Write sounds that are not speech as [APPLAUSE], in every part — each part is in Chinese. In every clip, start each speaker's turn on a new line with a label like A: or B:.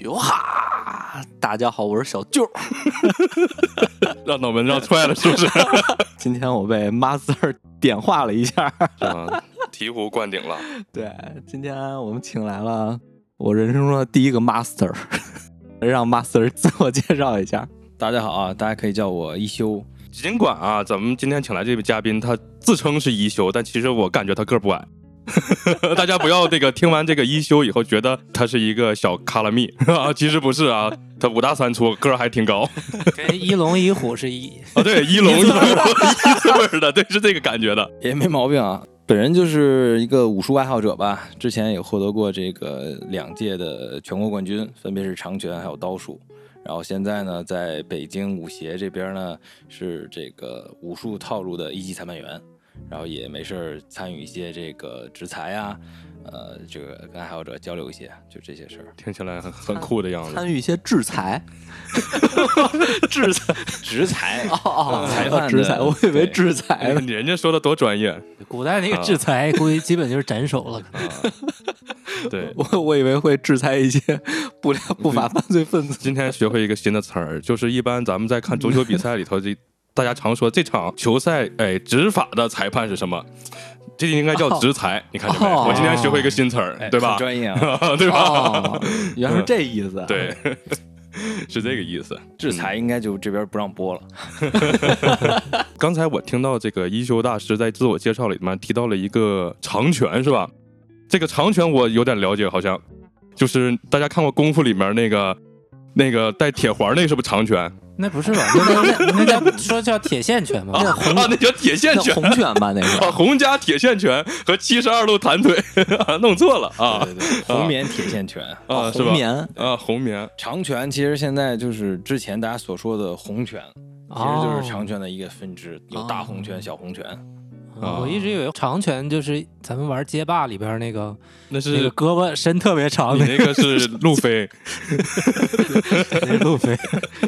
A: 哟哈！大家好，我是小舅儿。
B: 让脑门让踹了是不是？
A: 今天我被马四儿点化了一下。 [LAUGHS]
B: 啊，醍醐灌顶了。
A: 对，今天我们请来了我人生中的第一个 master，让 master 自我介绍一下。
C: 大家好啊，大家可以叫我一休。
B: 尽管啊，咱们今天请来这位嘉宾，他自称是一休，但其实我感觉他个儿不矮。 [LAUGHS] 大家不要这个听完这个一休以后，觉得他是一个小卡拉蜜 [LAUGHS] 啊，其实不是啊，他五大三粗，个儿还挺高
D: 跟一龙一虎是一，
B: 啊。 [LAUGHS] 对，一龙一虎一字辈儿的，对，是这个感觉的。
C: 也没毛病啊。本人就是一个武术爱好者吧，之前也获得过这个两届的全国冠军，分别是长拳还有刀术。然后现在呢，在北京武协这边呢是这个武术套路的一级裁判员，然后也没事儿参与一些这个执裁啊，呃，这个跟爱好者交流一些，就这些
B: [LAUGHS]
C: 事儿。
B: 听起来很很酷的样子。
A: [LAUGHS] 参与一些制裁，制裁
C: 执裁
A: 哦哦，
C: 啊裁判的
A: 制裁，我以为制裁
B: 哎，
A: 呢。
B: 人家说的多专业，
D: 古代那个 [LAUGHS] 制裁估计基本就是斩首了。
B: 对，
A: [LAUGHS] 我我以为会制裁一些
C: [LAUGHS]
A: 不良不法犯罪分子。
B: 今天学会一个新的词儿，就是一般咱们在看足球比赛里头，这大家常说这场球赛，哎，执法的裁判是什么？这应该叫执裁，你看见没？
A: 哦哎
B: 我今天学会一个新词儿，对吧
C: 很？专
B: [LAUGHS]
C: 业啊，
B: 对吧？
A: [LAUGHS] 哦，原来是这意思。，
B: 对， [LAUGHS] 是这个意思。
C: 制裁应该就这边不让播了。
B: 刚才我听到这个一休大师在自我介绍里面提到了一个长拳，是吧？这个长拳我有点了解，好像就是大家看过《功夫》里面那个那个带铁环那是不是长拳？
D: 那不是吧？那那
B: [LAUGHS]
D: 那叫说叫铁线拳吗？
B: 啊， [LAUGHS] 那叫铁线
A: 那
B: 拳。
A: 红拳吧，那
B: [LAUGHS] 啊，
A: 个。
B: 洪家铁线拳和七十二路弹腿 [LAUGHS] 弄错了啊
C: 对对
B: [LAUGHS]
C: 对，红棉铁线拳。
B: 啊，
D: 哦
B: 是
A: 红
B: 吧？
A: 棉，
B: 啊，红棉，
C: 长拳其实现在就是之前大家所说的红拳，其实
D: 哦
C: 就是长拳的一个分支，有大红拳、小红拳。
B: 啊
D: 嗯我一直以为长拳就是咱们玩街霸里边那个
B: 那
D: 那
B: 是
D: 个胳膊伸特别长
B: 你
D: 的
B: 那个是路飞，
D: 那路飞。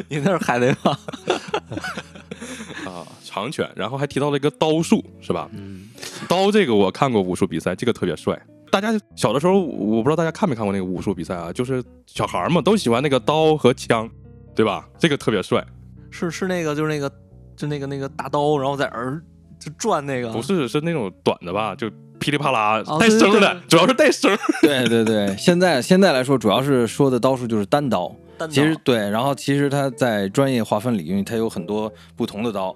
A: 你那是海贼王。
B: [LAUGHS] 啊，长拳，然后还提到了一个刀术，是吧？
D: 嗯，
B: 刀这个我看过武术比赛，这个特别帅。大家小的时候，我不知道大家看没看过那个武术比赛啊，就是小孩儿嘛都喜欢那个刀和枪，对吧？这个特别帅，
A: 是是那个，就是那个，就那个那个大刀，然后在耳就转那个，
B: 不是是那种短的吧，就噼里啪啦
A: 啊哦
B: 带
A: 对
B: 声儿
A: 对
B: 的，主要是带声儿。
C: [LAUGHS] 对对对，现在现在来说，主要是说的刀术就是单刀。
A: 单刀
C: 其实对，然后其实它在专业划分领域，它有很多不同的刀。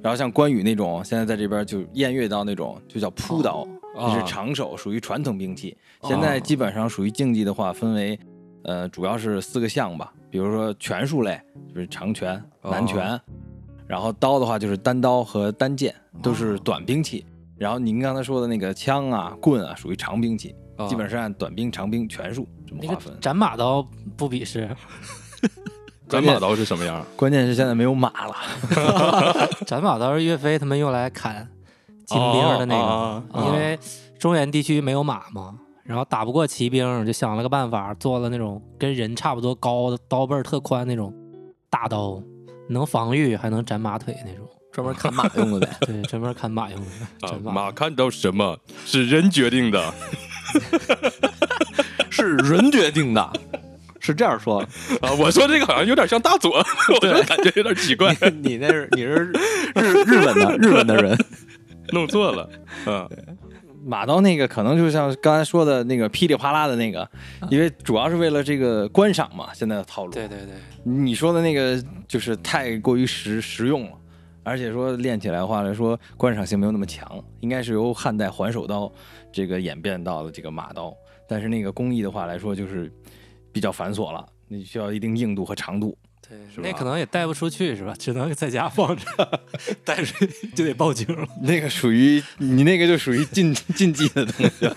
C: 然后像关羽那种，现在在这边就偃月刀那种，就叫扑刀，
B: 哦
C: 也
B: 啊
C: 是长手，属于传统兵器。现在基本上属于竞技的话，分为呃主要是四个项吧，比如说拳术类，就是长拳、南拳，然后刀的话就是单刀和单剑，都是短兵器。然后您刚才说的那个枪啊、棍啊，属于长兵器，
A: 哦
B: 啊
C: 基本上是按短兵、长兵、拳术这么
D: 那
C: 划
D: 个
C: 分。
D: 斩马刀不
B: [LAUGHS]
D: 鄙视，
B: 咱马刀是什么样？
C: 关键是现在没有马了，
D: 斩马刀是岳飞他们用来砍金兵的那个，
B: 哦啊啊
D: 因为中原地区没有马嘛。然后打不过骑兵，就想了个办法，做了那种跟人差不多高的刀背儿特宽那种大刀，能防御还能斩马腿那种。
A: 专门砍马用的呗。
D: 对，专门砍马用的，
B: [LAUGHS] 啊
D: [LAUGHS] 斩
B: 马看到什么是人决定的，
A: [LAUGHS] 是人决定的， [LAUGHS] 是这样说。
B: 啊，我说这个好像有点像大佐，我就感觉有点奇
A: [LAUGHS]
B: 怪，
A: 你你那是你 [LAUGHS] 是日日本的日本的 [LAUGHS] 人，
B: 弄错了。嗯，
C: 马刀那个可能就像刚才说的那个噼里啪啦的那个，因为主要是为了这个观赏嘛，现在的套路。
D: 对对对，
C: 你说的那个就是太过于实实用了，而且说练起来的话来说，观赏性没有那么强，应该是由汉代还手刀这个演变到了这个马刀，但是那个工艺的话来说就是比较繁琐了，你需要一定硬度和长度。
D: 对，
B: 吧
D: 那可能也带不出去是吧？只能在家放着，带出去就得报警了。
C: [LAUGHS] 那个属于你那个就属于禁禁忌的东西。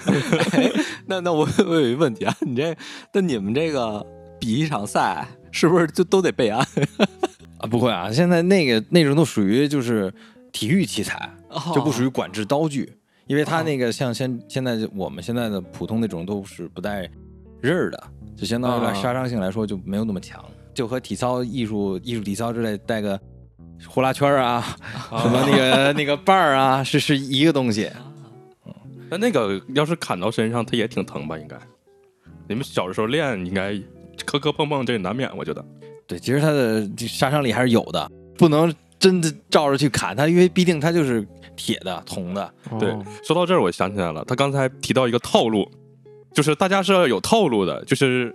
A: 那那我我有一个问题啊，你这那你们这个比一场赛，是不是就都得备案？
C: 啊，不会啊，现在那个那种都属于就是体育器材，
A: 哦
C: 就不属于管制刀具，因为它那个像现现在就我们现在的普通那种都是不带刃儿的，就相当于来
A: 啊
C: 杀伤性来说就没有那么强，就和体操、艺术、艺术体操之类带个呼啦圈儿啊，什么那个那个棒儿啊，是是一个东西。
B: 但那个要是砍到身上，它也挺疼吧？应该，你们小时候练应该磕磕碰碰，这难免，我觉得。
C: 对，其实它的这杀伤力还是有的，不能真的照着去砍它，因为毕竟它就是铁的、铜的。
B: 对，说到这儿，我想起来了，他刚才提到一个套路，就是大家是要有套路的，就是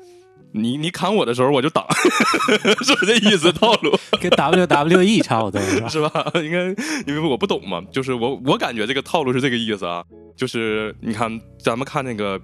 B: 你你砍我的时候我就挡， [LAUGHS] 是不是这意思？套路
D: 跟 WWE 差不多是吧？
B: 是吧？ [LAUGHS] 应该因为我不懂嘛，就是我我感觉这个套路是这个意思啊，就是你看咱们看那个，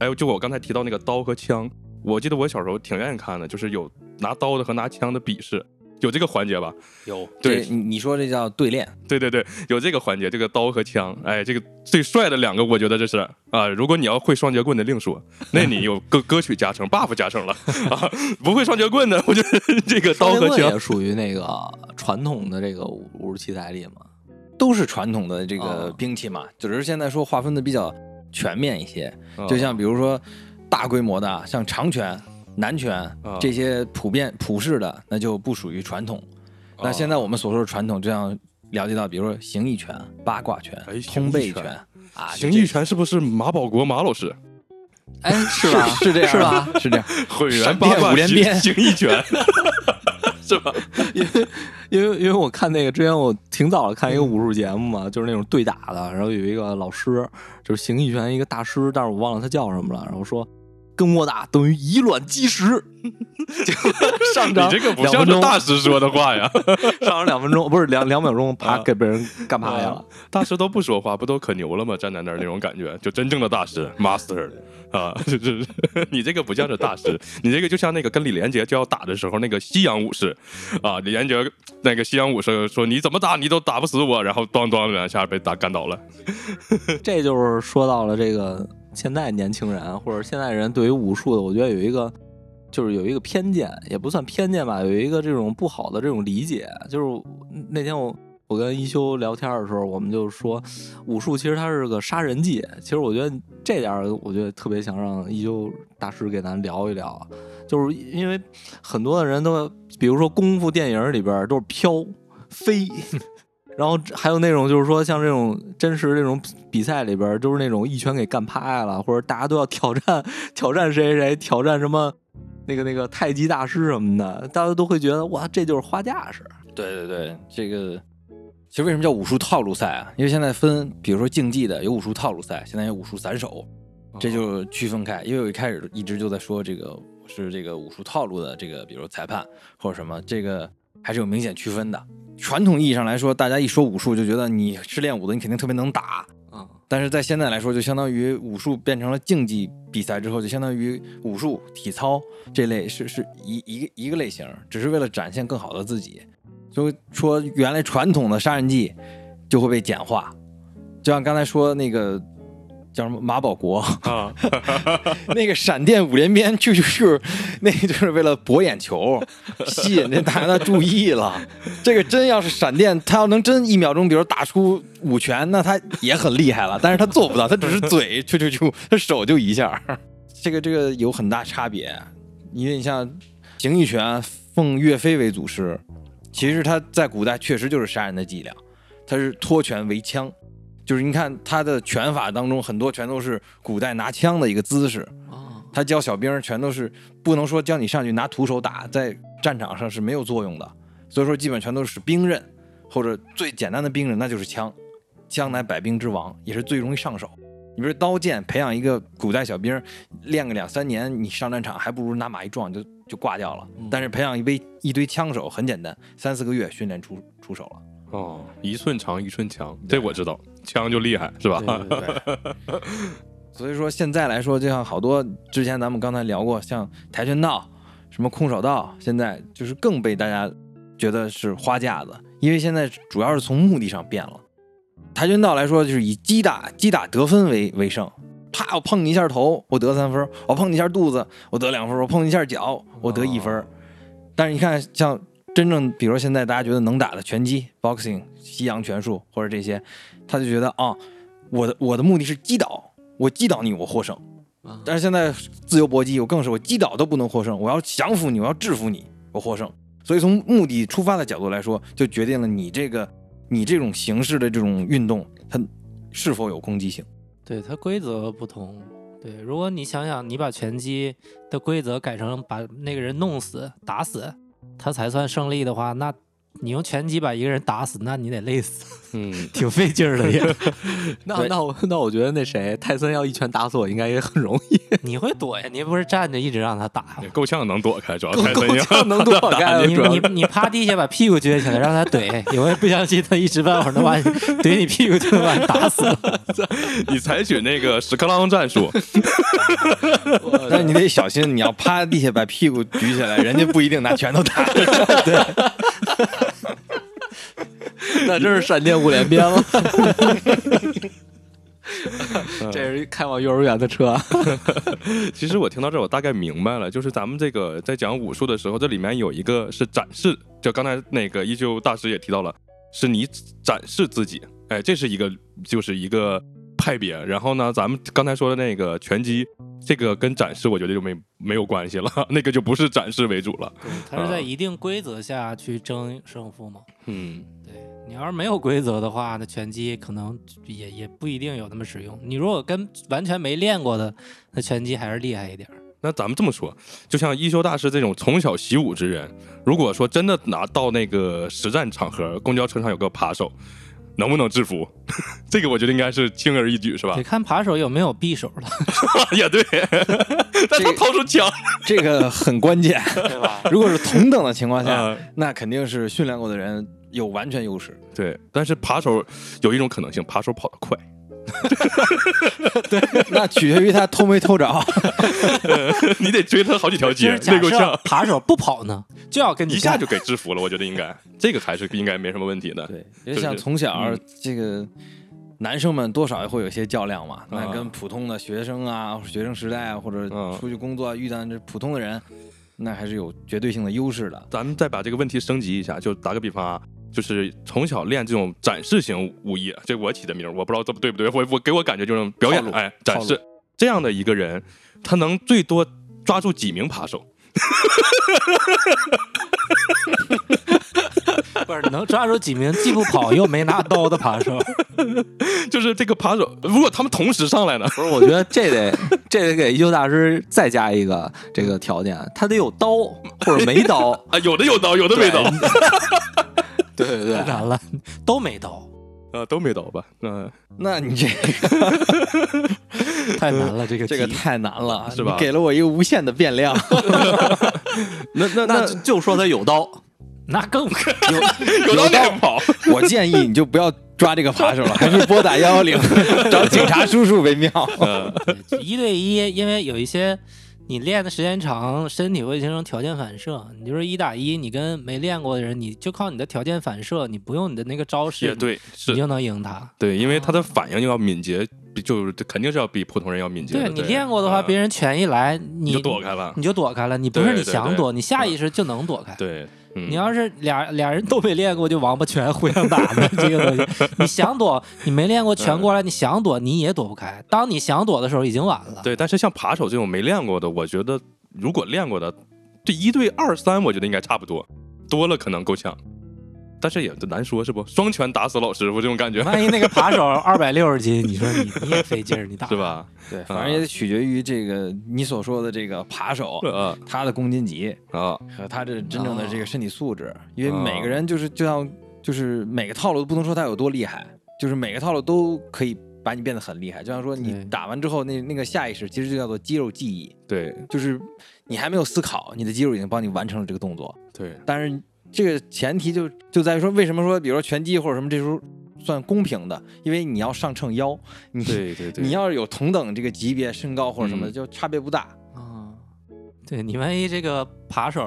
B: 哎，就我刚才提到那个刀和枪，我记得我小时候挺愿意看的，就是有拿刀的和拿枪的比试。有这个环节吧？
C: 有，
B: 对
C: 你你说这叫对练，
B: 对对对，有这个环节，这个刀和枪，哎，这个最帅的两个，我觉得这是啊。如果你要会双截棍的，另说，那你有歌歌曲加成，buff 加成了啊。不会双截棍的，我觉得这个刀和
A: 双截棍
B: 枪
A: 也属于那个传统的这个武武术器材里嘛。
C: 都是传统的这个
A: 哦
C: 兵器嘛，只是现在说划分的比较全面一些。
B: 啊
C: 就像比如说大规模的，像长拳、南拳
B: 啊
C: 这些普遍普世的，那就不属于传统。
B: 哦
C: 那现在我们所说的传统，就像了解到，比如说形意拳、八卦拳
B: 哎、
C: 通背
B: 形意拳
C: 啊，
B: 形
C: 就
B: 意
C: 这
B: 拳是不是马保国马老师？
A: 哎， [LAUGHS] 是吧？是这样，是吧？
C: 是这样。
B: 混元
C: 闪
B: 八
C: 电
B: 卦
C: 五连
B: 形
C: 鞭
B: 形意
C: [LAUGHS]
B: 拳，是吧？
A: 因为因为因为我看那个之前我挺早看一
B: 嗯
A: 个武术节目嘛，就是那种对打的，然后有一个老师就是形意拳一个大师，但是我忘了他叫什么了，然后说跟我打等于以卵击石， [LAUGHS] 结果上
B: 你
A: 场
B: 这个不
A: 两分
B: 像是
A: 钟，
B: 大师说的话呀，
A: 上场两分钟不是两两秒钟，啪
B: 啊
A: 给被人干趴下了。
B: 大师都不说话，不都可牛了吗？站在那儿那种感觉，就真正的大师 master 啊， [LAUGHS] 这这，你这个不像是大师，你这个就像那个跟李连杰就要打的时候那个西洋武士啊，李连杰那个西洋武士说你怎么打你都打不死我，然后咣咣两下被打干倒了。
A: [LAUGHS] 这就是说到了这个现在年轻人啊或者现在人对于武术的，我觉得有一个就是有一个偏见，也不算偏见吧，有一个这种不好的这种理解。就是嗯那天我我跟一休聊天的时候，我们就说武术其实它是个杀人技。其实我觉得这点儿，我觉得特别想让一休大师给咱聊一聊，就是因为很多的人都，比如说功夫电影里边儿都是飘飞。 [LAUGHS] 然后还有那种就是说，像这种真实这种比赛里边，就是那种一拳给干趴下了，或者大家都要挑战 [LAUGHS] 挑战谁谁谁，挑战什么那个那个太极大师什么的，大家都会觉得哇，这就是花架 [LAUGHS] 式。
C: 对对对，这个其实为什么叫武术套路赛啊？因为现在分，比如说竞技的有武术套路赛，现在有武术散手，这就区分开。因为我一开始一直就在说这个我是这个武术套路的这个，比如裁判或者什么，这个还是有明显区分的。传统意义上来说，大家一说武术就觉得你是练武的，你肯定特别能打。
A: 嗯，
C: 但是在现在来说，就相当于武术变成了竞技比赛之后，就相当于武术、体操这类是是一一个一个类型，只是为了展现更好的自己。所以说，原来传统的杀人技就会被简化，就像刚才说那个叫什么马保国
B: 啊，
C: 那个闪电五连鞭，就就是那个就是为了博眼球，吸引这大家的注意了。这个真要是闪电，他要能真一秒钟，比如打出五拳，那他也很厉害了。但是他做不到，他只是嘴啾啾啾，他手就一下。这个这个有很大差别，因为你像形意拳奉岳飞为祖师，其实他在古代确实就是杀人的伎俩，他是托拳为枪。就是你看他的拳法当中，很多全都是古代拿枪的一个姿势，他教小兵儿全都是不能说教你上去拿徒手打，在战场上是没有作用的，所以说基本全都是兵刃，或者最简单的兵刃那就是枪，枪乃百兵之王，也是最容易上手。你比如刀剑，培养一个古代小兵儿练个两三年，你上战场还不如拿马一撞就就挂掉了。但是培养一堆一堆枪手很简单，三四个月训练出出手了。
B: 哦，一寸长一寸强，这我知道，枪就厉害是吧？
D: 对对对，
C: 所以说现在来说，就像好多之前咱们刚才聊过，像跆拳道、什么空手道，现在就是更被大家觉得是花架子，因为现在主要是从目的上变了。跆拳道来说，就是以击打击打得分为为胜，啪，我碰你一下头，我得三分儿；我碰你一下肚子，我得两分儿；我碰你一下脚，我得一分儿。但是你看，像真正，比如说现在大家觉得能打的拳击、boxing、西洋拳术或者这些，他就觉得啊，我的我的目的是击倒，我击倒你，我获胜。但是现在自由搏击，我更是我击倒都不能获胜，我要降服你，我要制服你，我获胜。所以从目的出发的角度来说，就决定了你这个你这种形式的这种运动，它是否有攻击性。 [LAUGHS]
D: 对它规则不同。对，如果你想想，你把拳击的规则改成把那个人弄死、打死，他才算胜利的话，那你用拳击把一个人打死，那你得累死，
B: 嗯，
D: 挺费劲儿的也。 [LAUGHS]
A: 那
C: 对
A: 那我 [LAUGHS] 那我觉得那谁泰森要一拳打死我，应该也很容易， [LAUGHS]
D: 你会躲呀？你不是站着一直让他打吗
B: 也？ [LAUGHS] 够呛能
A: [LAUGHS]
B: 躲开，主要
A: 够
B: 泰森
A: 够
B: 要
A: 呛能多少盖的
D: 你
A: 主要
D: 你你趴地下把屁股撅起来，让他怼。 [LAUGHS] 有人不相信，他一时半会儿能把你怼你屁股就能把你打死。
B: 你采取那个屎壳郎战术，
C: 但是你得小心，你要趴地下把屁股举起来，人家不一定拿拳头打。
A: 那真是闪电五连鞭了。 [LAUGHS] 这是一开往幼儿园的车， [LAUGHS]
B: 其实我听到这儿，我大概明白了，就是咱们这个在讲武术的时候，这里面有一个是展示，就刚才那个依旧大师也提到了，是你展示自己，哎，这是一个就是一个派别。然后呢，咱们刚才说的那个拳击，这个跟展示我觉得就没没有关系了， [LAUGHS] 那个就不是展示为主了。
D: 他是在一定规则下去争胜负嘛？
B: 嗯，
D: 你要是没有规则的话，那拳击可能也也不一定有那么实用。你如果跟完全没练过的，那拳击还是厉害一点儿。
B: 那咱们这么说，就像一休大师这种从小习武之人，如果说真的拿到那个实战场合，公交车上有个扒手，能不能制服？ [LAUGHS] 这个我觉得应该是轻而易举，是吧
A: 啊
D: 得？看扒手有没有匕首了。
B: 也
D: [LAUGHS]
B: 对，但他掏出枪，
C: [LAUGHS] 这个很关键，如果是同等的情
D: 哎
C: 况下，
B: 啊，
C: 那肯定是训练过的人有完全优势。 [LAUGHS]
B: 对。但是扒手有一种可能性，扒手跑得快， [LAUGHS]
C: 那取决于他偷没偷着。
B: 你得追他好几条
D: 就
B: 街
D: 是，
B: 累
D: 假
B: 够
D: 设
B: 呛，
D: 扒手不跑呢，就要跟你
B: 一下
D: 干
B: 就给制服了。我觉得应该这个还是应该没什么问题的。
C: 对，因为像从小、
B: 嗯
C: 这个男生们多少也会有些较量嘛，那
B: 啊
C: 跟普通的学生啊、学生时代啊，或者
B: 嗯
C: 出去工作、遇到这普通的人，那还是有绝对性的优势的。
B: 咱们再把这个问题升级一下，就打个比方啊，就是从小练这种展示型武艺，这我起的名儿，我不知道这不对不对，我我给我感觉就是表演
C: 套，路
B: 哎，
C: 套
B: 展示这样的一个人，他能最多抓住几名扒手？
D: 不是能抓住几名既不跑又没拿刀的扒手？
B: 就是这个扒手，如果他们同时上来呢？ [LAUGHS]
A: 不是？我觉得这得 [LAUGHS] 这得给一休大师再加一个这个条件，他得有刀或者没刀。
B: 啊，有的有刀，有的没刀，
A: [LAUGHS] 对对对
D: 当，然了，都没刀，
B: [LAUGHS] 啊，都没刀吧？嗯、
C: 那你这
D: 太
A: [LAUGHS]
D: 难了这
C: [LAUGHS]
D: 个
C: 这个
D: 题
C: 太难了，
B: 是吧
C: 你给了我一个无限的变量。
B: 那那
A: 那就就说他有刀， [LAUGHS]
D: 那更不可
B: 有刀你还跑，
C: [LAUGHS] 我建议你就不要抓这个扒手了，还是拨打幺幺零找警察叔叔为妙。
D: 能一对一，因为有一些你练的时间长，身体会形成条件反射。你就是一打一，你跟没练过的人，你就靠你的条件反射，你不用你的那个招式，
B: 也对，
D: 你
B: 是
D: 就能赢他。
B: 对，因为他的反应要敏捷，比就是肯定是要比普通人要敏捷的。
D: 对你练过的话，
B: 啊
D: 别人拳一来，
B: 你
D: 你
B: 就躲开了
D: 你。就躲开了。你不是
B: 对
D: 你
B: 对
D: 想
B: 对
D: 躲，你下意识就能躲开。
B: 对，嗯
D: 你要是俩俩人都没练过，就王八拳互相打的这个东西，你想躲，你
B: [LAUGHS]
D: 没练过拳过来，你想躲你也躲不开。当你想躲的时候，已经晚了。
B: 对，但是像扒手这种没练过的，我觉得如果练过的，这一对二三，我觉得应该差不多，多了可能够呛，但是也难说，是不？双拳打死老师傅这种感觉，
D: 万一那个扒手二百六十斤，你说你你也费劲儿，你 [LAUGHS] 打
B: 是？吧？
C: [LAUGHS] 对，反正也得取决于这个你所说的这个扒手，
B: 啊
C: 他的公斤级
B: 啊，
C: 和他这真正的
B: 哦
C: 这个身体素质，因为每个人就是就像就是每个套路都不能说他有多厉害，就是每个套路都可以把你变得很厉害。就像说你
D: 对
C: 打完之后那那个下意识其实就叫做肌肉记忆，
B: 对
C: 就是你还没有思考，你的肌肉已经帮你完成了这个动作。
B: 对，
C: 但是这个前提就就在于说，为什么说比如说拳击或者什么这时候算公平的？因为你要上秤腰，你
B: 对对对，
C: 你要是有同等这个级别身高或者什么
B: 嗯
C: 的，就差别不大。
D: 啊，对你万一这个扒手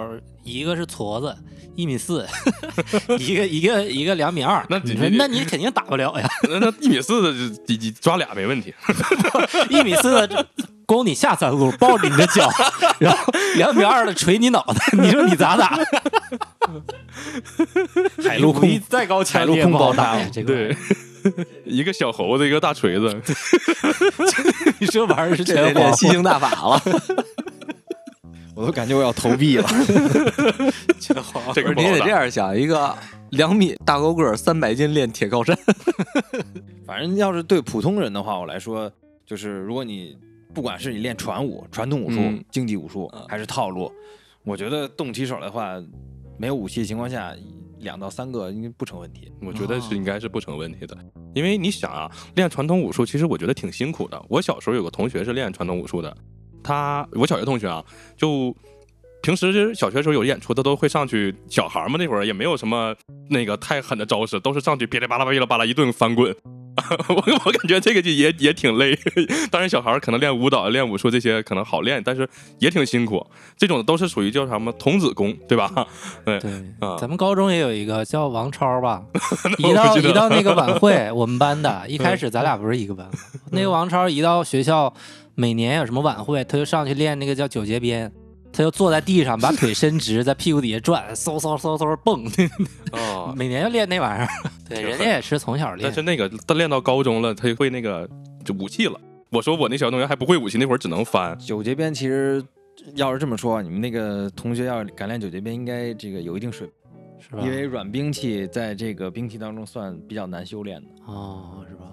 D: 一个是矬子，一米四， [LAUGHS] 一个一个一个两米二，
B: 那
D: 你
B: 你
D: 说
B: 你
D: 那你肯定打不了呀，
B: [LAUGHS] 那那一米四的就你你抓俩没问题，
D: 一米四的这勾你下三路，抱着你的脚，然后两米二的捶你脑袋，你说你咋打？ [LAUGHS] 海陆空再高强度也不好打呀，这个玩意儿
B: 对， [LAUGHS] 一个小猴子，一个大锤子，
D: 你这玩意儿是
A: 这得
D: 全
A: 练
B: [LAUGHS]
D: 皇
A: 吸星大法了。
C: 我都感觉我要投币了。
D: 全皇
B: 这
A: 不是，
B: 个不
A: 你
B: 好
A: 得
B: 打
A: 这样想，一个两米大高个儿，三百斤练铁靠 [LAUGHS] 山，
C: 反正要是对普通人的话，我来说，就是如果你不管是你练传武、传统武术、
A: 嗯
C: 竞技武术
A: 啊
C: 还是套路，我觉得动起手来的话，没有武器的情况下，两到三个应该不成问题。
B: 我觉得是应该是不成问题的，因为你想啊，练传统武术其实我觉得挺辛苦的。我小时候有个同学是练传统武术的，他我小学同学啊，就平时小学时候有演出，他都会上去，小孩嘛那会儿也没有什么那个太狠的招式，都是上去噼里啪啦噼里啪啦一顿翻滚。 [LAUGHS] 我我感觉这个就也也挺累， [LAUGHS] 当然小孩儿可能练舞蹈、练武术这些可能好练，但是也挺辛苦。这种都是属于叫什么童子功，对吧？ [LAUGHS]
D: 对
B: 啊，
D: 咱们高中也有一个叫王
B: [LAUGHS]
D: 超吧，一
B: 我不
D: 到
B: 记得嗯
D: 一到那个晚会，我们班的，一开始咱俩不是一个班
B: [LAUGHS]
D: 的。那个王超一到学校，每年有什么晚会，他就上去练那个叫九节鞭，他就坐在地上，把腿伸直，在屁股底下转，嗖嗖嗖嗖蹦， [LAUGHS]
B: 啊，
D: 每年就练那玩意儿。 [LAUGHS] 对，人家也是从小练
B: 但是。那个他练到高中了，他就会那个就武器了。我说我那小同学还不会武器，那会儿只能翻。
C: 九节鞭其实要是这么说，你们那个同学要敢练九节鞭，应该这个有一定水平，
D: 是吧？
C: 因为软兵器在这个兵器当中算比较难修炼的。
D: 哦，是吧？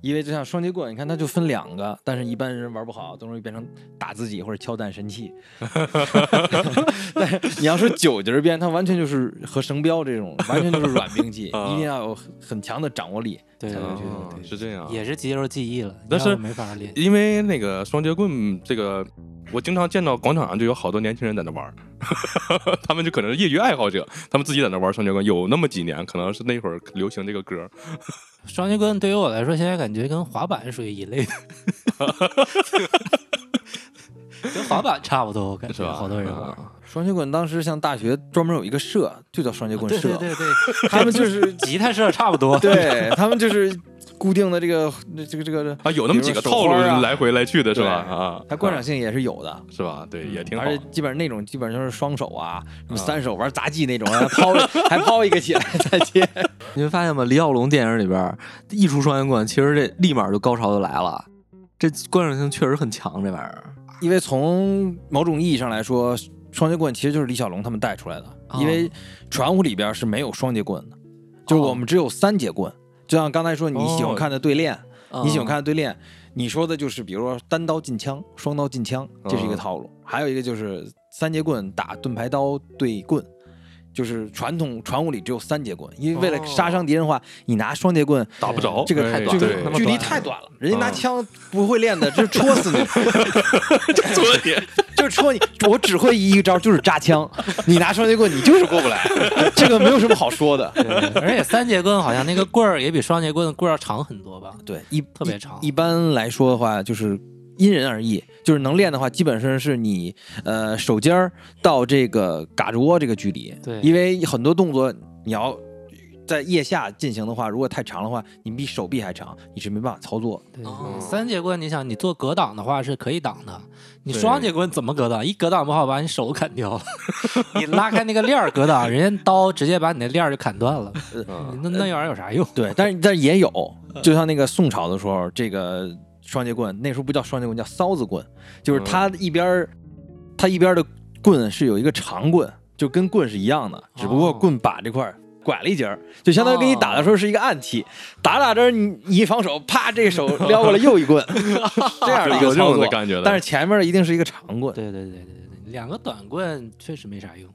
C: 因为就像双截棍，你看它就分两个，但是一般人玩不好，都容易变成打自己或者敲蛋神器。 [LAUGHS] 但是你要说九节鞭，它完全就是和绳标这种，完全就是软兵
B: [LAUGHS]
C: 器，
B: 啊
C: 一定要有很强的掌握力。
D: 对
C: 才
D: 对
C: 能去
D: 对对，
B: 哦是这样。
D: 也是肌肉记忆了，
B: 但是
D: 要不没法练。
B: 因为那个双截棍这个，我经常见到广场上就有好多年轻人在那玩儿， [LAUGHS] 他们就可能是业余爱好者，他们自己在那玩双截棍，有那么几年，可能是那会儿流行这个歌，
D: 双截棍对于我来说，现在感觉跟滑板属于一
B: [LAUGHS]
D: 类的，跟滑板差不多，我感
B: 是
D: 觉
B: 吧？
D: 好多人玩。
B: 啊
C: 双截棍当时像大学专门有一个社，就叫双截棍
D: 啊对
C: 社，
D: 对对对，
C: 他们
D: [LAUGHS]
C: 就是
D: 吉他社差不多。
C: 对他们就是固定的这个这个这个，
B: 啊，有那么几个套
C: 比
B: 路
C: 如说手花啊
B: 来回来去的是吧？
C: 对
B: 啊，
C: 它观赏性也是有的。
B: 是吧？对，也啊挺好啊
C: 而。且基本上那种基本上就是双手啊，什么三手玩杂技那种，还抛 [LAUGHS] 还抛一个起来再接。
A: 你会发现吗？李小龙电影里边儿一出双截棍，其实这立马就高潮就来了，这观赏性确实很强，这玩意儿。
C: 因为从某种意义上来说，双截棍其实就是李小龙他们带出来的，
D: 哦
C: 因为传武里边是没有双截棍的，就是我们只有三节棍。就像刚才说你喜欢看的对练，
A: 哦
B: 嗯
C: 你喜欢看的对练，你说的就是比如说单刀进枪、双刀进枪，这是一个套路；还有一个就是三节棍打盾牌刀对棍。就是传统传武里只有三节棍，因为为了杀伤敌人的话，你拿双节棍
B: 打不着，
C: 这个太
B: 哎
C: 短了，
B: 对
C: 这个距离太短了，人家拿枪不会练的，就是戳死你，
B: 所以
C: 就是戳你。我只会一个招，就是扎枪。你拿双截棍，你就是过不来，这个没有什么好说的。
D: [LAUGHS] 对，而且三节棍好像那个棍儿也比双节棍的棍儿要长很多吧？
C: [LAUGHS] 对，一
D: 特别长
C: 一。一般来说的话，就是因人而异，就是能练的话，基本上是你呃手尖儿到这个嘎吱窝这个距离。
D: 对
C: 因为很多动作你要在腋下进行的话，如果太长的话，你比手臂还长，你是没办法操作的。
D: 对
A: 哦
D: 三节棍，你想你做格挡的话是可以挡的，你
B: 对
D: 双节棍怎么格挡？一格挡不好，把你手砍掉
B: [LAUGHS]
D: 了。你拉开那个链儿格挡，人家刀直接把你那链儿就砍断
B: [LAUGHS]
D: 了。
B: 嗯
D: 你那那玩意儿有啥用？
C: 对，但是但是也有，就像那个宋朝的时候，这个双截棍那时候不叫双截棍，叫骚子棍，就是它
B: 嗯
C: 一边儿，它一边儿的棍是有一个长棍，就跟棍是一样
B: 哦
C: 的，只不过棍把这块儿拐了一截儿，就相当于给你打的时候是一个暗器，打着打着你你一防守，啪这个手撩过来又一
B: [LAUGHS]
C: 棍，嗯这样的一
B: 有
C: 个
B: 这
C: 操
B: 种的
C: 作。
B: 感觉的。
C: 但是前面的一定是一个长棍，
D: 对对对对对，对，两个短棍确实没啥用。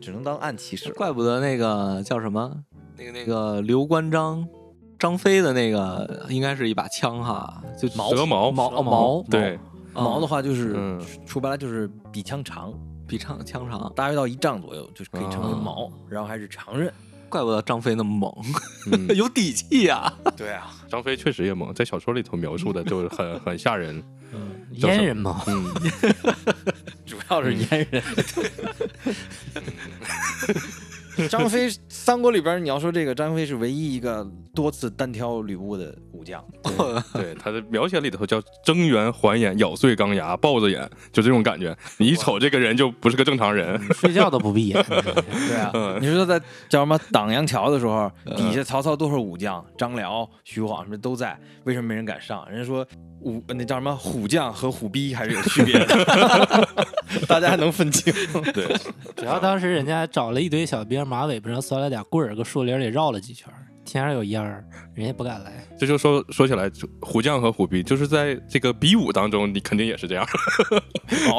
C: 只能当暗器使。
A: 怪不得那个叫什么，那个那个刘关张张飞的那个，应该是一把枪哈，就
B: 蛇矛
A: 毛
D: 蛇
A: 哦
D: 矛
A: 矛，
B: 对，
C: 矛的
A: 话
C: 话就是、
B: 哦嗯
C: 说白了就是比枪长，
A: 比长枪长，
C: 大约到一丈左右，就是可以称
B: 哦
C: 为
A: 啊
C: 矛，然后还是长刃。
A: 怪不得张飞那么
B: 嗯
A: [LAUGHS] 猛，有底气呀、
C: 对啊， [LAUGHS]
B: 张飞确实也猛，在小说里头描述的就是很很吓人。嗯叫什
D: 阉
B: 么
D: 人嘛，
C: [LAUGHS] 主要是阉
D: [LAUGHS]
C: 人。张飞，三国里边你要说这个，张飞是唯一一个多次单挑吕布的武将。
B: 对，他的描写里头叫睁圆环眼、咬碎钢牙、抱着眼，就这种感觉。你一瞅这个人就不是个正常
C: [LAUGHS]
B: 人。
D: 嗯睡觉都不闭眼。
C: [LAUGHS] 对啊， [LAUGHS] 你说在叫什么挡阳桥的时候，底下曹操多少武将，张辽、徐晃什么都在，为什么没人敢上？人家说武那叫什么虎将和虎逼还是有区别 [LAUGHS] 的，大家还能分清。
B: 对，
D: 主要当时人家找了一堆小兵，马尾巴上拴了俩棍儿，搁树林里绕了几圈儿，天上有烟儿，人家不敢来。
B: 这就说说起来，就虎将和虎逼，就是在这个比武当中，你肯定也是这样，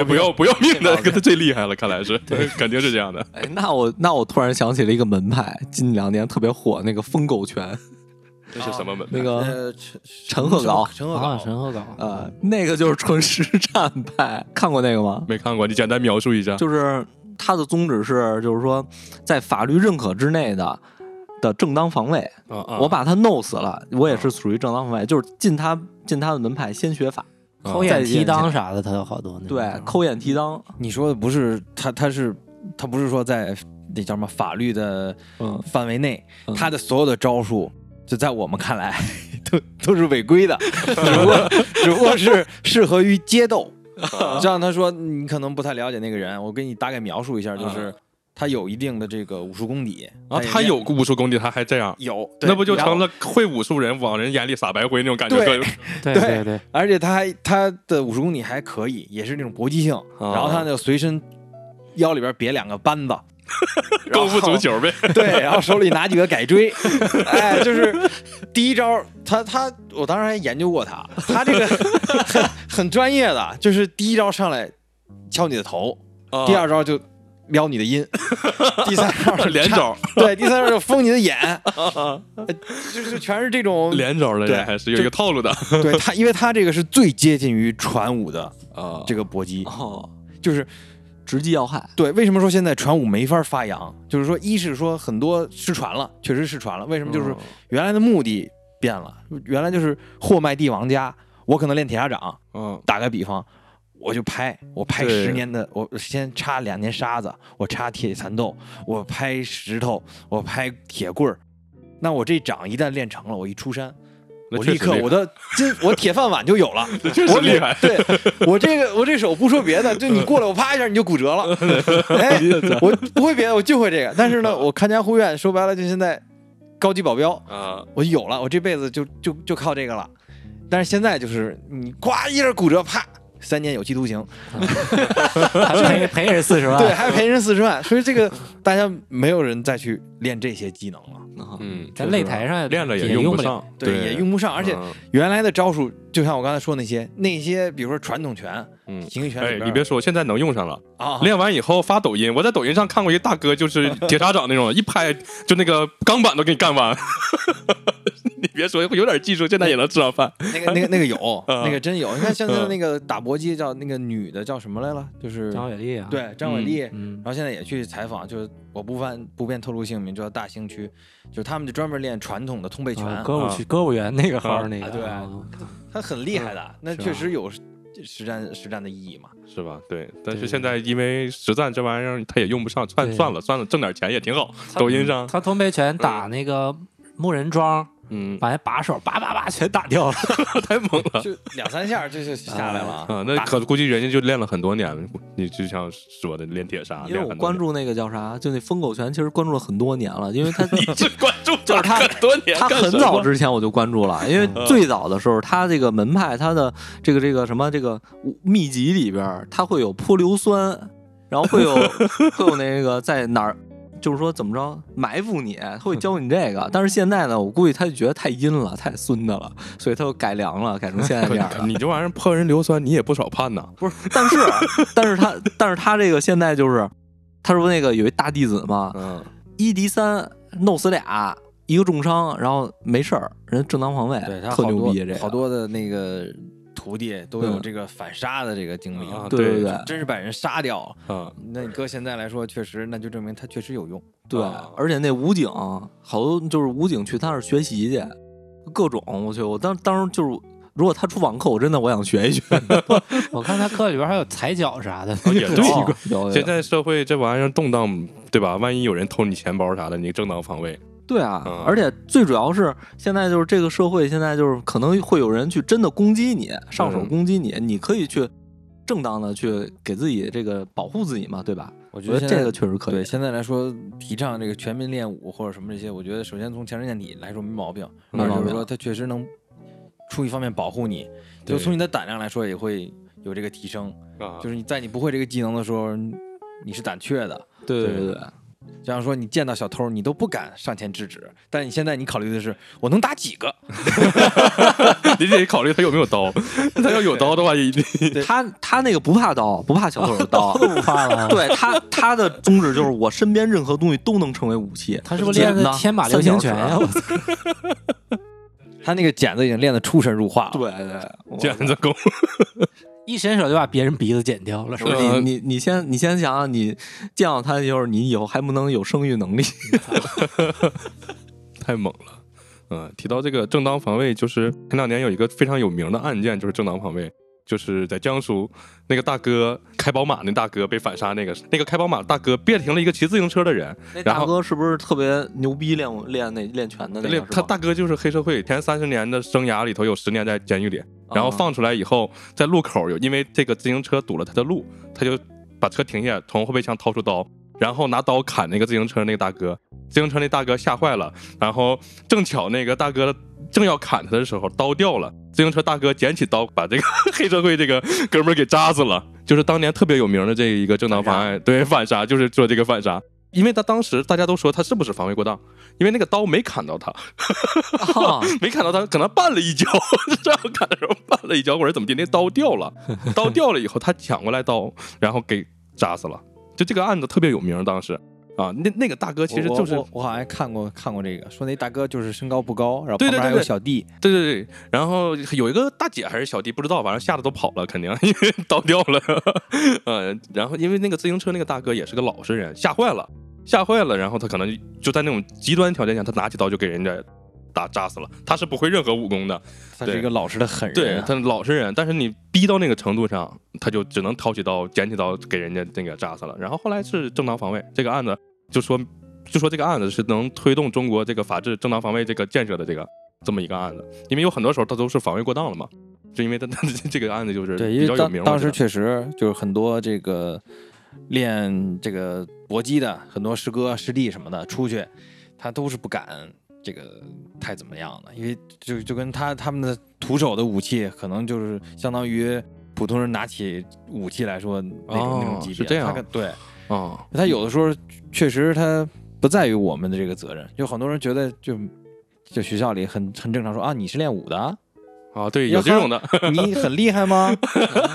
B: 不要不要命的，跟他最厉害了，看来是，肯定是这样的。
A: 哎，那我那我突然想起了一个门派，近两年特别火那个疯狗拳，
B: 这是什么门派？
A: 那个
C: 呃，陈
A: 陈鹤皋
C: 陈鹤
D: 啊，
C: 皋，
D: 陈鹤皋，
B: 嗯
A: 呃，那个就是纯实战派，看过那个吗？
B: 没看过，你简单描述一下。
A: 就是它的宗旨是，就是说在法律认可之内的的正当防卫，
B: 啊嗯
A: 我把他弄死了，我也是属于正当防卫，就是进他进他的门派先学法，
D: 抠眼提裆啥的，他有好
B: 嗯
D: 多那种
A: 对，抠眼提裆，
C: 你说的不是他，他是他不是说在那叫什么法律的
A: 嗯，
C: 范围内，
A: 嗯
C: 他的所有的招数，就在我们看来 [LAUGHS] 都都是违
B: [LAUGHS]
C: 规的，只不过只不过是适合于街斗。
B: 啊
C: 就像他说，你可能不太了解那个人，我给你大概描述一下，就是他有一定的这个武术功底
B: 啊，
C: 也
B: 他有武术功底，他还这样，
C: 有，哎对
B: 那不就
C: 然后
B: 成了会武术人往人眼里撒白灰那种感觉？
C: 对
D: 对
C: 对
D: 对对，
A: [LAUGHS]
C: 而且他还他的武术功底还可以，也是那种搏击性，
B: 啊
C: 然后他就随身腰里边别两个扳
B: [LAUGHS]
C: 子，然后
B: 功夫足球呗。 [LAUGHS]
C: 对，然后手里拿几个改锥，哎，就是第一招，他他我当时还研究过他，他这个 [LAUGHS] 很很专业的，就是第一招上来敲你的头，
B: 哦
C: 第二招就撩你的
B: [LAUGHS]
C: 阴，第三招是
B: 连招，
C: 对，第三招就封你
B: [LAUGHS]
C: 的眼，呃就是全是这种
B: 连招的
C: 对
B: 人还是有一个套路的。
C: 对他，因为他这个是最接近于传武的
A: 啊
C: 这个搏击，
A: 哦，
C: 就是
A: 直击要害，
C: 对，为什么说现在传武没法发扬？就是说，一是说很多失传了，确实失传了。
B: 嗯
C: 为什么？
B: 哦
C: 就是原来的目的变了，原来就是货卖帝王家，我可能练铁砂掌，
B: 嗯，
C: 打个比方，我就拍，我拍
B: 对
C: 十年的，我先插两年沙子，我插铁蚕豆，我拍石头，我拍铁棍儿。那我这掌一旦练成了，我一出山，
B: 那
C: 我
B: 确
C: 立
B: 实
C: 刻
B: 厉害
C: 我的 [LAUGHS] 金我铁饭碗就有
B: [LAUGHS]
C: 了，
B: 确
C: 我
B: 实厉害。
C: 对我这个我这手不说别的，就你过来我啪一下你就骨
B: [LAUGHS]
C: 折了。哎，我不会别的，我就会这个。但
B: [LAUGHS]
C: 是呢，我看家护院说白了就现在高级保镖，
B: 啊，
C: 我有了，我这辈子就就就靠这个了。但是现在就是你呱一下骨折，啪三年有期徒刑，
D: 还赔赔人四十
B: 啊
D: 万，
C: 对，还赔人四十万。所以这个大家没有人再去练这些技能了，
A: 啊
B: 嗯，
D: 在擂台上
B: 练了
D: 也
B: 用
D: 不了。
B: 上，对，
C: 也用不上。而且
B: 嗯
C: 原来的招数，就像我刚才说那些那些，比如说传统拳、
B: 嗯。
C: 形意拳
B: 哎
C: 里，边，
B: 你别说，现在能用上了。
C: 啊，
B: [LAUGHS] 练完以后发抖音，我在抖音上看过一大哥，就是铁砂掌那种，一拍就那个钢板都给你干完。 [LAUGHS] 你别说，有点技术，现在也能吃上饭。
C: 那个那个那个有，
B: [LAUGHS] 嗯
C: 那个真有。你看现在那个打搏击叫那个女的叫什么来了？就是
D: 张伟丽啊，，
C: 对张伟丽，
D: 嗯
C: 然，后现在也去采访，就是我不方不便透露姓名，就叫大兴区，就是他们就专门练传统的通背拳，
D: 啊歌舞曲歌舞员那个号儿那
C: 啊
D: 个，
C: 对他很厉害的，那
D: 是吧
C: 确实有实战实战的意 [LAUGHS] 义嘛。
B: 是吧？对，但是
D: 对
B: 现在因为实战这玩意儿，他也用不上，算
D: 对
B: 算了算了，挣点钱也挺好。
D: 他
B: 抖音上，
D: 他通背拳打那个木人桩，
B: 嗯，
D: 把那把手叭叭叭全打掉了。
B: [LAUGHS] 太猛
C: [LAUGHS]
B: 了
C: 就两三下这就下来了啊。
B: 啊！那可估计人家就练了很多年了，你就像说的练铁砂，
A: 因为
B: 练
A: 我
B: 很多
A: 关
B: 年，
A: 注那个叫啥，就那疯狗拳，其实关注了很多年了，因为
B: [LAUGHS]
A: 他
B: 你这关注
A: 就是他
B: 很多 [LAUGHS] 年，
A: 他
B: 干
A: 很
B: 什么嗯
A: 早之前我就关注了，因为最早的时候，他这个门派，他的这个这个什么这个秘籍里边儿，它会有泼硫酸，然后会
B: [LAUGHS]
A: 有会有那个在哪儿，就是说怎么着埋伏你，他会教你这个。但是现在呢，我估计他就觉得太阴了，太孙子了，所以他又改良了，改成现在这
B: [LAUGHS]
A: 样
B: 可
A: 了。
B: 你这玩意儿泼人硫酸，你也不少判呐。
A: 不是，但是但是他但是他这个现在就是，他说那个有一大弟子嘛，
B: 嗯，
A: 一敌三，弄死俩，一个重伤，然后没事儿，人正当防卫，
C: 对他
A: 特
C: 好
A: 牛
C: 多
A: 逼这个，
C: 好多的那个徒弟都有
A: 嗯
C: 这个反杀的这个经历，
B: 啊
A: 对对对
C: 真是把人杀掉了。
B: 啊，
C: 那你搁现在来说，确实那就证明他确实有用。
A: 对
B: 啊，
A: 而且那武警好多就是武警去他那儿学习去，各种我去，我当当时就是如果他出网课，我真的我想学一
C: [LAUGHS]
A: 学。
D: 我看他课里边还有踩脚啥的，
B: 也
A: [LAUGHS]
B: 对
D: 奇怪
A: 有
B: 现在社会这玩意儿动荡，对吧？万一有人偷你钱包啥的，你正当防卫。
A: 对啊
B: 嗯，
A: 而且最主要是现在就是这个社会，现在就是可能会有人去真的攻击你，上手
B: 嗯
A: 攻击你，你可以去正当的去给自己这个保护自己嘛，对吧？
C: 我觉
A: 我觉
C: 得
A: 得
C: 现在
A: 这个确实可以
C: 对，。现在来说，提倡这个全民练武或者什么这些，我觉得首先从强身健体来说没毛病，
B: 没
C: 二
B: 毛
C: 就是
A: 病
C: 说它确实能出一方面保护你，
B: 对
C: 就从你的胆量来说也会有这个提升。
B: 啊
C: 就是你在你不会这个技能的时候，你是胆怯的。
A: 对
B: 对
A: 对对，
C: 这样说，你见到小偷，你都不敢上前制止。但你现在你考虑的是，我能打几个？
B: 你得考虑他有没有刀，他要有刀的话，你
A: 他他那个不怕刀，不怕小偷的
D: [LAUGHS]
A: 刀，
D: 不怕了。
A: 对他他的宗旨就是我身边任何东西都能成为武器。
D: 他是不是练的天马流星拳呀？我操！
C: 他那个剪子已经练得出神入化了。
A: [LAUGHS] 对对，我
B: 剪子够。
D: 一伸手就把别人鼻子剪掉了，是
A: 不
D: 吧？
B: 呃
A: 是你你你先你先想想，啊你见到他的时候，你以后还不能有生育能力？
B: 太猛了。嗯，提到这个正当防卫，就是前两年有一个非常有名的案件，就是正当防卫，就是在江苏那个大哥开宝马那大哥被反杀那个，那个开宝马大哥别停了一个骑自行车的人，
A: 那
B: 然
A: 大
B: 后
A: 哥是不是特别牛逼练武练那练拳的那个
B: 那
A: 是吧？
B: 他大哥就是黑社会，前三十年的生涯里头有十年在监狱里，然后放出来以后，在路口有因为这个自行车堵了他的路，他就把车停下，从后备箱掏出刀，然后拿刀砍那个自行车那个大哥。自行车那大哥吓坏了，然后正巧那个大哥正要砍他的时候，刀掉了，自行车大哥捡起刀，把这个黑社会这个哥们儿给扎死了。就是当年特别有名的这一个正当防卫，对反杀，就是做这个反杀。因为他当时大家都说他是不是防卫过当，因为那个刀没砍到他，
A: 啊，
B: [LAUGHS] 没砍到他，可能绊了一 [LAUGHS] 跤，这样砍的时候绊了一跤，或者怎么地，那刀掉
C: [LAUGHS]
B: 了，刀掉了以后，他抢过来刀，然后给扎死了。就这个案子特别有名，当时啊，那那个大哥其实
C: 我
B: 就是
C: 我我我好像看过看过这个，说那大哥就是身高不高，然后
B: 对对
C: 旁边还
B: 对
C: 有
B: 对
C: 小弟，
B: 对对对，然后有一个大姐还是小弟，不知道，反正吓得都跑了，肯定 [LAUGHS] 因为刀掉了。 [LAUGHS] 嗯，然后因为那个自行车那个大哥也是个老实人，吓坏了，吓坏了，然后他可能就在那种极端条件下，他拿起刀就给人家打扎死了。他是不会任何武功的，
C: 他是
B: 对
C: 一个老实的狠人
B: 对
C: 啊。
B: 他老实人，但是你逼到那个程度上，他就只能掏起刀、捡起刀给人家那个扎死了。然后后来是正当防卫这个案子，就说就说这个案子是能推动中国这个法治正当防卫这个建设的这个这么一个案子，因为有很多时候他都是防卫过当了嘛，就因为他 [LAUGHS] 这个案子就是
C: 对，
B: 比
C: 因
B: 较
C: 为
B: 有名
C: 当
B: 我
C: 当
B: 觉
C: 时
B: 得
C: 确实就是很多这个练这个搏击的很多师哥师弟什么的出去，他都是不敢这个太怎么样的，因为就就跟他他们的徒手的武器可能就是相当于普通人拿起武器来说那种、那
B: 哦
C: 种级别，
B: 是这样
C: 他可对
B: 啊、
C: 他有的时候确实他不在于我们的这个责任，有很多人觉得就。就学校里很很正常说啊，你是练武的啊，
B: 啊，对，有这种的，
C: [LAUGHS] 你很厉
B: [LAUGHS]
C: 害吗？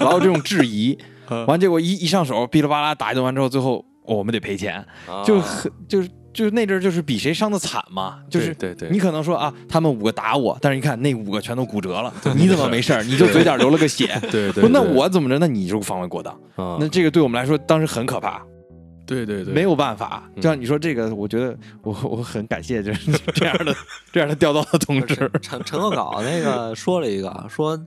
C: 老有这种质疑，
B: 嗯
C: 完结果一一上手，噼里啪啦打一顿，完之后，最后、哦我们得赔钱，
B: 啊
C: 就很就是就是那阵儿就是比谁伤的惨嘛，就是。
B: 对对
C: 你
B: 对，
C: 可能说啊，他们五个打我，但是你看那五个全都骨折
B: [LAUGHS]
C: 了，你怎么没事儿？你就嘴角流了个血。
B: 对
C: [LAUGHS] 不，
B: 对，
C: 那
B: 对
C: 我怎么着？那你就是防卫过当。
B: 啊
C: 那这个对我们来说当时很可怕，
B: 对对对，
C: 没有办法。
B: 嗯
C: 就像你说这个，我觉得我我很感谢就是这样的 [LAUGHS] 这样的调刀的同志。
A: 陈陈鹤稿那个说了一个说，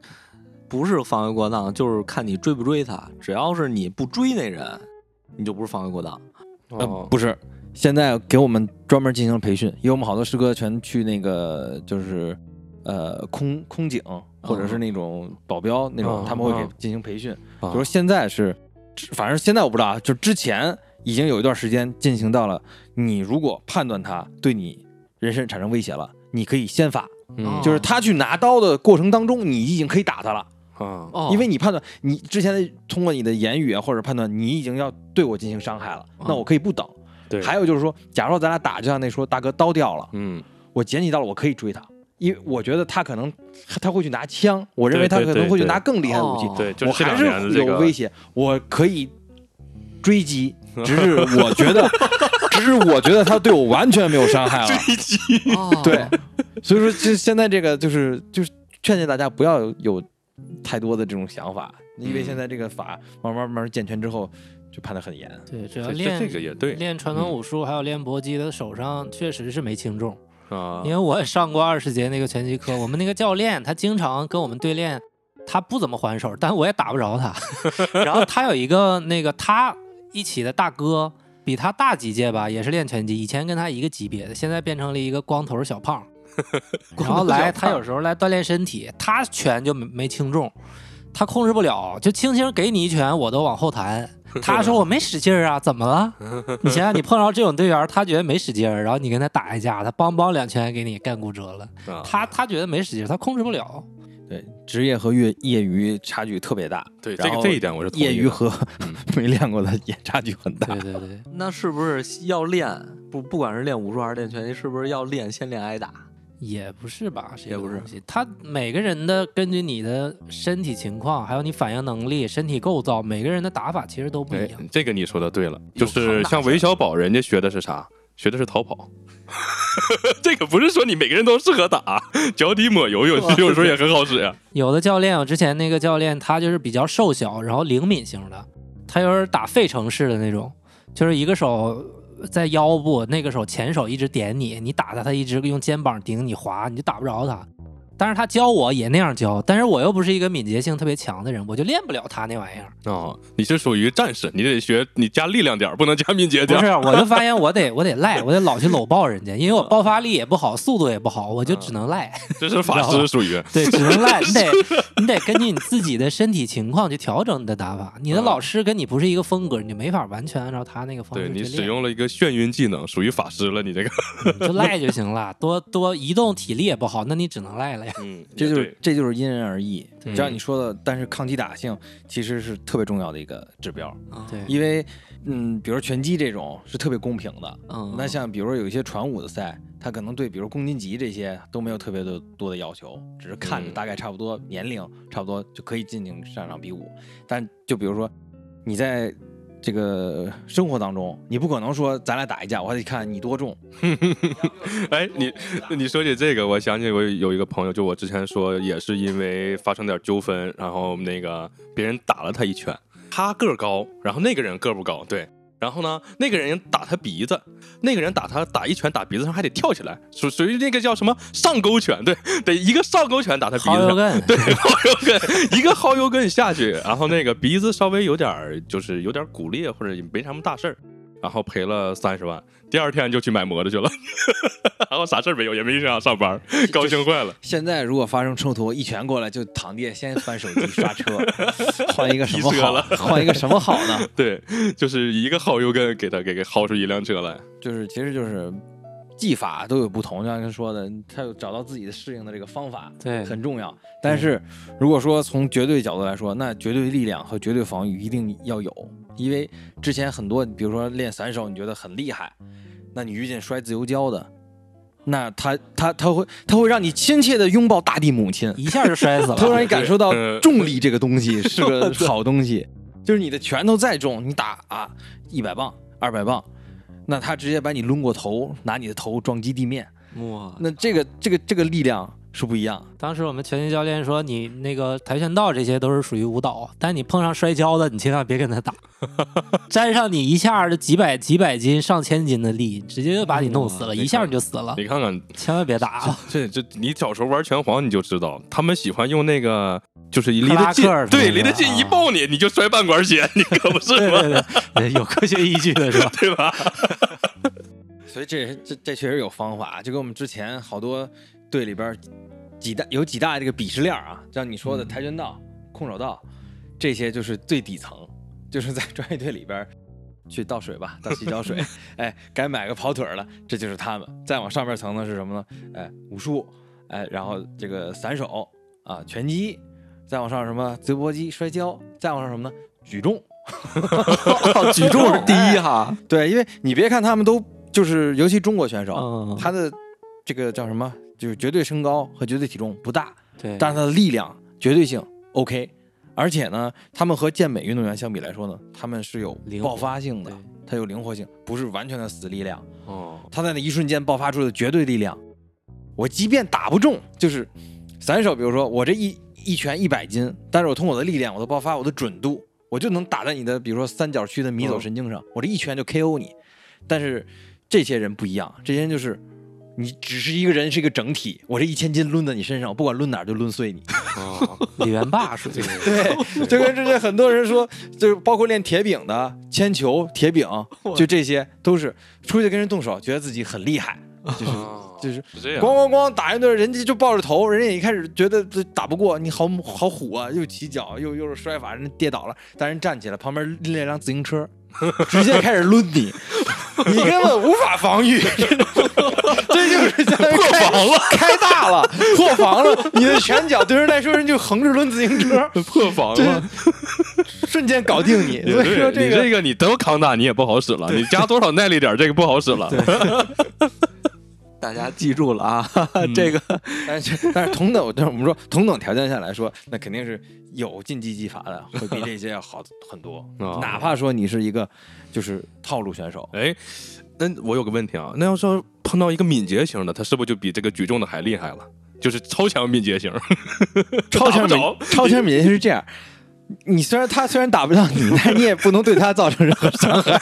A: 不是防卫过当，就是看你追不追他。只要是你不追那人，你就不是防卫过当。
C: 呃
B: 哦，
C: 不是，现在给我们专门进行了培训，因为我们好多师哥全去那个就是呃空空警
B: 嗯
C: 或者是那种保镖那种，
B: 啊
C: 他们会
B: 啊
C: 给进行培训。
B: 啊
C: 就说现在是，反正现在我不知道啊，就之前已经有一段时间进行到了，你如果判断他对你人身产生威胁了，你可以先发，
D: 哦
B: 嗯
C: 就是他去拿刀的过程当中，你已经可以打他了。
B: 啊
D: 哦，
C: 因为你判断你之前的通过你的言语啊，或者判断你已经要对我进行伤害了，
B: 嗯
C: 那我可以不等。
B: 对
C: 还有就是说，假如说咱俩打，就像那说大哥刀掉了，
B: 嗯，
C: 我捡起刀了，我可以追他，因为我觉得他可能他会去拿枪，我认为他
B: 对对
C: 可能会去
B: 对
C: 拿更厉害的武器，
D: 哦
B: 对，就
C: 我
B: 这
C: 还
B: 两年的
C: 是
B: 这
C: 有
B: 个
C: 威胁，我可以追击，只是我
B: [LAUGHS]
C: 觉得，只是我觉得他对我完全没有伤害了。
D: 哦
C: 对，所以说就现在这个就是就是劝诫大家不要有太多的这种想法，因为现在这个法慢慢慢慢健全之后就判得很严。
D: 对，只要
B: 这
D: 练
B: 这这个也对
D: 练传统武术还有练搏击的手上确实是没轻重，
B: 啊
D: 因，为我也上过二十节那个拳击课，我们那个教练他经常跟我们对练，他不怎么还手，但我也打不着他。 [LAUGHS] 然后他有一个那个他一起的大哥，比他大几届吧，也是练拳击，以前跟他一个级别的，现在变成了一个光头小胖。然后来，他有时候来锻炼身体，他拳就没没轻重，他控制不了，就轻轻给你一拳，我都往后弹。他说我没使劲儿啊，怎么了？你想想，你碰到这种队员，他觉得没使劲儿，然后你跟他打一架，他梆梆两拳给你干骨折了。
B: 啊
D: 他他觉得没使劲儿，他控制不了。
C: 对，职业和业业余差距特别大。
B: 对这
C: 然
B: 个
C: 后
B: 这一点我是同意的
C: 业余和
B: 嗯
C: [LAUGHS] 没练过的也差距很大
D: 对。对对，
A: 那是不是要练？不，不管是练武术还是练拳击，是不是要练先练挨打？
D: 也不是吧？
A: 也不是。
D: 他每个人的根据你的身体情况，还有你反应能力、身体构造，每个人的打法其实都不
B: 哎
D: 一样。，
B: 这个你说的对了，就
D: 有
B: 是
D: 扛打
B: 像韦小宝，人家学的是啥？学的是逃跑。 [LAUGHS] 这个不是说你每个人都适合打，脚底抹油有有时候也很好使呀。
D: 有的教练，我之前那个教练，他就是比较瘦小，然后灵敏型的，他有点打费城式的那种，就是一个手在腰部，那个手前手一直点你，你打他，他一直用肩膀顶你滑，你就打不着他。但是他教我也那样教，但是我又不是一个敏捷性特别强的人，我就练不了他那玩意儿。
B: 哦，你是属于战士，你得学，你加力量点儿，不能加敏捷
D: 不
B: 点
D: 是
B: 儿。， [LAUGHS]
D: 我 [LAUGHS] 就发现我得我得赖，我得老去搂抱人家，因为我爆发力也不好，速度也不好，
B: 嗯
D: 我就只
B: [LAUGHS]
D: 能赖。
B: 这是法
D: 知道哦
B: 师
D: 吧
B: 属于。
D: 对，只能赖，你得你得根据你自己的身体情况去调整你的打法。你的
B: 嗯
D: 老师跟你不是一个风格，你就没法完全按照他那个方
B: 对
D: 式
B: 你
D: 去
B: 使
D: 练，
B: 用了一个眩晕技能，属于法师了，你这个。
D: 你 [LAUGHS] 就赖就行了。多多移动体力也不好，那你只能赖了呀。
B: 嗯，
C: 这就
B: [LAUGHS] 也
C: 是
B: 对
C: 这就是因人而异，
D: 对
C: 就像你说的，但是抗击打性其实是特别重要的一个指标，
D: 对，
C: 因为嗯，比如拳击这种是特别公平的，
D: 嗯，
C: 那像比如说有一些传武的赛，它可能对比如公斤级这些都没有特别的多的要求，只是看着
B: 嗯
C: 大概差不多年龄差不多就可以进行上场比武。但就比如说你在这个生活当中，你不可能说咱俩打一架，我还得看你多重。
B: [LAUGHS] 哎，你你说起这个，我想起我有一个朋友，就我之前说也是因为发生点纠纷，然后那个别人打了他一拳，他个儿高，然后那个人个儿不高，对。然后呢，那个人打他鼻子，那个人打他打一拳打鼻子上还得跳起来，属属于那个叫什么上勾拳，对，得一个上勾拳打他鼻
D: 好
B: 子
D: 有
B: 上，
D: [LAUGHS] 根，
B: 对，薅油 [LAUGHS] 根，一个薅油根下去，然后那个鼻子稍微有点儿，就是有点儿骨裂或者也没什么大事儿，然后赔了三十万，第二天就去买摩托去了， [LAUGHS] 然后啥事儿没有，也没影响上班，高兴坏
D: [LAUGHS]
B: 了。
C: 现在如果发生冲突，一拳过来就躺地下先翻手机刷车，换一个什么
B: 踢车
C: 好
B: 了？
C: 换一个什么好呢？ [LAUGHS]
B: 对，就是一个薅油根给他给给薅出一辆车来。
C: 就是其实就是技法都有不同，就像您说的，他有找到自己的适应的这个方法。
D: 对，
C: 很重要。但是如果说从绝对角度来说，那绝对力量和绝对防御一定要有，因为之前很多，比如说练散手，你觉得很厉害，那你遇见摔自由跤的，那他他他会他会让你亲切的拥抱大地母亲，
D: 一下就摔死了。
C: 他会让你感受到
B: 嗯
C: 重力这个东西是个好东西，就是你的拳头再重，你打啊一百磅、二百磅。那他直接把你抡过头，拿你的头撞击地面，
A: 哇，
C: 那这个这个这个力量是不一样的。
D: 当时我们拳击教练说，你那个跆拳道这些都是属于舞蹈，但你碰上摔跤的，你千万别跟他 [LAUGHS] 打，沾上你一下就几百几百斤、上千斤的力，直接就把你弄死了，
B: 哇
D: 一下你就死了，
B: 你看看，
D: 千万别打。
B: 这这你小时候玩拳皇你就知道，他们喜欢用那个，就是离
D: 克
B: 得
D: 拉
B: 近
D: 克儿，
B: 对，
D: 什么
B: 离得
D: 的
B: 近一
D: 啊
B: 抱你，你就摔半管
D: [LAUGHS]
B: 血，你可不是吗？
D: 对 [LAUGHS] 对，有科学依据的是吧？
B: 对吧？
C: 所以这这这确实有方法，啊就跟我们之前好多队里边儿几大有几大这个鄙视链儿啊，像你说
A: 嗯
C: 的跆拳道、空手道，这些就是最底层，就是在专业队里边儿去倒水吧，倒洗
A: [LAUGHS]
C: 脚水，哎，该买个跑腿儿了，这就是他们。再往上边层呢是什么呢？哎，武术，哎，然后这个散手啊，拳击，再往上什么直搏击、摔跤，再往上什么呢？举重。 [LAUGHS]
A: 哦举重 [LAUGHS] 是第一哈，
C: 对，因为你别看他们都就是，尤其中国选手，
D: [LAUGHS] 嗯，
C: 他的这个叫什么，就是绝对身高和绝对体重不大，
D: 对，
C: 但是他的力量绝对性 OK。而且呢，他们和健美运动员相比来说呢，他们是有
D: 灵活
C: 爆发性的
D: 对，
C: 他有灵活性，不是完全的死力量。
B: 哦，
C: 他在那一瞬间爆发出的绝对力量，我即便打不中，就是散手，比如说我这一一拳一百斤，但是我通过我的力量、我的爆发、我的准度，我就能打在你的比如说三角区的
D: 嗯
C: 迷走神经上，我这一拳就 KO 你。但是这些人不一样，这些人就是你只是一个人，是一个整体。我这一千斤抡在你身上，我不管抡哪儿就抡碎你。
D: 李元霸说这个，
C: 对，就跟之前很多人说，就是包括练铁饼的、铅球、铁饼，就这些都是出去跟人动手，觉得自己很厉害，就是就是
B: 是这样。
C: 咣咣咣打一顿，人家就抱着头，人家一开始觉得这打不过，你好好虎啊，又起脚，又又是摔法，人家跌倒了，但人站起来，旁边拎了一辆自行车， [LAUGHS] 直接开始抡
B: [LAUGHS]
C: 你，你根本无法防御， [LAUGHS] 这就是相当于开
B: 防了，
C: [LAUGHS] 开大了，破防了，你的拳脚对人来说，人就横着抡自行车，
B: [LAUGHS] 破防
C: 这
B: 了，
C: 瞬间搞定你，
B: 也
C: 所以
B: 对
C: 说
B: 你
C: 个
B: 这个你都扛打你也不好使了，你加多少耐力点儿这个不好
D: [LAUGHS]
B: 使了。
A: 大家记住了啊， [LAUGHS] 这个
C: 但是但是同等，但是我们说同等条件下来说，那肯定是有竞技技法的，会比这些要好很 [LAUGHS] 多。
B: 啊
C: 哪怕说你是一个就是套路选手，
B: 哎，那我有个问题啊，那要说碰到一个敏捷型的，他是不是就比这个举重的还厉害了？就是超强敏捷型，
C: 超前敏
B: [LAUGHS] 打不着
C: 超前敏捷是这样。你虽然他虽然打不到你，但是你也不能对他造成任何伤害。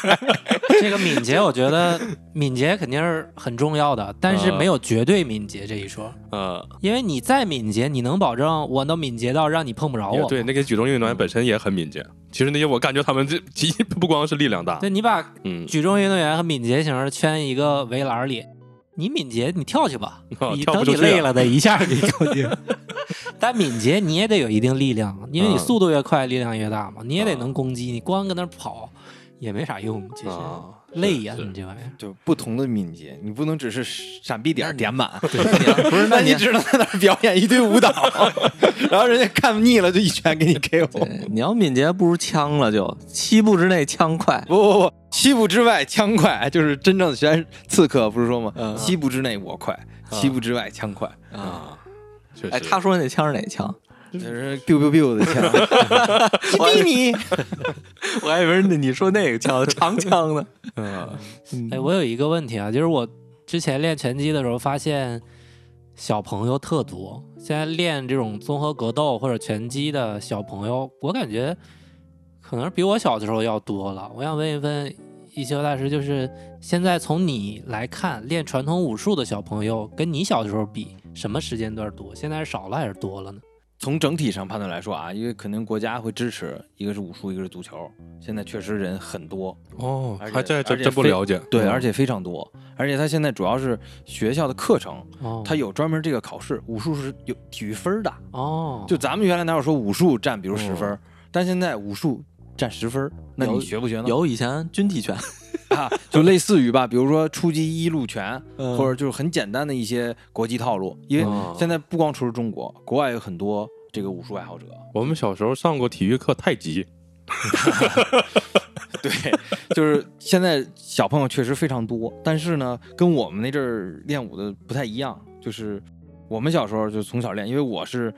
D: 这个敏捷，我觉得敏捷肯定是很重要的，但是没有绝对敏捷这一说，
B: 呃，
D: 因为你再敏捷，你能保证我能敏捷到让你碰不着我
B: 也
D: 吗？
B: 对，那个举重运动员本身也很敏捷。其实那些我感觉他们这 [LAUGHS] 其不光是力量大，
D: 对你把
B: 嗯，
D: 举重运动员和敏捷型的圈一个围栏里，你敏捷你跳去吧，
B: [LAUGHS] 啊
D: 你
B: 跳不
D: 等
B: 出
D: 你
B: 去啊
D: 累了的一下给你搞 [LAUGHS] 定。但敏捷你也得有一定力量，啊因为你
B: 嗯
D: 速度越快，力量越大嘛，你也得
B: 嗯
D: 能攻击，你光搁那儿跑也没啥用，
A: 嗯
D: 其实
A: 哦 [LAUGHS]
B: 啊
D: 累呀，
B: 是
D: 你这玩意儿。
C: [LAUGHS] 就不同的敏捷，你不能只是闪避点点满， [LAUGHS]
A: 不是
C: 那
A: 你
C: 你只能在那儿表演一堆舞蹈， [LAUGHS] 然后人家看腻了就一拳给你 KO。
A: 对你要敏捷不如枪了就，七步之内枪快。
C: 不不不，七步之外枪快，就是真正的玄刺客，不是说吗？
A: 嗯
C: 七步之内我快，七步之外枪快，
A: 啊，
B: 确实，
A: 哎，他说那枪是哪枪？
C: 就是 biu biu biu 的枪。
A: 我逼你！我还以为那你说 [LAUGHS] 那个枪长枪呢。
D: 哎，我有一个问题啊，就是我之前练拳击的时候发现小朋友特多，现在练这种综合格斗或者拳击的小朋友，我感觉可能是比我小的时候要多了。我想问一问一休大师，就是现在从你来看，练传统武术的小朋友跟你小的时候比，什么时间段多？现在是少了还是多了呢？
C: [LAUGHS] 从整体上判断来说啊，因为肯定国家会支持，一个是武术，一个是足球，现在确实人很多，
B: 哦
C: 而，且
B: 还这
C: 而
B: 真
C: 且
B: 真不
C: 非
B: 了解，
C: 对，
B: 嗯
C: 而且非常多，而且他现在主要是学校的课程，
D: 哦，
C: 他有专门这个考试，武术是有体育分儿的，
D: 哦，
C: 就咱们原来哪有说武术占比如十分儿，但现在武术占十分儿，那你学不学呢？
A: [LAUGHS] 有以前军体拳，
C: 啊， [LAUGHS] 就类似于吧，比如说初级一路拳，
D: 呃
A: 嗯
C: 或者就是很简单的一些国际套路，因为现在不光出中国，国外有很多这个武术爱好者。 [LAUGHS]
B: 我们小时候上过体育课太极，
C: 对，就是现在小朋友确实非常多，但是呢，跟我们那阵儿练武的不太一样，就是我们小时候就从小练，因为我是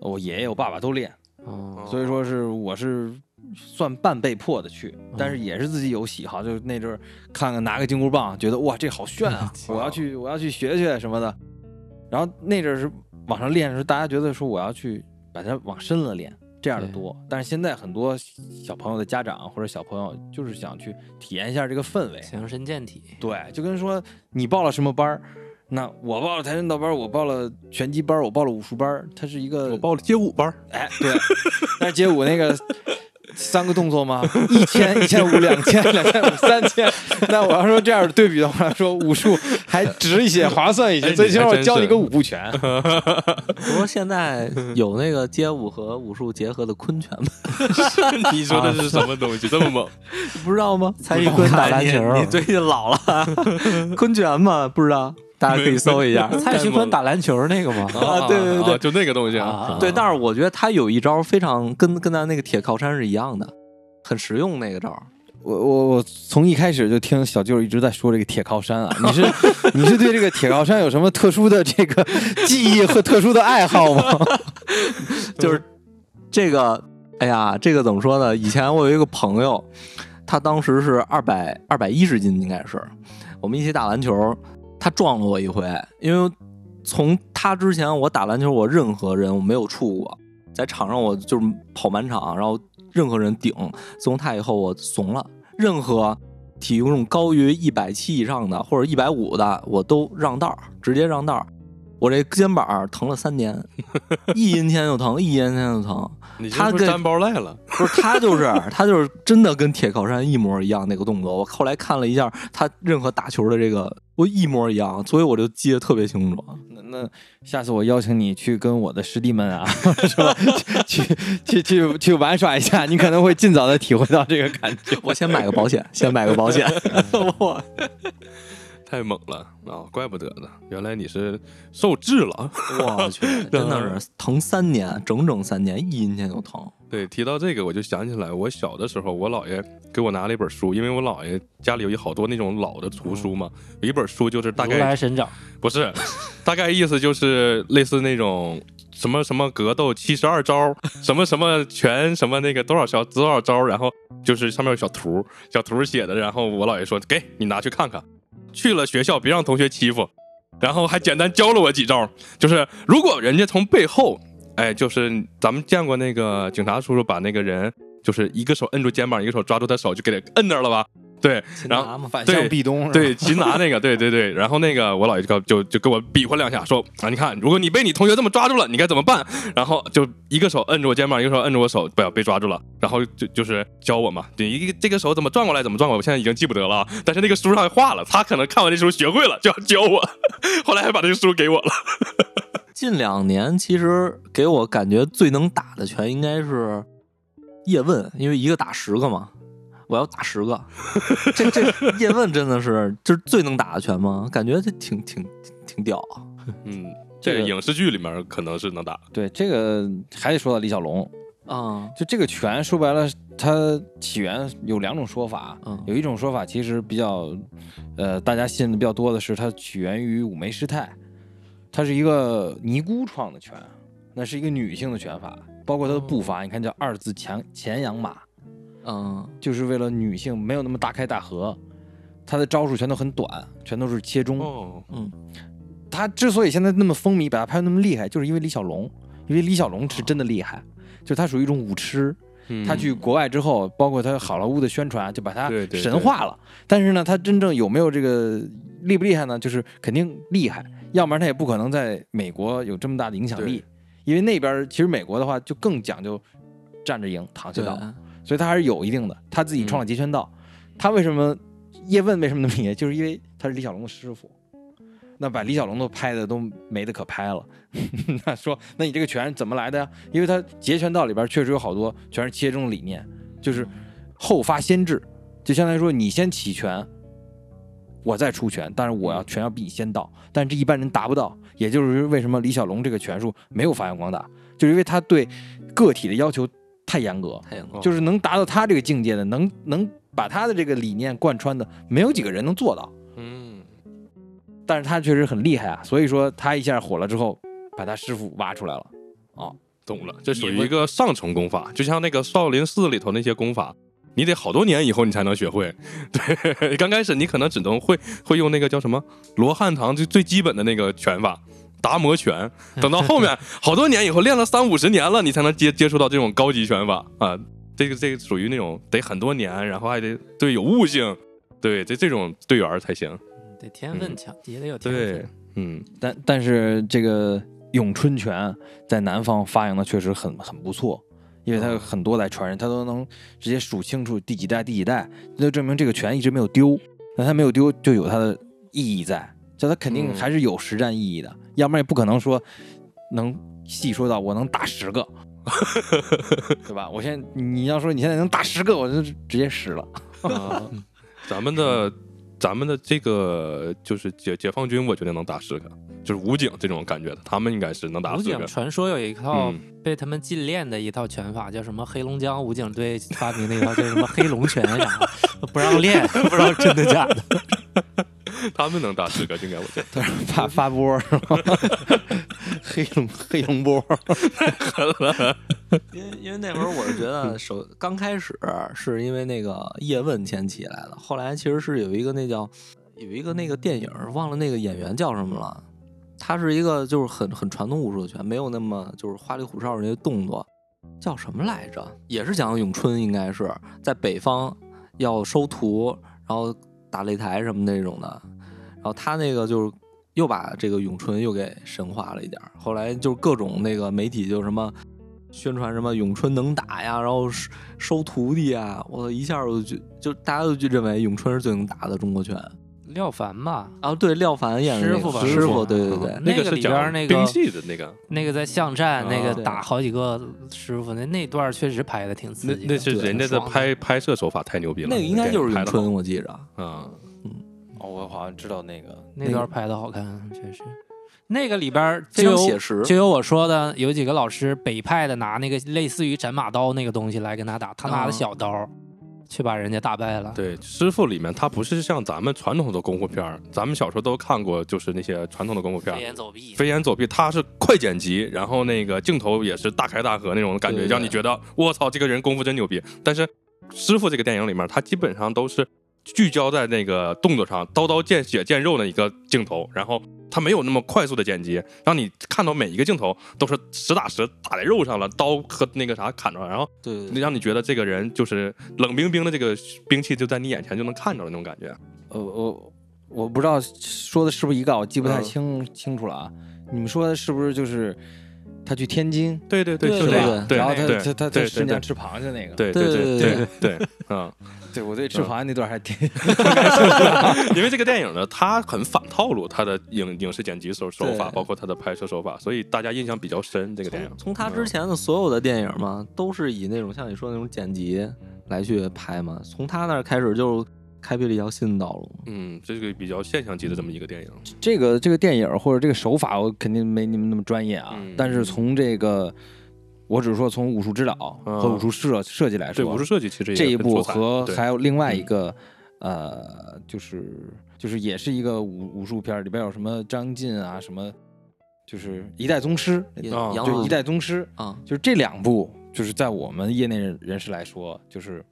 C: 我爷爷我爸爸都练，
D: 哦
C: 所以说是我是算半被迫的去，但是也是自己有喜好，就是那阵儿看看拿个金箍棒，觉得哇这好炫啊，我要去我要去学学什么的。然后那阵儿是网上练的时候，大家觉得说我要去把它往深了练，这样的
D: 对
C: 多。但是现在很多小朋友的家长或者小朋友就是想去体验一下这个氛围，
D: 强身健体，
C: 对，就跟说你报了什么班儿。那我报了跆拳道班儿，我报了拳击班儿，我报了武术班儿，它是一个
B: 我报了街舞班儿，
C: 哎， [LAUGHS] 对，但是街舞那个三个动作
B: [LAUGHS]
C: 吗？一千、一千五、两千、两千五、三千。那我要说这样对比的话，说武术还值一些，划算一
B: 哎
C: 些。
B: 你
C: 最起码
B: 还
C: 我
B: 真
C: 教你
B: 是
C: 个五
B: [LAUGHS]
C: 步拳，
A: 不过现在有那个街舞和武术结合的昆拳吗？
B: 你说的是什么东西？这么猛？
A: 不知道吗？蔡徐
D: 坤
A: 坤打
D: 打篮
A: 篮
D: 球
A: 球，你最近老了啊， [LAUGHS] 昆拳嘛，不知道，大家可以搜一 [LAUGHS] 下。
D: 蔡徐坤打篮球那个吗？
A: [LAUGHS]
C: [LAUGHS]
A: 啊对对对
B: 啊就那个东西啊，
D: 啊
A: 对，但是我觉得他有一招非常跟跟咱那个铁靠山是一样的，很实用那个招。
C: 我我我从一开始就听小舅一直在说这个铁靠山啊，你是你是对这个铁靠山有什么特殊的这个记忆和特殊的爱好吗？ [LAUGHS]
A: [LAUGHS] 就是这个，哎呀，这个怎么说呢？以前我有一个朋友，他当时是二百二百一十斤，应该是我们一起打篮球，他撞了我一回，因为从他之前我打篮球，我任何人我没有处过，在场上我就是跑满场，然后任何人顶，自从他以后我怂了，任何体重高于一百七以上的或者一百五的，我都让道儿，直接让道儿。我这肩膀儿疼了三年，一阴天就疼，一阴天就疼。
B: 你这
A: 他
B: 不是
A: 跟
B: 粘包赖了，
A: 不是他就是他就是真的跟铁靠山一模一样那个动作。我后来看了一下他任何打球的这个，我一模一样，所以我就记得特别清楚。
C: 那那下次我邀请你去跟我的师弟们啊， [LAUGHS] 是吧？去去去去去玩耍一下，你可能会尽早的体会到这个感觉。
A: 我先买个保险，先买个保险。我
B: 太猛了啊、怪不得呢，原来你是受制了。
A: 我去，真的是疼三年，整整三年，一阴天就疼。
B: 对，提到这个，我就想起来，我小的时候，我姥爷给我拿了一本书，因为我姥爷家里有一好多那种老的图书嘛，有一本书就是大
D: 嗯如
B: 概
D: 来神掌，
B: 不是，大概意思就是类似那种什么什么格斗七十二招，什么什么拳，什么那个多少小多少招，然后就是上面有小图，小图写的，然后我姥爷说给你拿去看看，去了学校别让同学欺负，然后还简单教了我几招，就是如果人家从背后，哎，就是咱们见过那个警察叔叔把那个人。就是一个手摁住肩膀，一个手抓住他手，就给他摁那儿了吧？对，然后
A: 后
C: 反
B: 对
C: 向壁咚，
B: 对，擒拿那个，对对对。然后那个我姥爷就告就就跟我比划两下，说啊，你看，如果你被你同学这么抓住了，你该怎么办？然后就一个手摁住我肩膀，一个手摁住我手，不要被抓住了。然后就就是教我嘛，对，一个这个手怎么转过来，怎么转过来，我现在已经记不得了啊。但是那个书上画了，他可能看完这书学会了，就要教我。后来还把这个书给我了。
A: 近两年其实给我感觉最能打的拳应该是叶问，因为一个打十个嘛，我要打十个。这 [LAUGHS] 这叶问真的是就是最能打的拳吗？感觉这挺挺挺屌啊。
B: 嗯，这个影视剧里面可能是能打，
C: 对，这个还得说到李小龙，
A: 嗯
C: 就这个拳，说白了，它起源有两种说法，
A: 嗯
C: 有一种说法其实比较，呃，大家信的比较多的是它起源于五梅师太，它是一个尼姑创的拳，那是一个女性的拳法，包括它的步伐，你看叫二字前前仰马，
A: 嗯，
C: 就是为了女性没有那么大开大合，它的招数全都很短，全都是切中，
B: 哦，
C: 他之所以现在那么风靡，把他拍的那么厉害，就是因为李小龙，因为李小龙是真的厉害，就他属于一种武痴。
B: 嗯
C: 他去国外之后，包括他好莱坞的宣传，就把他
B: 对对
C: 神化了。但是呢，他真正有没有这个厉不厉害呢？就是肯定厉害，要不然他也不可能在美国有这么大的影响力。因为那边儿其实美国的话就更讲究站着赢，躺下
A: 对，
C: 倒。所以他还是有一定的。他自己创了截拳道，他为什么叶问为什么那么厉害， [LAUGHS] 就是因为他是李小龙的师傅。那把李小龙都拍的都没得可拍了， [LAUGHS] 那说那你这个拳怎么来的呀？因为他截拳道里边确实有好多全是切中理念，就是后发先至，就相当于说你先起拳，我再出拳，但是我要拳要比你先到，但是这一般人达不到，也就是为什么李小龙这个拳术没有发扬光大，就是因为他对个体的要求太严格，
A: 太阳
C: 就是能达到他这个境界的，能能把他的这个理念贯穿的，没有几个人能做到。
B: 嗯，
C: 但是他确实很厉害啊，所以说他一下火了之后，把他师傅挖出来了。
B: 懂了，这属于一个上乘功法，就像那个少林寺里头那些功法，你得好多年以后你才能学会。 [LAUGHS] 对， [LAUGHS] 刚开始你可能只能会会用那个叫什么罗汉堂最最基本的那个拳法。达摩拳，等到后面好多年以后，练了三五十年了，你才能接接触到这种高级拳法啊！这个这个属于那种得很多年，然后还得对有悟性，对这这种队员儿才行。
D: 得天分强，也得有天
B: 对
D: 分。，
B: 嗯，
C: 但但是这个咏春拳在南方发扬的确实很很不错，因为它有很多代传人，他都能直接数清楚第几代第几代，那就证明这个拳一直没有丢。那它没有丢，就有它的意义在，就它肯定
B: 嗯
C: 还是有实战意义的，要不然也不可能说能细说到我能打十 [LAUGHS] 个。对吧？我现在你要说你现在能打十个，我就直接十了。
B: 啊，咱们的咱们的这个就是解解放军，我觉得能打十个，就是武警这种感觉的，他们应该是能打
D: 武
B: 十
D: 警哦
B: 个。
D: 传说有一套
B: 嗯，
D: 被他们禁练的一套拳法，叫什么黑龙江武警队发明的一套叫什么黑龙拳啥，不让练，不知道真的假的。
B: 他们能打十个，应该我觉得
C: 发发波是吧？ [LAUGHS] 黑龙黑龙波，
A: 因为因为那会儿我是觉得首刚开始是因为那个叶问先起来的，后来其实是有一个那叫有一个那个电影儿忘了那个演员叫什么了，他是一个就是很很传统武术的拳，没有那么就是花里胡哨的那些动作，叫什么来着？也是讲咏春，应该是在北方要收徒，然后打擂台什么那种的。然后他那个就是又把这个咏春又给神化了一点儿。后来就是各种那个媒体就什么宣传什么咏春能打呀，然后收收徒弟啊，我操一下我就就大家都就认为咏春是最能打的中国拳。
D: [LAUGHS] 廖凡吧，
A: 啊，对，廖凡演的那个
D: 师傅吧
A: 师
D: 师
A: 傅，
D: 傅嗯
A: 对对对，
B: 个
D: 那个
B: 是
D: 里边
B: 讲
D: 儿那个
B: 兵器的那个，
D: 那个在巷战那
B: 啊
D: 个打好几个师傅，那那段确实拍的挺刺
B: 那
D: 激的
B: 那是人家的，拍拍摄手法太牛逼了，
A: 那个应该就是
B: 拍
A: 咏
B: 的
A: 春，我记着。
B: 啊，
E: 哦，我好像知道那个，
D: 那段拍的好看，确实。那个里边儿
A: 非
D: 就
A: 常写
D: 有
A: 实，
D: 就有我说的，有几个老师北派的拿那个类似于斩马刀那个东西来跟他打，他拿的小刀，却把人家打败了。
B: 对，师傅里面他不是像咱们传统的功夫片儿，咱们小时候都看过，就是那些传统的功夫片
D: 飞
B: 儿。
D: 檐走
B: 啊
D: 壁，
B: 飞檐走壁，它是快剪辑，然后那个镜头也是大开大合那种感觉，
A: 对对
B: 让你觉得我操，这个人功夫真牛逼。但是师傅这个电影里面，他基本上都是聚焦在那个动作上，刀刀见血见肉的一个镜头，然后他没有那么快速的剪辑，让你看到每一个镜头都是实打实打在肉上了，刀和那个啥砍着了，然后
A: 对对对
B: 让你觉得这个人就是冷冰冰的这个兵器就在你眼前就能看着的那种感觉。
C: 呃，我我不知道说的是不是一个，我记
B: 嗯
C: 不太清、清楚了啊。你们说的是不是就是他去天津，
B: 对对对，
A: 对
B: 就
A: 对
B: 这
A: 对
B: 样，对
C: 然后
B: 对
C: 他他他
B: 对
C: 他
B: 对
C: 新
B: 对
C: 疆吃螃蟹那个？
B: 对对对对对，嗯。
C: 对，我对吃螃蟹那段还挺 [LAUGHS]
B: [LAUGHS] 因为这个电影呢，它很反套路，它的影影视剪辑手手法，
A: 对
B: 包括它的拍摄手法，所以大家印象比较深。这个电影
A: 从
D: 嗯
A: 他之前的所有的电影嘛，都是以那种像你说的那种剪辑来去拍嘛。从他那儿开始就开辟了一条新的道路。
B: 嗯，这个比较现象级的这么一个电影，
C: 这个这个电影或者这个手法，我肯定没你们那么专业啊。
B: 嗯
C: 但是从这个，我只是说从武术指导
B: 嗯
C: 和武术设设计来
B: 对
C: 说，
B: 武术设计其实也
C: 这一
B: 很
C: 部
B: 出彩
C: 和
B: 对嗯
C: 还有另外一个，呃，就是就是也是一个武武术片儿里边有什么张晋啊，什么就是一代宗师，
A: 也
D: 哦
B: 啊
A: 杨
C: 就
A: 紫
C: 一代宗师，
A: 哎啊，
C: 就是这两部，就是在我们业内人士来说，就是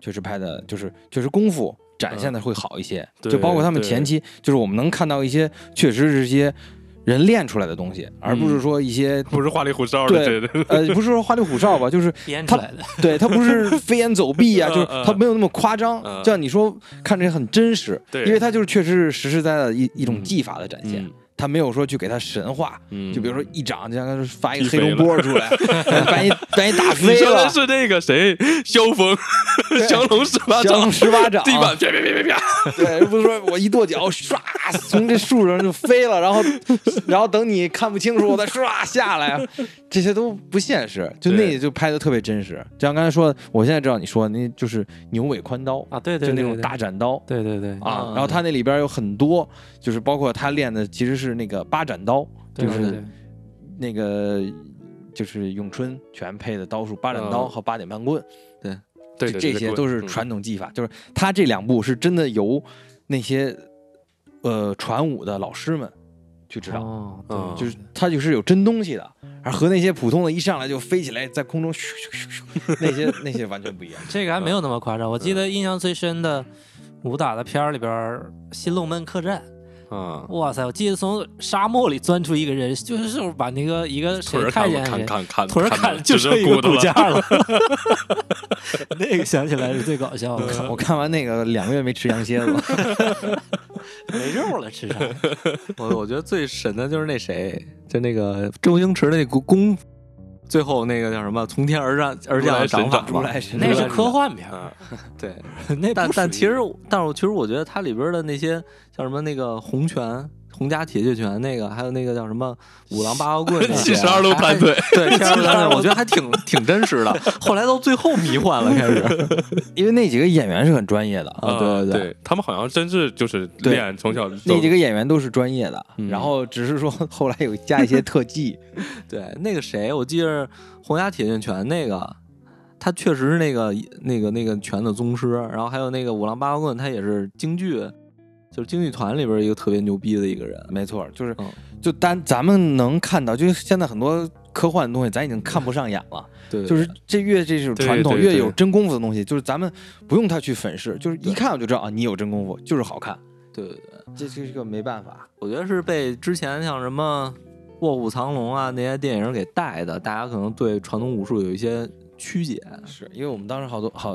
C: 确实拍的，就是确实功夫展现的会好一些，
B: 嗯对
C: 就包括他们前期，就是我们能看到一些确实是一些人练出来的东西，而
B: 嗯
C: 不是说
B: [LAUGHS]
C: 一些、
B: [LAUGHS] 不是花里胡哨的，
C: 对
B: 对对，
C: 呃，不是说花里胡哨吧，就是
D: 编出
C: 他
D: 来的。
B: [LAUGHS]
C: 对他不是飞檐走壁呀、
B: 嗯
C: 就是他没有那么夸张，
B: 嗯
C: 就像你说看着也很真实，
B: 对
C: 因为他就是确实是实实在在的一一种
B: 嗯
C: 技法的展现，
B: 嗯
C: 他没有说去给他神化，
B: 嗯，
C: 就比如说一掌，就像他发一个
B: 踢
C: 黑
B: 飞
C: 龙波出来， [LAUGHS] 把你把你打
B: 你
C: 飞
B: 说
C: 了
B: 的，是那个谁，萧峰， [LAUGHS] 降龙十八
C: 降
B: 掌
C: 龙，十八掌，
B: 地板啪啪啪啪
C: [LAUGHS]
B: 啪，
C: 对，不是说我一跺脚，唰，从这树上就飞了，然后， [LAUGHS] 然后等你看不清楚，我再唰下来，这些都不现实，就那
B: 对
C: 也就拍的特别真实。就像刚才说，的，我现在知道你说的那就是牛尾宽刀，
D: 啊，对对，
C: 就
D: 对
C: 那种大，斩刀
D: 对对对对，
C: 啊
A: 嗯。
C: 然后他那里边有很多，就是包括他练的其实是那个八斩刀，
D: 对
C: 就是
D: 对对
C: 那个就是咏春拳配的刀术，八斩刀
B: 嗯
C: 和八点半棍，
B: 对，对
C: 这
B: 嗯
C: 这些都是，传
B: 对
C: 统技法。就是他这两部是真的由那些呃传武的老师们去指导，
D: 哦，
B: 嗯嗯
C: 就是他就是有真东西的，而和那些普通的一上来就飞起来在空中咻咻咻咻那些那些完全不一样。 [LAUGHS]
D: 这个还没有那么夸张。我记得印象最深的武打的片儿里边儿，《新龙门客栈》，
B: 啊，
D: 哇塞！我记得从沙漠里钻出一个人，就是把那个一个
B: 腿
D: 谁
B: 儿
D: 看
B: 砍
D: 见
B: 砍，
D: 谁
B: 砍砍，
D: 腿儿砍就剩
B: 剩
D: 一个骨
B: 了
D: 架了。 [LAUGHS] 那个想起来是最搞笑的，
C: 我看完那个两个月没吃羊蝎子了，
D: [LAUGHS] 没肉了吃啥？
A: 我我觉得最神的就是那谁，就那个周星驰的那个功夫，最后那个叫什么从天而降而降的掌法
C: 如
A: 嘛。
C: 来神
D: [LAUGHS] 那是
C: 掌
D: 科幻片儿，
A: 对，
D: [LAUGHS] 那
A: 但
D: 不
A: 但
D: 属于
A: 其实但是我其实我觉得它里边的那些像什么那个洪拳。洪家铁血拳那个，还有那个叫什么五郎八卦棍那些，
B: [LAUGHS] 七十二路盘腿，
A: 对，天上的我觉得还挺挺真实的。后来到最后迷幻了，开始
C: 因为那几个演员是很专业的，
A: 啊，对
B: 呃对
A: 对对，
B: 他们好像真是就是
C: 对
B: 练从小
C: 那几
B: 个
C: 个演员都是专业的，
B: 嗯
C: 然后只是说 [LAUGHS] 后来有加一些特技。
A: 对，那个谁，我记着洪崖铁线拳那个，他确实是那个那个那个拳的宗师，然后还有那个五郎八卦棍，他也是京剧，就是京剧团里边一个特别牛逼的一个人。
C: [LAUGHS] 没错，就是、
A: 嗯
C: 就单咱们能看到，就是现在很多科幻的东西，咱已经看不上眼了。
A: 对，
C: 就是这越这种
B: 对
C: 传统，
B: 对对
C: 越有真功夫的东西，就是咱们不用它去粉饰，就是一看我就知道啊，你有真功夫，就是好看。
A: 对对对，
C: 这这是个没办法，
A: 我觉得是被之前像什么《卧虎藏龙啊》那些电影给带的，大家可能对传统武术有一些曲解。
C: 是因为我们当时好多好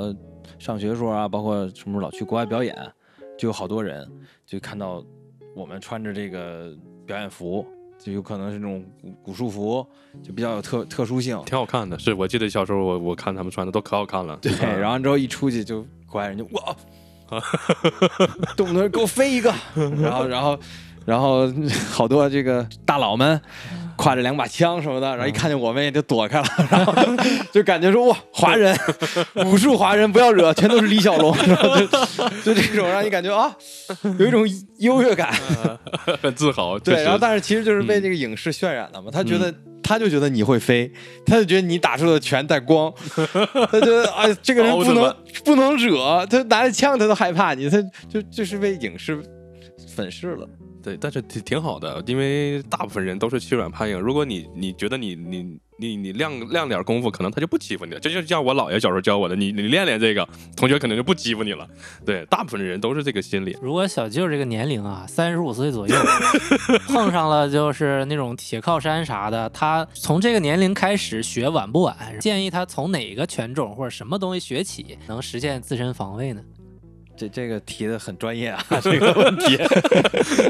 C: 上学的时候啊，包括什么时候老去国外表演，就有好多人就看到我们穿着这个表演服，就有可能是那种古古术服，就比较有特特殊性。
B: 挺好看的。是我记得小时候我我看他们穿的都可好看了。啊
C: 对，哎然后之后一出去就国外人就哇，动不动就给我飞一个，然后然后然后好多这个大佬们挎着两把枪什么的，然后一看见我们也就躲开了，然后就感觉说哇，华人武术华人不要惹，全都是李小龙， [LAUGHS] 然后就就这种让你感觉啊有一种优越感，
B: [LAUGHS] 很自豪。确
C: 对，
B: 实嗯
C: 然后但是其实就是被这个影视渲染了嘛，他觉得。他就觉得你会飞，他就觉得你打出的拳
B: [LAUGHS]
C: 带光，他觉得哎，这个人
B: 奥
C: 不
B: 特
C: 能
B: 曼
C: 不能惹，他拿着枪他都害怕你，他就就是被影视粉饰了。
B: 对，但是挺挺好的，因为大部分人都是欺软怕硬。如果你你觉得你你你你亮亮点功夫，可能他就不欺负你了。这就像我姥爷小时候教我的，你你练练这个，同学可能就不欺负你了。对，大部分人都是这个心理。
D: 如果小舅这个年龄啊，三十五岁左右， [LAUGHS] 碰上了就是那种铁靠山啥的，他从这个年龄开始学晚不晚？建议他从哪个拳种或者什么东西学起，能实现自身防卫呢？
C: 这这个提的很专业 [LAUGHS] 啊，
B: [LAUGHS]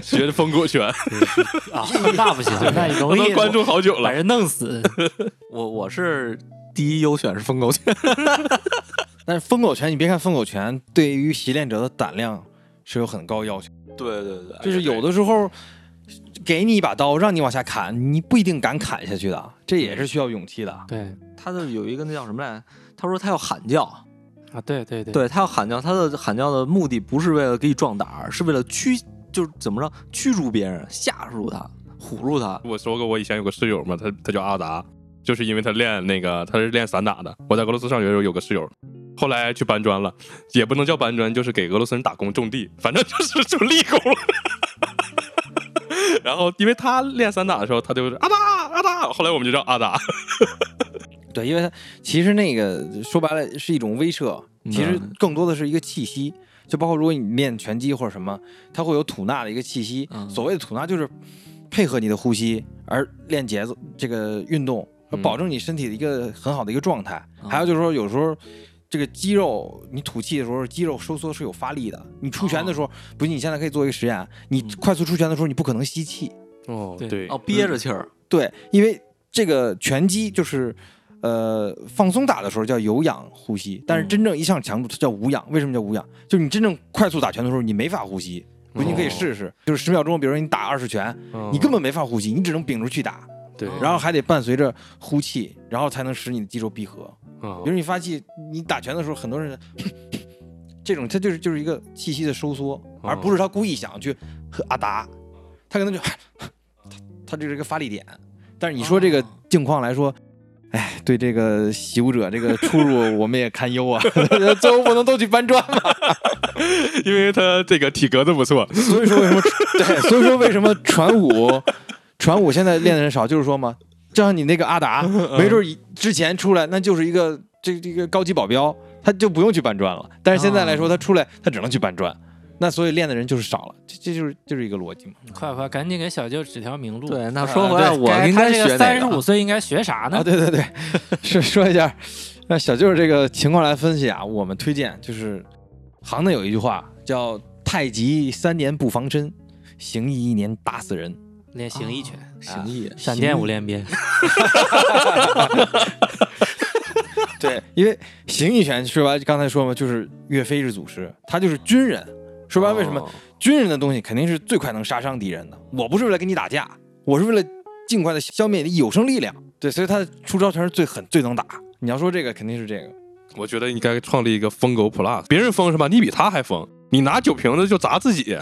B: 学风骨拳，
D: 啊，那不行，那容
B: 我 [LAUGHS] 当
D: 易
B: 关注好久
D: 把
B: 了。
D: 人弄死。
A: 我我是第一优选是疯狗 [LAUGHS] 拳，
C: 但是疯狗拳，你别看疯狗拳对于习练者的胆量是有很高要求，
A: 对对
B: 哎
A: 对，
C: 就是有的时候给你一把刀让你往下砍，你不一定敢砍下去的，这也是需要勇气的。
D: 对
A: 他的有一个那叫什么来，他说他要喊叫。
D: 啊，对对对，
A: 对他要喊叫，他的喊叫的目的不是为了给你壮胆儿，是为了驱，就是怎么着驱逐别人，吓住他，唬住他。
B: 我说过，我以前有个室友嘛，他他叫阿达，就是因为他练那个他是练散打的。我在俄罗斯上学的时候有个室友，后来去搬砖了，也不能叫搬砖，就是给俄罗斯人打工种地，反正就是就立功了。 [LAUGHS] 然后因为他练散打的时候，他就是阿达阿达，后来我们就叫阿达。
C: 对，因为它其实那个说白了是一种威慑，其实
A: 嗯
C: 更多的是一个气息。就包括如果你练拳击或者什么，它会有吐纳的一个气息。
A: 嗯
C: 所谓的吐纳就是配合你的呼吸而练节奏这个运动，而保证你身体的一个很好的一个状态。
A: 嗯
C: 还有就是说，有时候这个肌肉你吐气的时候，肌肉收缩是有发力的。你出拳的时候，不是你现在可以做一个实验，啊你
A: 嗯
C: 快速出拳的时候，你不可能吸气。
B: 哦
D: 对
B: 对
A: 哦，憋着气儿，
C: 对，因为这个拳击就是，呃，放松打的时候叫有氧呼吸，但是真正一上强度它叫无氧。为什么叫无氧？就是你真正快速打拳的时候，你没法呼吸。不信你可以试试，就是十秒钟，比如说你打二十拳，你根本没法呼吸，你只能屏住去打，
B: 对
C: 然后还得伴随着呼气，然后才能使你的肌肉闭合。
B: 哦
C: 比如你发气，你打拳的时候，很多人这种他就是就是一个气息的收缩，而不是他故意想去和阿达，他可能就他他这是一个发力点。但是你说这个
A: 哦
C: 境况来说，哎，对这个习武者这个出入我们也堪忧啊， [LAUGHS] 最后不能都去搬砖嘛。
B: 因为他这个体格子不错，
C: [LAUGHS] 所以说为什么对，所以说为什么传武 [LAUGHS] 传武现在练的人少，就是说嘛，就像你那个阿达，没准以之前出来那就是一个这这个高级保镖，他就不用去搬砖了。但是现在来说，他出来他只能去搬砖，那所以练的人就是少了，这这就是就是一个逻辑嘛。
D: 快快赶紧给小舅指条明路。
A: 对，那
D: 啊，
A: 说回来，
D: 对
A: 我
D: 该
A: 应
D: 他
A: 该
D: 这
A: 学
D: 个
A: 哪
D: 三十
A: 个
D: 五岁应该学啥
C: 啊，
D: 呢？
C: 对对对，是 [LAUGHS] 说一下，那小舅这个情况来分析啊，我们推荐就是行内有一句话叫“太极三年不防身，行医一年打死人”。
D: 练形意拳，
A: 哎行意，
D: 闪电五连鞭。
C: [LAUGHS] 对，因为形意拳说白了，刚才说嘛，就是岳飞是祖师，他就是军人。说白了，为什么、
A: 哦
C: 军人的东西肯定是最快能杀伤敌人的？我不是为了跟你打架，我是为了尽快的消灭你的有生力量。对，所以他的出招全是最狠、最能打。你要说这个，肯定是这个。
B: 我觉得应该创立一个疯狗 plus，别人疯是吧？你比他还疯，你拿酒瓶子就砸自己，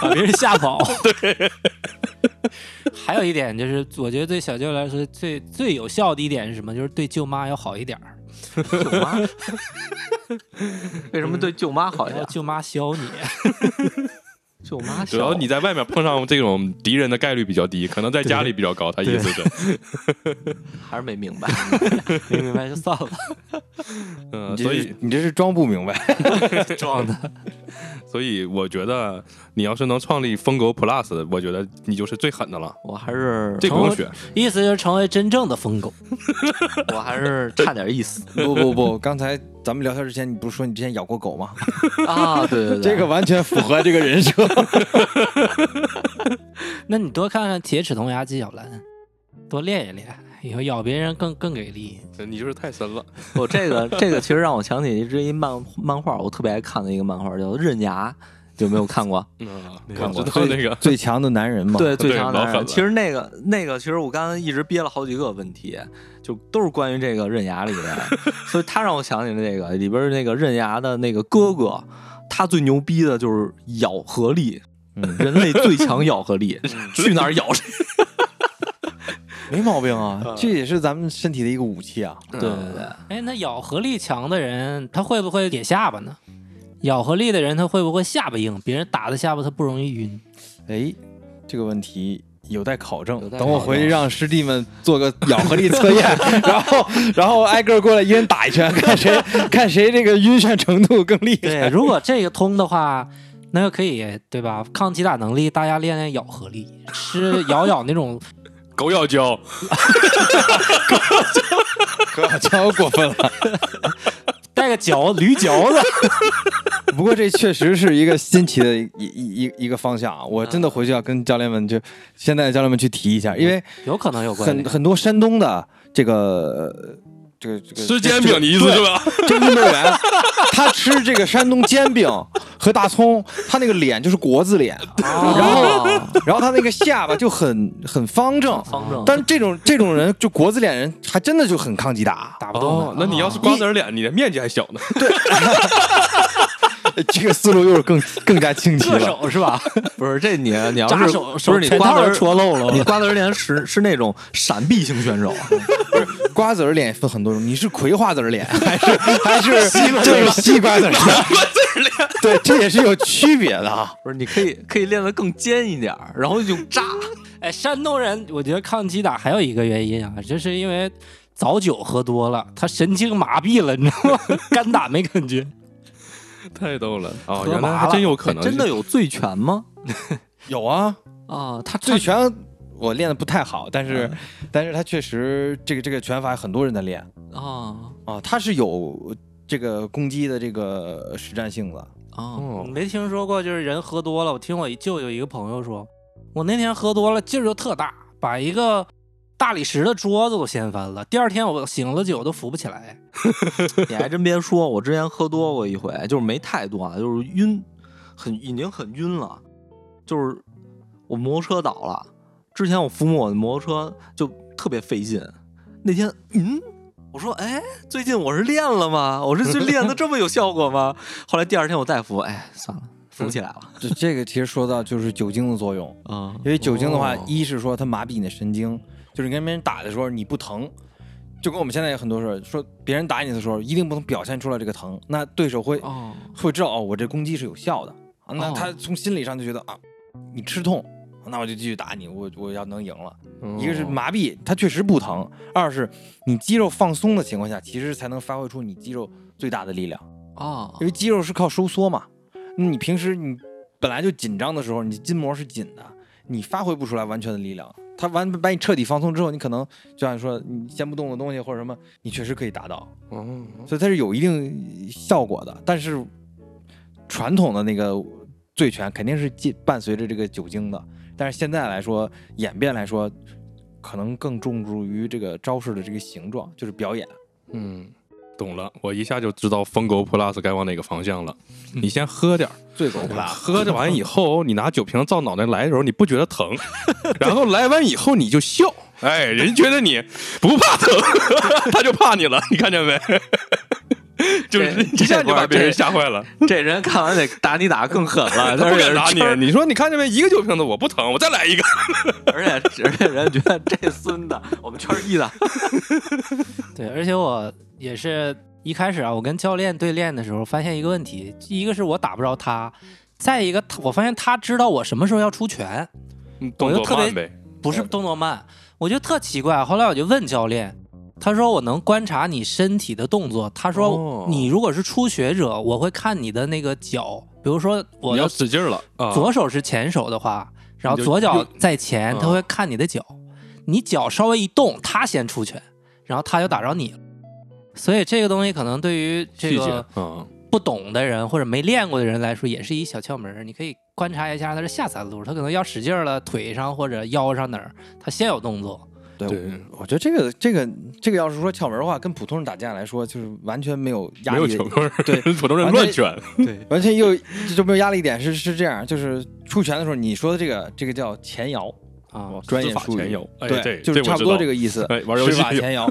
D: 把别人吓跑。 [LAUGHS] 对。还有一点就是，我觉得对小舅来说最最有效的一点是什么？就是对舅妈要好一点儿，
A: 舅妈，为什么对舅妈好一
D: 然后
A: 点？
D: 舅妈削你。
A: 舅妈
B: 主
A: 小，
B: 要你在外面碰上这种敌人的概率比较低，可能在家里比较高。他意思是，
A: 还是没明白。
D: 没 [LAUGHS] 明白就算了，
B: 嗯，
C: 你这
B: 所
C: 是
B: 以
C: 你这是装不明白。
D: 撞的。
B: 所以我觉得你要是能创立疯狗 Plus，我觉得你就是最狠的了，
A: 我还是
B: [LAUGHS] 这不用学。
D: 意思就是成为真正的疯狗。
A: 我还是差点意思
C: 不不不， [LAUGHS] 刚才咱们聊天之前，你不是说你之前养过狗吗？
A: 啊！对对对，
C: 这个完全符合这个人设。
D: 那你多看看《铁齿铜牙纪晓岚》，多练一练，以后咬别人更更给力。
B: 你就是太深了，
A: 我这个这个其实让我想起这一漫漫画，我特别爱看的一个漫画叫《刃牙》，有没有看过？
B: 嗯，
A: 看
B: 我
A: 过
B: 知道那个，
C: 最强的男人嘛，
A: 对，最
B: 对
A: 强男
B: 老狠
A: 人。
B: 了
A: 其实那个那个，其实我刚刚一直憋了好几个问题，就都是关于这个刃牙里边，所以他让我想起了这个里边儿那个刃牙的那个哥哥，他最牛逼的就是咬合力，
D: 嗯
A: 人类最强咬合力，
B: 嗯
A: 去哪儿咬
D: [LAUGHS]
A: 谁。
C: 没毛病啊，这也是咱们身体的一个武器啊。
A: 对对对，
D: 哎，那咬合力强的人，他会不会给下巴呢？咬合力的人，他会不会下巴硬？别人打他下巴，他不容易晕。
C: 哎，这个问题有待考证
A: 有。待
C: 等我
A: 考
C: 回去
A: 证
C: 让师弟们做个咬合力测 [LAUGHS] 验，然后然后挨个过来，一人打一拳，看谁 [LAUGHS] 看谁这个晕眩程度更厉害。
D: [LAUGHS] 对，如果这个通的话，那就可以，对吧？抗击打能力，大家练练咬合力，吃咬咬那种
B: 狗咬胶，
C: 可巧过分了。
D: 带个嚼驴嚼子。
C: [LAUGHS] 不过这确实是一个新奇的一一一一个方向啊！我真的回去要跟教练们就现在的教练们去提一下，因为
D: 有可能有关
C: 很
D: 系。
C: 很多山东的这个呃这个这个
B: 吃煎饼，你意思是吧？
C: 这运动 [LAUGHS] 员，他吃这个山东煎饼和大葱，他那个脸就是国字脸，啊然后 [LAUGHS] 然后他那个下巴就很很方正。
A: 方正，
C: 但是这种这种人就国字脸人，还真的就很抗击 [LAUGHS] 打。
D: 打不动的
B: 哦，那你要是光子脸，你的面积还小呢。
C: 这个思路又是更更加清晰
D: 硌
C: 了。
D: 手是吧？
A: [LAUGHS] 不是这你你要
D: 扎
A: 是
D: 手
A: 不
D: 手
A: 是你
D: 全
A: 瓜
D: 套
A: 子
D: 都
A: 儿
D: 戳
A: [LAUGHS]
D: 漏了。
A: 你瓜子儿脸是是那种闪避型选手，
C: 瓜子儿脸分很多种，你是葵花籽儿 [LAUGHS] 脸还是还是这是西瓜籽儿脸？对，这也是有区别的啊。
A: 不是你可以可以练得更尖一点儿，然后就扎。
D: 哎，山东人，我觉得抗击打还有一个原因啊，就是因为早酒喝多了，他神经麻痹了，你知道吗？ [LAUGHS] 干打没感觉。
B: [LAUGHS] 太逗了哦，
D: 喝
B: 原来
D: 麻
B: 还
D: 了
B: 真有可
A: 哎
B: 能，
A: 真的有醉拳吗？
C: 有啊，
A: 啊，他
C: 醉拳我练的不太好，但是、但是他确实这个这个拳法很多人在练
A: 啊
C: 啊，他是有这个攻击的这个实战性的。
A: 啊
C: 嗯
B: 哦
D: 嗯你没听说过，就是人喝多了。我听我舅舅一个朋友说，我那天喝多了，劲儿就特大，把一个大理石的桌子都掀翻了。第二天我醒了酒都扶不起来。
A: 你还真别说，我之前喝多过一回，就是没太多啊，就是晕，很已经很晕了，就是我摩托车倒了。之前我抚摸我的摩托车就特别费劲，那天嗯，我说哎，最近我是练了吗？我是去练的这么有效果吗？后来第二天我再扶，哎，算了，扶不起来了
C: 这这个其实说到就是酒精的作用，
A: 啊
C: 因为酒精的话，
D: 哦
C: 一是说它麻痹你的神经，就是你跟别人打的时候你不疼，就跟我们现在有很多说说别人打你的时候一定不能表现出来这个疼，那对手会、
A: 哦
C: 会知道哦，我这攻击是有效的，啊那
A: 哦
C: 他从心理上就觉得啊，你吃痛，那我就继续打你，我我要能赢了。一
A: 哦
C: 个是麻痹，它确实不疼；二是你肌肉放松的情况下，其实才能发挥出你肌肉最大的力量，
A: 哦
C: 因为肌肉是靠收缩嘛。你平时你本来就紧张的时候，你筋膜是紧的，你发挥不出来完全的力量。它完把你彻底放松之后，你可能就像你说，你先不动的东西或者什么，你确实可以达到，
B: 哦，
C: 所以它是有一定效果的。但是传统的那个醉拳肯定是伴伴随着这个酒精的，但是现在来说演变来说，可能更重注于这个招式的这个形状，就是表演。
B: 嗯，懂了，我一下就知道疯狗 Plus 该往哪个方向了。你先喝点儿，
C: 醉狗不
B: [LAUGHS]
C: 拉，
B: 喝着完以后，你拿酒瓶照脑袋来的时候，你不觉得
C: [LAUGHS]
B: 疼，然后来完以后你就笑，哎，人觉得你不怕疼， [LAUGHS] 他就怕你了，你看见没？ [LAUGHS] 就是一下就把别人吓坏
C: [LAUGHS]
B: 了，
A: 这人看完得打你打得更狠
B: [LAUGHS]
A: 了，
B: 他
A: 但
B: 不
A: 是
B: 敢打
A: 圈儿
B: 你。你说你看见没？一个酒瓶子我不疼，我再来一个。
A: 而且而且人觉得这孙子，我们圈儿一的，
D: 对，而且我也是一开始啊，我跟教练对练的时候发现一个问题，一个是我打不着他，再一个他我发现他知道我什么时候要出拳，
C: 嗯
B: 动作
D: 特别
B: 慢呗，
D: 不是动作慢，我就特奇怪。后来我就问教练，他说我能观察你身体的动作，他说
B: 哦
D: 你如果是初学者，我会看你的那个脚比如说我
B: 你要
D: 的
B: 使劲儿了啊，
D: 左手是前手的话，然后
B: 你就
D: 左脚
B: 右
D: 在前，
B: 啊
D: 他会看你的脚，你脚稍微一动，他先出拳，然后他就打着你了。所以这个东西可能对于这
B: 细节
D: 个
B: 啊，
C: 嗯
D: 不懂的人或者没练过的人来说，也是一小窍门儿。你可以观察一下他的下三路，他可能要使劲儿了，腿上或者腰上哪儿，他先有动作。
B: 对，
C: 我觉得这个这个这个要是说窍门儿的话，跟普通人打架来说，就是完全没有压
B: 没有
C: 力的
B: 球棍，
C: 对，
B: [LAUGHS] 普通人
C: 完全
B: 乱选，
C: 完全又这就没有压力点是是这样，就是出拳的时候你说的这个这个叫前摇，
D: 啊，
C: 专业
B: 司法
C: 术语
B: 前摇，哎
C: 对，
B: 这
C: 就是差不多
B: 个
C: 这个意思。
B: 哎 [LAUGHS] 玩游戏
C: 施
B: [LAUGHS]
C: 法前摇，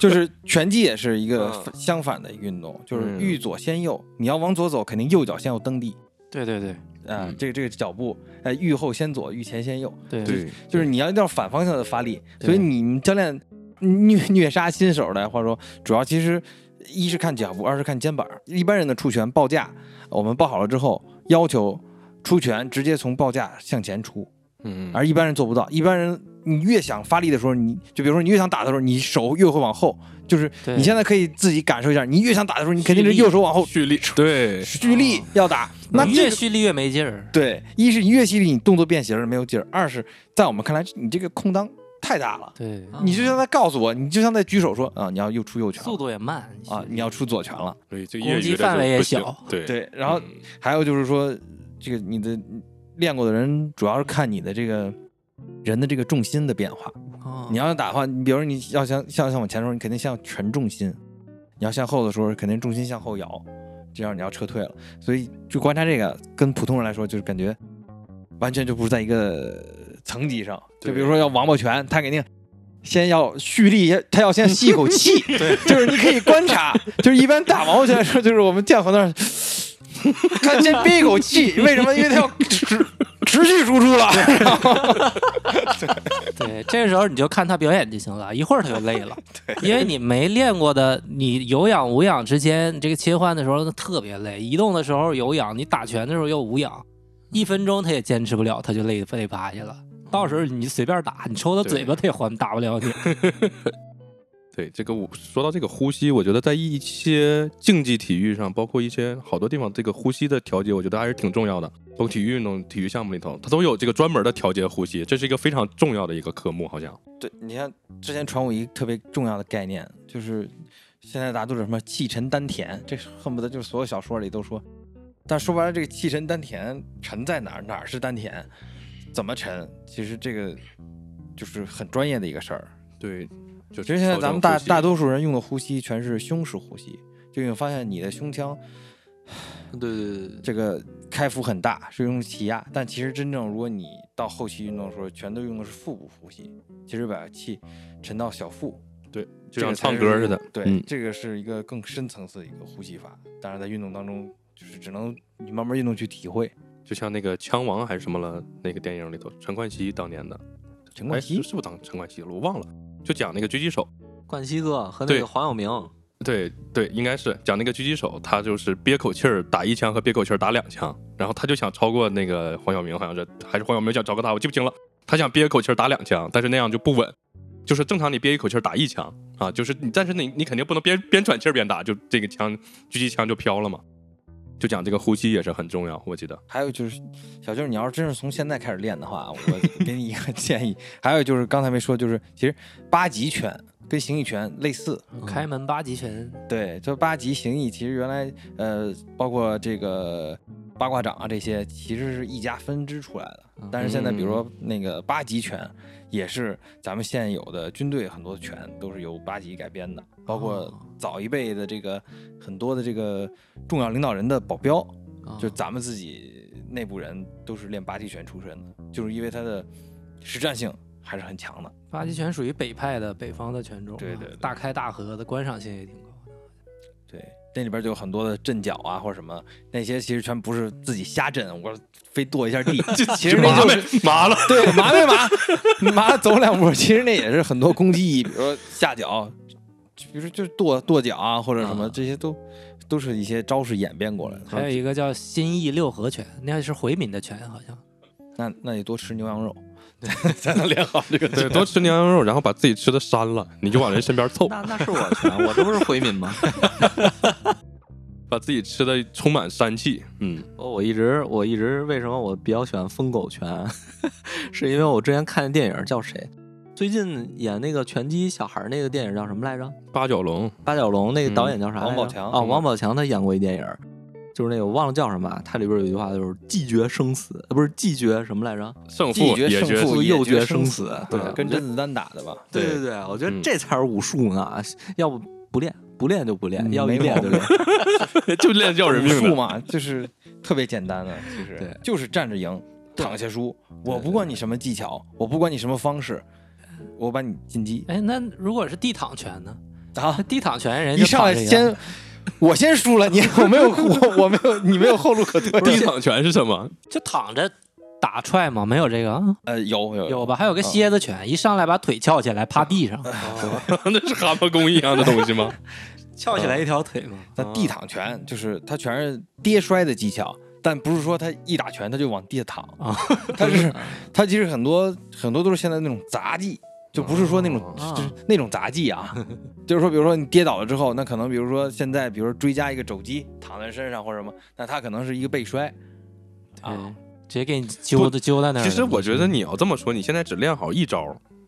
C: 就是拳击也是一个
A: 嗯
C: 相反的运动，就是
A: 嗯
C: 欲左先右，你要往左走，肯定右脚先要蹬地
D: 对对对
C: 啊
B: 嗯，
C: 这个这个脚步，哎，欲后先左，欲前先右，
D: 对
B: 对
C: 就是你要一定要反方向的发力。
D: 对
C: 所以你们教练虐虐杀新手来话说，主要其实一是看脚步，二是看肩膀。一般人的出拳报价，我们报好了之后，要求出拳直接从报价向前出，
B: 嗯，
C: 而一般人做不到。一般人你越想发力的时候，你就比如说你越想打的时候，你手越会往后，就是
D: 对，
C: 你现在可以自己感受一下，你越想打的时候，你肯定是右手往后
B: 蓄力，哦对，
C: 蓄力要打。那
D: 你
C: 这
D: 越
C: 个
D: 蓄力越没劲儿。
C: 对，一是你越蓄力，你动作变形儿没有劲儿；二是在我们看来，你这个空档太大了。
D: 对，
C: 你就像在告诉我，你就像在举手说啊，你要右出右拳了
D: 啊速度也慢
C: 啊，你要出左拳了。
B: 对，这
D: 攻
B: 业
D: 击
B: 余的
D: 范
B: 就
D: 围也
B: 不行
D: 小，
B: 对，
C: 对，然后
B: 嗯
C: 还有就是说，这个你的练过的人，主要是看你的这个人的这个重心的变化。
D: 啊
C: 你要是打的话，你比如说你要向向向往前的时候，你肯定向全重心；你要向后的时候，肯定重心向后摇，这样你要撤退了。所以就观察这个，跟普通人来说，就是感觉完全就不是在一个层级上。就
B: 对
C: 比如说要王八拳，他肯定。先要蓄力，他要先吸一口气，对，就是你可以观察，就是一般打王八拳的时候，就是我们见好多 [LAUGHS] 人，他先憋一口气，为什么？因为他要持持续输出了，
D: 对，这个时候你就看他表演就
E: [LAUGHS]
D: 行了，一会儿他就累了，因为你没练过的，你有氧无氧之间这个切换的时候特别累，移动的时候有氧，你打拳的时候又无
E: 嗯
D: 氧，一分钟他也坚持不了，他就累累趴下了。
E: 嗯
D: 到时候你随便打，你抽他嘴巴他也还打不了
E: [LAUGHS]
D: 你。
B: 对这个我说到这个呼吸，我觉得在一些竞技体育上，包括一些好多地方，这个呼吸的调节，我觉得还是挺重要的。包括体育运动、体育项目里头，它都有这个专门的调节呼吸，这是一个非常重要的一个科目，好像。
C: 对，你看之前传我一个特别重要的概念，就是现在大家都是什么气沉丹田，这是恨不得就是所有小说里都说。但说白了，这个气沉丹田沉在哪儿？哪儿是丹田？怎么沉？其实这个就是很专业的一个事儿。
B: 对，就
C: 其实现在咱们大大
B: 多
C: 多数人用的呼吸全是胸式呼吸，就你会发现你的胸腔
A: 对对对对
C: 这个开腹很大，是用气压，但其实真正如果你到后期运动的时候，全都用的是腹部呼吸，其实把气沉到小腹，
B: 对，
C: 这
B: 就像
C: 个才
B: 唱
C: 是
B: 歌似的。
C: 对，
B: 嗯
C: 这个是一个更深层次的一个呼吸法。当然，在运动当中，就是只能你慢慢运动去体会。
B: 就像那个《枪王》还是什么了，那个电影里头，陈冠希当年的，
C: 陈冠希
B: 哎、是是不是当陈冠希了？我忘了，就讲那个狙击手。
A: 冠希哥和那
B: 对
A: 个黄晓明，
B: 对对，应该是讲那个狙击手，他就是憋口气儿打一枪和憋口气儿打两枪，然后他就想超过那个黄晓明，好像是还是黄晓明想超过他，我记不清了。他想憋口气儿打两枪，但是那样就不稳，就是正常你憋一口气儿打一枪啊，就是你，但是你你肯定不能边边喘气儿边打，就这个枪狙击枪就飘了嘛。就讲这个呼吸也是很重要，我记得。
C: 还有就是，小舅，你要是真是从现在开始练的话，我给你一个 [LAUGHS] 建议。还有就是刚才没说，就是其实八极拳跟形意拳类似，
D: 开门八极拳，
C: 对，就八极形意，其实原来呃，包括这个八卦掌啊这些，其实是一家分支出来的。但是现在，比如说那个八极拳，也是咱们现有的军队很多拳都是由八极改编的，包括早一辈的这个很多的这个重要领导人的保镖，
D: 啊
A: 嗯
C: 就咱们自己内部人都是练八极拳出身的，就是因为它的实战性还是很强的。
D: 八极拳属于北派的北方的拳种啊，
C: 对对对
D: 大开大合的，观赏性也挺高。
C: 对，那里边就有很多的阵脚啊，或者什么那些，其实全不是自己瞎震，我非跺一下地，其实那就是
B: 麻了，
C: 对麻没麻，麻走两步，其实那也是很多攻击意，比如说下脚，比如说就是跺跺脚啊，或者什么，
A: 啊
C: 这些都都是一些招式演变过来的。
D: 还有一个叫新义六合拳，那是回民的拳，好像。
C: 那那得多吃牛羊肉， [LAUGHS] 才能练好这个。
B: 对，多吃牛羊肉，然后把自己吃的膻了，你就往人身边凑。
A: 那那是我拳，我这不是回民吗？
B: 把自己吃的充满膻气。嗯，
A: 我我一直我一直为什么我比较喜欢疯狗拳， [LAUGHS] 是因为我之前看的电影叫谁？最近演那个拳击小孩儿那个电影叫什么来着？
B: 八角笼，
A: 八角笼那个导演叫啥来
E: 嗯
A: 着、
E: 王宝强
A: 啊，王宝强他演过一电影儿，就是那个我忘了叫什么啊，它里边有一句话就是“既决生死”，呃不是“既决什么来着
B: 胜
E: 既
B: 负
E: 决
B: 也
E: 胜
B: 决
E: 负
A: 父又
E: 也
A: 决
E: 决
A: 生
E: 生
A: 死对
E: 跟甄子丹打的吧？”？
A: 对对对，我觉
E: 嗯
A: 得这才是武术呢，要不不练不练就不练，
E: 嗯
A: 要一
E: 没
A: 练
E: 毛
A: 就
E: 病
A: 练。
B: 就练叫人
E: 武
B: 命
E: 术
B: 的。
E: 嘛，就是特别简单的，其实
A: 对
E: 就是站着赢，躺下输。我
A: 对
E: 不管你什么技巧，我不管你什么方式，我把你进
D: [LAUGHS]
E: 击
D: 哎，那如果是地躺拳呢？
E: 啊
D: 那！地躺拳人
E: 一
D: 家
E: 上来
D: 躺着赢
E: 先我先输了，你 [LAUGHS] 我没有我我没有你没有后路可退。
B: 地躺拳是什么？
D: 就躺着打踹吗？没有这个
B: 嗯
D: 啊？
E: 呃，有有
D: 有吧？还有个蝎子拳，一上来把腿翘起来趴地上，
B: 那是蛤蟆功一样的东西吗？
D: 翘起来一条腿嘛。
E: 那
B: 嗯
E: 地躺拳就是它全是跌摔的技巧，但不是说他一打拳他就往地下躺
D: 啊，
E: 他是他其实很多很多都是现在那种杂技，就不是说那种
B: 哦
D: 啊
E: 就是那种杂技
B: [LAUGHS]
E: 啊，就是说比如说你跌倒了之后，那可能比如说现在比如说追加一个肘击躺在身上或者什么，那他可能是一个背摔，
D: 对，嗯直接给你揪的揪在那儿了。
B: 其实我觉得你要这么说，你现在只练好一招，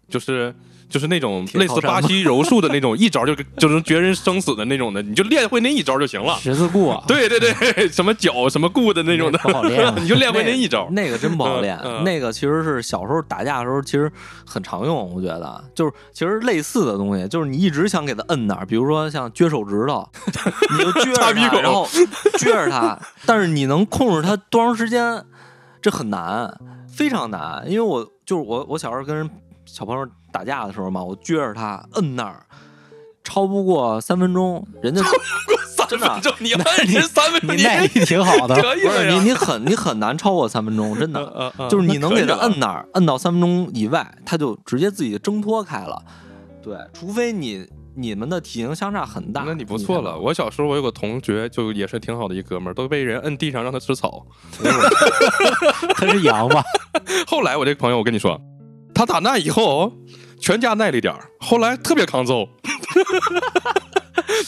B: 就是就是那种
D: 铁
B: 类
D: 头
B: 似巴
D: 山吗
B: 西柔术的那种，一招就就能决人生死的那种的，你就练会那一招就行
D: [LAUGHS]
B: 了。
D: 十字
B: [LAUGHS]
D: 固啊，
B: 对对对，什么脚什么固的那种
D: [LAUGHS]
B: 的，
D: 不好
B: [LAUGHS]
D: 练啊
B: 你就练会那一招。
A: 那个真不好练，
B: 嗯嗯
A: 那个其实是小时候打架的时候，其实很常用。我觉得就是其实类似的东西，就是你一直想给它摁那儿，比如说像撅手指
B: [LAUGHS]
A: 头，你就撅着
B: 擦鼻
A: 它，
B: 孔
A: 然后撅着它，但是你能控制它多长时间，这很难，非常难。因为我就是我，我小时候跟人小朋友打架的时候嘛，我撅着它摁那儿，超不过三分钟，人家
B: 三
A: 真
B: 分
A: 的
B: 钟，你按人三分钟，
D: 你耐力挺好的，
B: 可以
A: [LAUGHS] 不
B: 了
A: 是你
B: 哎呀。
A: 你很你很难超过三分
B: [LAUGHS]
A: 钟，真的。
B: 呃呃
A: 就是你能给
B: 那
A: 它
B: 可以了
A: 摁那儿，摁到三分钟以外，它就直接自己挣脱开了。对，除非你你们的体型相差很大，
B: 那你不错了。我小时候我有个同学，就也是挺好的一哥们儿，都被人摁地上让他吃草。
D: 他是羊
B: [LAUGHS]
D: 吧？
B: 后来我这个朋友，我跟你说，他打那以后，全家耐力点儿，后来特别抗揍。 [LAUGHS]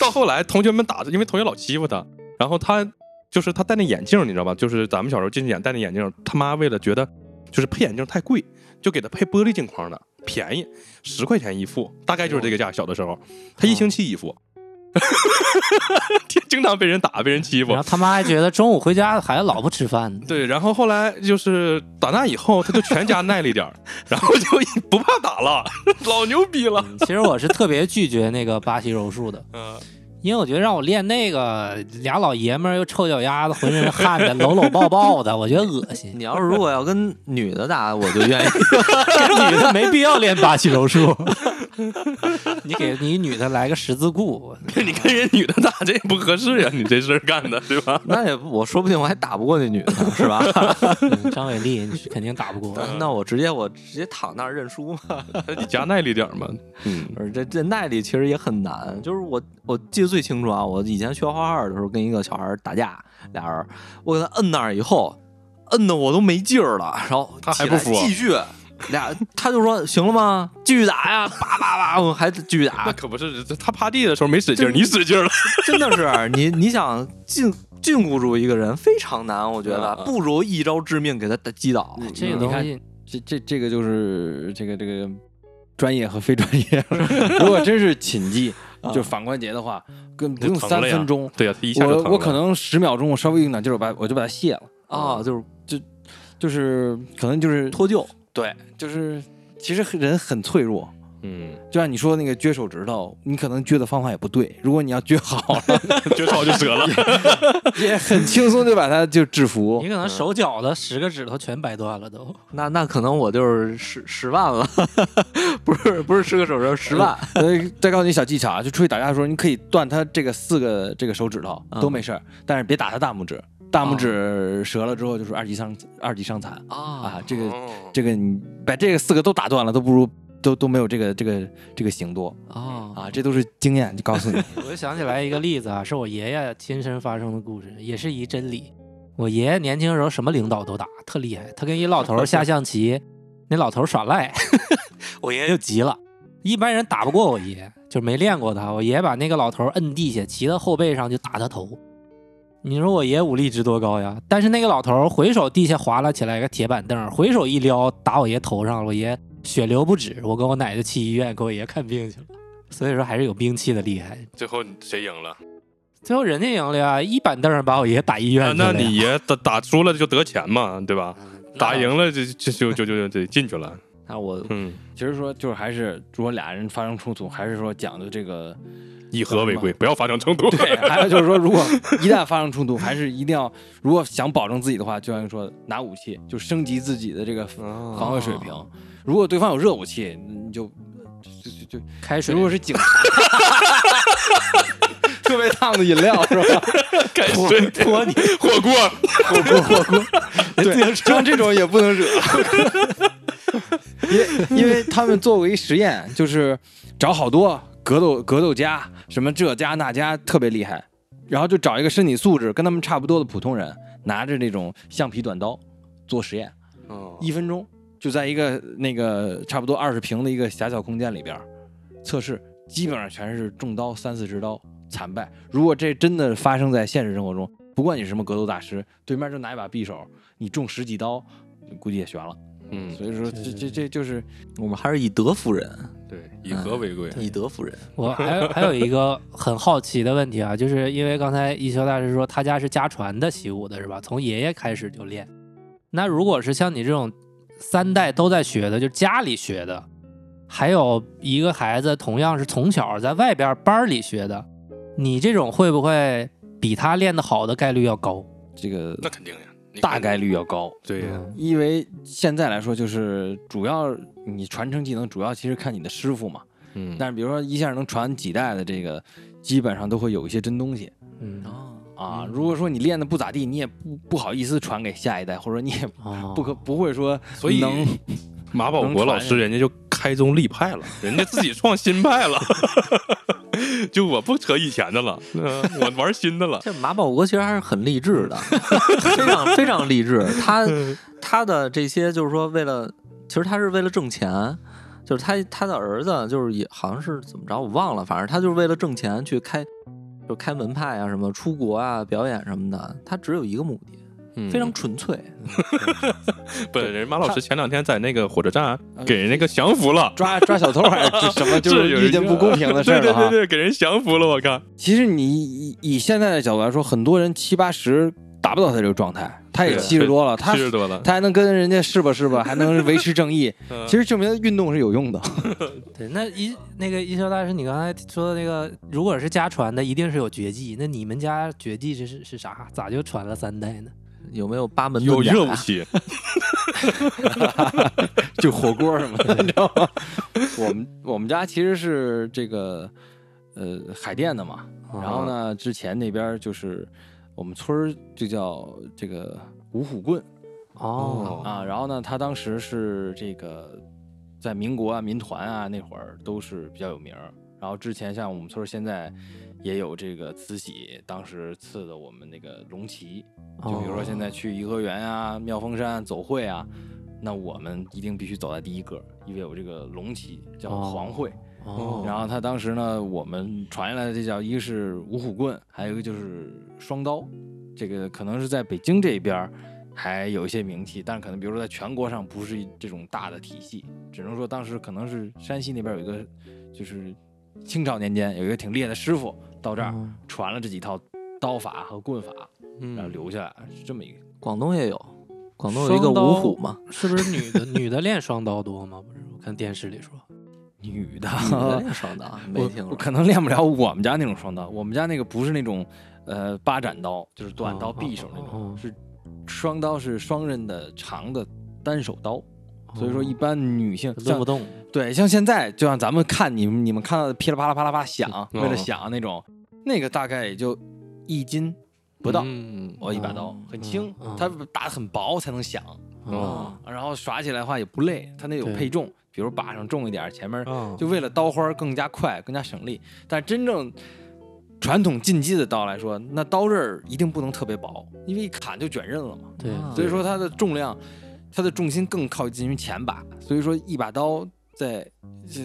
B: 到后来，同学们打，因为同学老欺负他，然后他就是他戴那眼镜，你知道吧？就是咱们小时候近视眼戴那眼镜，他妈为了觉得就是配眼镜太贵，就给他配玻璃镜框的，便宜，十块钱一副，大概就是这个价。小的时候，他一星期一副， [LAUGHS] 天经常被人打，被人欺负
D: 然后。他妈还觉得中午回家孩子老不吃饭呢，
B: 对，然后后来就是打那以后，他就全家耐力点儿，然后就不怕打了，老牛逼了。
D: 嗯其实我是特别拒绝那个巴西柔术的，
B: 嗯，
D: 因为我觉得让我练那个俩老爷们儿又臭脚丫子，浑身是汗的，搂搂抱抱的，我觉得恶心。
A: 你要是如果要跟女的打，我就愿意。 [LAUGHS]
D: 这女的没必要练巴西柔术， [LAUGHS] 你给你女的来个十字固，
B: 你跟人女的打，这也不合适呀，啊你这事儿干的，对吧？
A: 那也不我说不定我还打不过那女的，是
B: [LAUGHS]
A: 吧？
D: 嗯张伟丽你是肯定打不过。
A: 那我直接我直接躺那儿认输嘛。
B: 你加耐力点儿嘛。嗯，
A: 而这这耐力其实也很难，就是我我记得最清楚啊，我以前学画画的时候跟一个小孩儿打架，俩人我给他摁那儿以后，摁的我都没劲儿了，然后
B: 他还
A: 起来
B: 不服啊
A: 继续俩他就说行了吗？继续打呀，叭叭叭，我还继续
B: 那
A: 打，
B: 可不是，他趴地的时候没使劲儿，你使劲儿了。
A: 真的是你你想禁禁锢住一个人非常难，我觉得
B: 嗯嗯
A: 不如一招致命给他打击倒。
D: 嗯这个
C: 你
D: 东
C: 看
D: 西，
C: 这这这个就是这个这个专业和非专
E: [LAUGHS]
C: 业。如果真是擒技，就反关节的话，跟不用
B: 啊疼
C: 三
B: 了呀
C: 分钟，
B: 对呀，他一下就
C: 我
B: 疼
C: 我可
B: 了
C: 能十秒钟，我稍微用点劲儿，我把我就把它卸了，嗯
A: 啊，就是
C: 就是可能就是
A: 脱臼，
C: 对，就是其实人很脆弱。
B: 嗯，
C: 就像你说那个撅手指头，你可能撅的方法也不对。如果你要撅好了，
B: 绝招就折了。
C: 也很轻松就把它就制服
D: 你。可能手脚的十个指头全掰断了都。
A: 那那可能我就是十十万了， [LAUGHS] 不是不是十个手指头，十万。
C: 所以再告诉你小技巧啊，就出去打架的时候，你可以断他这个四个这个手指头
A: 嗯
C: 都没事儿，但是别打他大拇指，大拇指折了之后就是二级伤二级伤残
A: 啊
C: 啊。这个这个你把这个四个都打断了，都不如都都没有这个这个这个行多
A: 啊
C: 啊，这都是经验，就告诉你。
D: 我就想起来一个例子啊，是我爷爷亲身发生的故事，也是一真理。我爷爷年轻时候什么领导都打，特厉害。他跟一老头儿下象棋，那老头儿耍赖， [LAUGHS] 我爷爷就急了。一般人打不过我爷，就没练过他。我爷把那个老头儿摁地下，骑到后背上就打他头。你说我爷武力值多高呀？但是那个老头儿回手地下滑了起来个铁板凳，回手一撩打我爷头上了，我爷血流不止，我跟我奶就去医院给我爷看病去了。所以说还是有兵器的厉害。
B: [LAUGHS] 最后谁赢了？
D: 最后人家赢了呀，一板凳儿把我爷打医院
B: 啊
D: 去了
C: [LAUGHS]
D: 呀、
B: 那你爷打打输了就得钱嘛，对吧？打赢了就就就就就得进去了。
A: 那我
B: 嗯，
C: [LAUGHS] 其实说就是还是，如果俩人发生冲突，还是说讲究这个
B: 以和为贵，不要发生冲
C: [LAUGHS]
B: 突。
C: 对，还有就是说， [LAUGHS] 如果一旦发生冲突，还是一定要，如果想保证自己的话，就像说拿武器，就升级自己的这个
D: 哦
C: 防卫水平。
D: [LAUGHS]
C: 如果对方有热武器，你就就就就
D: 开水
C: 如果是警， [LAUGHS] 特别烫的饮料是吧？
B: 开水
D: 泼你，
B: 火锅，
C: [LAUGHS] 火锅火锅，对，像这种也不能惹， [LAUGHS] 因为因为他们做过一实验，就是找好多格斗格斗家，什么这家那家特别厉害，然后就找一个身体素质跟他们差不多的普通人，拿着那种橡皮短刀做实验，
A: 哦
B: 啊
C: 一分钟就在一个那个差不多二十平的一个狭小空间里边儿测试，基本上全是中刀三四十刀惨败。如果这真的发生在现实生活中，不管你是什么格斗大师，对面就拿一把匕首，你中十几刀，估计也悬了。
B: 嗯，
C: 所以说这这这就是
A: 我们还是以德服人，
B: 对，以和为贵。
A: 以德服人。
D: 我还有还有一个很好奇的问题啊， [LAUGHS] 就是因为刚才一休大师说他家是家传的习武的是吧？从爷爷开始就练。那如果是像你这种三代都在学的，就家里学的，还有一个孩子同样是从小在外边班儿里学的，你这种会不会比他练得好的概率要高？
C: 这个
B: 那肯定呀，你
C: 大
B: 看
C: 概率要高，
B: 对呀，
D: 嗯
C: 因为现在来说就是主要你传承技能，主要其实看你的师傅嘛。
B: 嗯，
C: 但是比如说一下能传几代的这个，基本上都会有一些真东西
D: 嗯
A: 哦
C: 啊。如果说你练的不咋地，你也不不好意思传给下一代，或者说你也
D: 哦，
C: 不可不会说
B: 所以
C: 能
B: 马保国老师人家就开宗立派了，人家自己创新派了。 [LAUGHS] 就我不扯以前的了，嗯，我玩新
C: [LAUGHS]
B: 的了。
A: 这马保国其实还是很励志的， [LAUGHS] 非常非常励志。他
D: 嗯
A: 他的这些就是说，为了其实他是为了挣钱，就是他他的儿子就是也好像是怎么着我忘了，反正他就是为了挣钱去开就开门派啊什么出国啊表演什么的，他只有一个目的，
B: 嗯
A: 非
D: 嗯
A: 常纯粹。
B: 本人马老师前两天在那个火车站啊给人那个降服了，
C: 抓 [LAUGHS] 抓小偷还是什么，呃就
B: 有
C: 是
B: 一
C: 遇见不公
B: [LAUGHS]
C: 平的事儿
B: 对对对
C: 了哈。
B: 对，给人降服了，我看。
C: 其实你以以现在的角度来说，很多人七八十达不到他这个状态，他也
B: 对
C: 七十多了，他
B: 七十多了，
C: 他还能跟人家试吧试吧，还能维持正义，
B: [LAUGHS] 嗯
C: 其实证明运动是有用的。
D: 对，那一那个一休大师，你刚才说的那个，如果是家传的，一定是有绝技。那你们家绝技是是是啥？咋就传了三代呢？
A: 有没有八门啊
B: 有
A: 遁甲
B: 热武
C: 啊
B: 器，
C: 就火锅什么的，你知道吗？ [LAUGHS] 我们我们家其实是这个呃海淀的嘛，然后呢，之前那边就是我们村儿就叫这个五虎棍
D: 哦，
C: 啊，然后呢，他当时是这个在民国啊、民团啊那会儿都是比较有名儿。然后之前像我们村儿现在也有这个慈禧，当时赐的我们那个龙旗，
D: 哦
C: 就比如说现在去颐和园啊、妙峰山、啊、走会啊，那我们一定必须走在第一个，因为有这个龙旗叫黄会。
D: 哦，
C: 然后他当时呢，我们传下来的这叫一个是五虎棍，还有一个就是双刀，这个可能是在北京这边儿还有一些名气，但是可能比如说在全国上不是这种大的体系，只能说当时可能是山西那边有一个，就是清朝年间有一个挺烈的师傅到这儿
A: 哦
C: 传了这几套刀法和棍法，嗯
D: 嗯
C: 然后留下来是这么一个。
A: 广东也有，广东有一个
D: 双刀
A: 五虎嘛，
D: 是不是女的女的练双刀多吗？不是，我看电视里说，
C: 女的，
A: 女的也上当，没听
C: 我
A: 说。
C: 可能练不了我们家那种双刀，我们家那个不是那种呃八斩刀，就是短刀
D: 哦
C: 匕首那种，
D: 哦哦
C: 是双刀是双刃的长的单手刀。
D: 哦
C: 所以说，一般女性
D: 抡
C: 像
D: 不哦动，
C: 对像现在，就像咱们看你们你们看到的噼里啪啦啪啦啪啦响，
D: 嗯
C: 为了响那种，那个大概也就一斤不到，
B: 嗯
C: 哦一把刀嗯
D: 嗯
C: 很轻
D: 嗯嗯，
C: 它打得很薄才能响，啊
D: 哦
C: 然后耍起来的话也不累，它那有
D: 对
C: 配重，比如把上重一点，前面
D: 哦，
C: 就为了刀花儿更加快、更加省力。但真正传统进击的刀来说，那刀刃儿一定不能特别薄，因为一砍就卷刃了嘛。
D: 对，
A: 啊
C: 所以说它的重量，它的重心更靠近于前把，所以说一把刀在这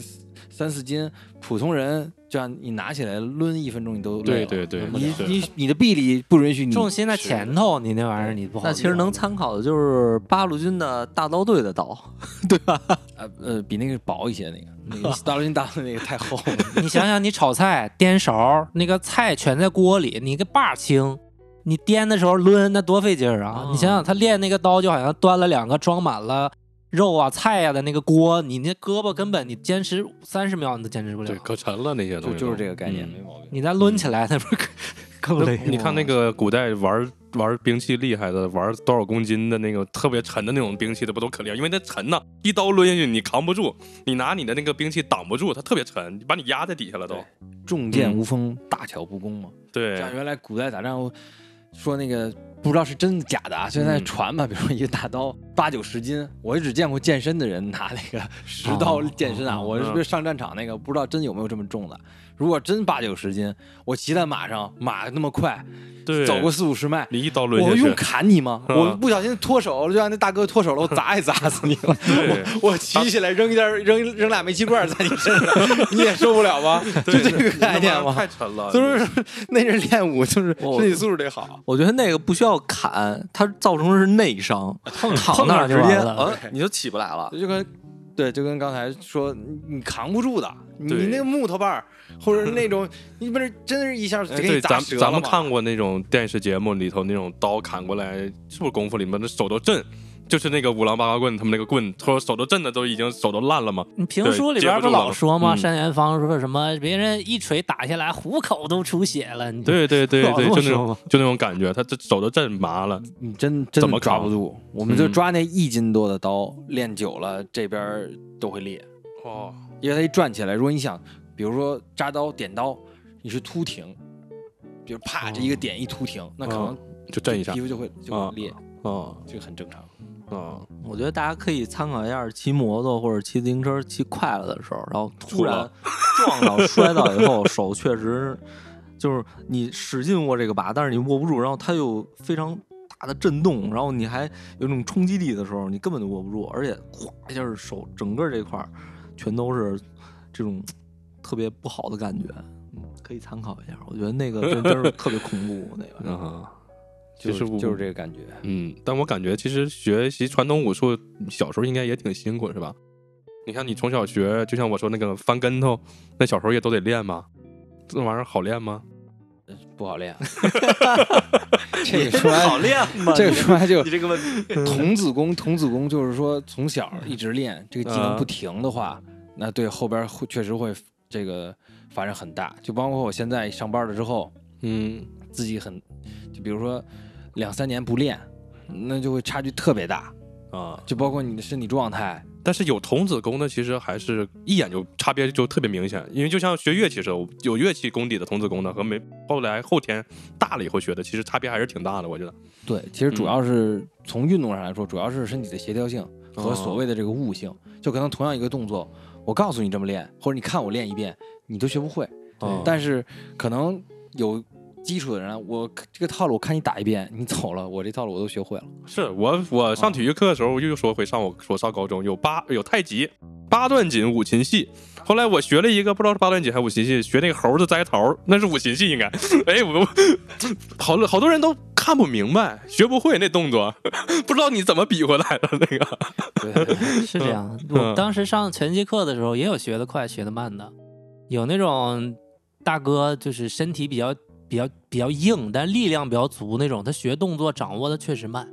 C: 三四斤，普通人就像你拿起来抡一分钟你都累
B: 对对
C: 了
B: 对，
C: 你
B: 是
C: 你你的臂力不允许你
D: 重心在前头，你那玩意儿啊你不好。
A: 那其实能，参考的就是八路军的大刀队的刀，
C: 呃呃比那个薄一些那个，那
B: [LAUGHS]
C: 个大陆军大陆那个太厚了，
D: 你想想，你炒菜颠勺，那个菜全在锅里，你个把儿轻，你颠的时候抡，那多费劲儿啊！
B: 嗯
A: 啊
D: 你想想，他练那个刀，就好像端了两个装满了肉啊、菜呀、的那个锅，你那胳膊根本你坚持三十秒你都坚持不了
B: 对，可沉了那些东
C: 就
B: 西，
C: 就是这个概念，
B: 嗯
C: 没毛病。
D: 你再抡起来，那不是更更累吗？
B: 你看那个古代玩玩兵器厉害的，玩多少公斤的那个特别沉的那种兵器的，不都可怜？因为它沉呐，一刀抡下去你扛不住，你拿你的那个兵器挡不住，它特别沉，把你压在底下了都。
C: 重剑无锋，大巧不工嘛。
B: 对
C: 像，原来古代打仗说那个不知道是真的假的啊，现在
B: 嗯
C: 传吧，比如说一个大刀八九十斤，我也只见过健身的人拿那个十刀健身啊，
D: 哦
C: 我
B: 嗯
C: 是不是上战场那个不知道真有没有这么重的。如果真八九十斤，我骑在马上，马那么快，
B: 对，
C: 走过四五十迈。
B: 你一刀抡
C: 我
B: 下
C: 用
B: 去，
C: 砍你吗？
B: 嗯
C: 我不小心脱手了，就让那大哥脱手了，我砸也砸死你了。
B: 对
C: 我骑起来扔一袋扔扔俩煤气罐在你身上，你也受不了吧？就
B: 对
C: 这个概念
B: 那玩意儿
C: 吗？
B: 太沉了，
C: 就是 [LAUGHS] 那阵练武，就是
A: 我
B: 哦
C: 身体素质得
B: 啊
C: 好。
A: 我觉得那个不需要砍，它造成的是内伤，躺
D: 啊躺那
A: 那儿
D: 儿
A: 直
D: 就
A: 接
D: 完了
A: 呃你就起不来了。
C: 就跟对，就跟刚才说，你你扛不住的，你
B: 对
C: 那个木头棒
B: [LAUGHS]
C: 儿，或者是那种，你不是真是一下
B: 哎
C: 给你
B: 对，
C: 砸
B: 咱
C: 折了
B: 咱们
C: 吗
B: 看过那种电视节目里头那种刀砍过来，是不是功夫里面那手都震？就是那个五郎八卦棍，他们那个棍，说手都震的都已经手都烂了嘛。
D: 你评书里边不老说
B: 对
D: 吗？
B: 接不住了嗯
D: 单元芳说什么别人一锤打下来，虎口都出血了。你，
B: 对对对
D: 老
B: 对，
D: 这
B: 就那
D: 么说
B: 种
D: 吗
B: 就那种感觉，他这手都震麻了。
C: 你真
B: 怎
C: 真的
B: 么
C: 抓
B: 扛
C: 不住，我们就
B: 嗯
C: 抓那一斤多的刀，练久了这边儿都会裂，
B: 哦，
C: 因为它一转起来，如果你想，比如说扎刀点刀，你是突停，比如啪这一个点一突停，那可能
B: 就震哦嗯一下
C: 皮。肤就会就
B: 啊
C: 会裂，
B: 哦
C: 这个很正常。
B: 哦，
A: 我觉得大家可以参考一下骑摩托或者骑自行车骑快了的时候，然后突然撞到摔到以后，手确实就是你使劲握这个把，但是你握不住，然后它又非常大的震动，然后你还有一种冲击力的时候，你根本就握不住，而且咵一下手整个这块儿全都是这种特别不好的感觉。嗯，可以参考一下，我觉得那个真真是特别恐怖，那个。
C: [LAUGHS]
B: 嗯，
C: 就
B: 其实
C: 是
B: 我
C: 就是这个感觉，
B: 嗯，但我感觉其实学习传统武术，小时候应该也挺辛苦，是吧？你看，你从小学，就像我说那个翻跟头，那小时候也都得练嘛。这玩意儿好练吗？
C: 不好
A: [LAUGHS]
C: 练。这个说来
A: 好练吗？
C: 这个说来就
A: 你这个问题，
C: [LAUGHS] 童子功，童子功就是说从小一直练这个技能
B: 啊
C: 不停的话，那对后边会确实会这个发展很大。就包括我现在上班了之后，
B: 嗯，
C: 自己很，就比如说两三年不练，那就会差距特别大。
B: 啊，
C: 就包括你的身体状态，
B: 但是有童子功的，其实还是一眼就差别就特别明显，因为就像学乐器时候，有乐器功底的童子功的和没后来后天大了以后学的，其实差别还是挺大的，我觉得。
C: 对，其实
B: 嗯
C: 主要是从运动上来说，主要是身体的协调性
B: 哦
C: 和所谓的这个悟性。就可能同样一个动作，我告诉你这么练，或者你看我练一遍，你都学不会。
B: 哦
C: 嗯但是可能有基础的人，我这个套路我看你打一遍，你走了，我这套路我都学会了。
B: 是我我上体育课的时候又说回上我我上高中有八有太极、八段锦、五禽戏。后来我学了一个不知道是八段锦还是五禽戏，学那个猴子摘桃儿，那是五禽戏应该。 [LAUGHS] 哎，我好好多人都看不明白，学不会那动作， [LAUGHS] 不知道你怎么比划来的那个。
D: [LAUGHS] 是这样。我当时上拳击课的时候，也有学得快、学得慢的，有那种大哥就是身体比较比较比较硬，但力量比较足那种，他学动作掌握的确实慢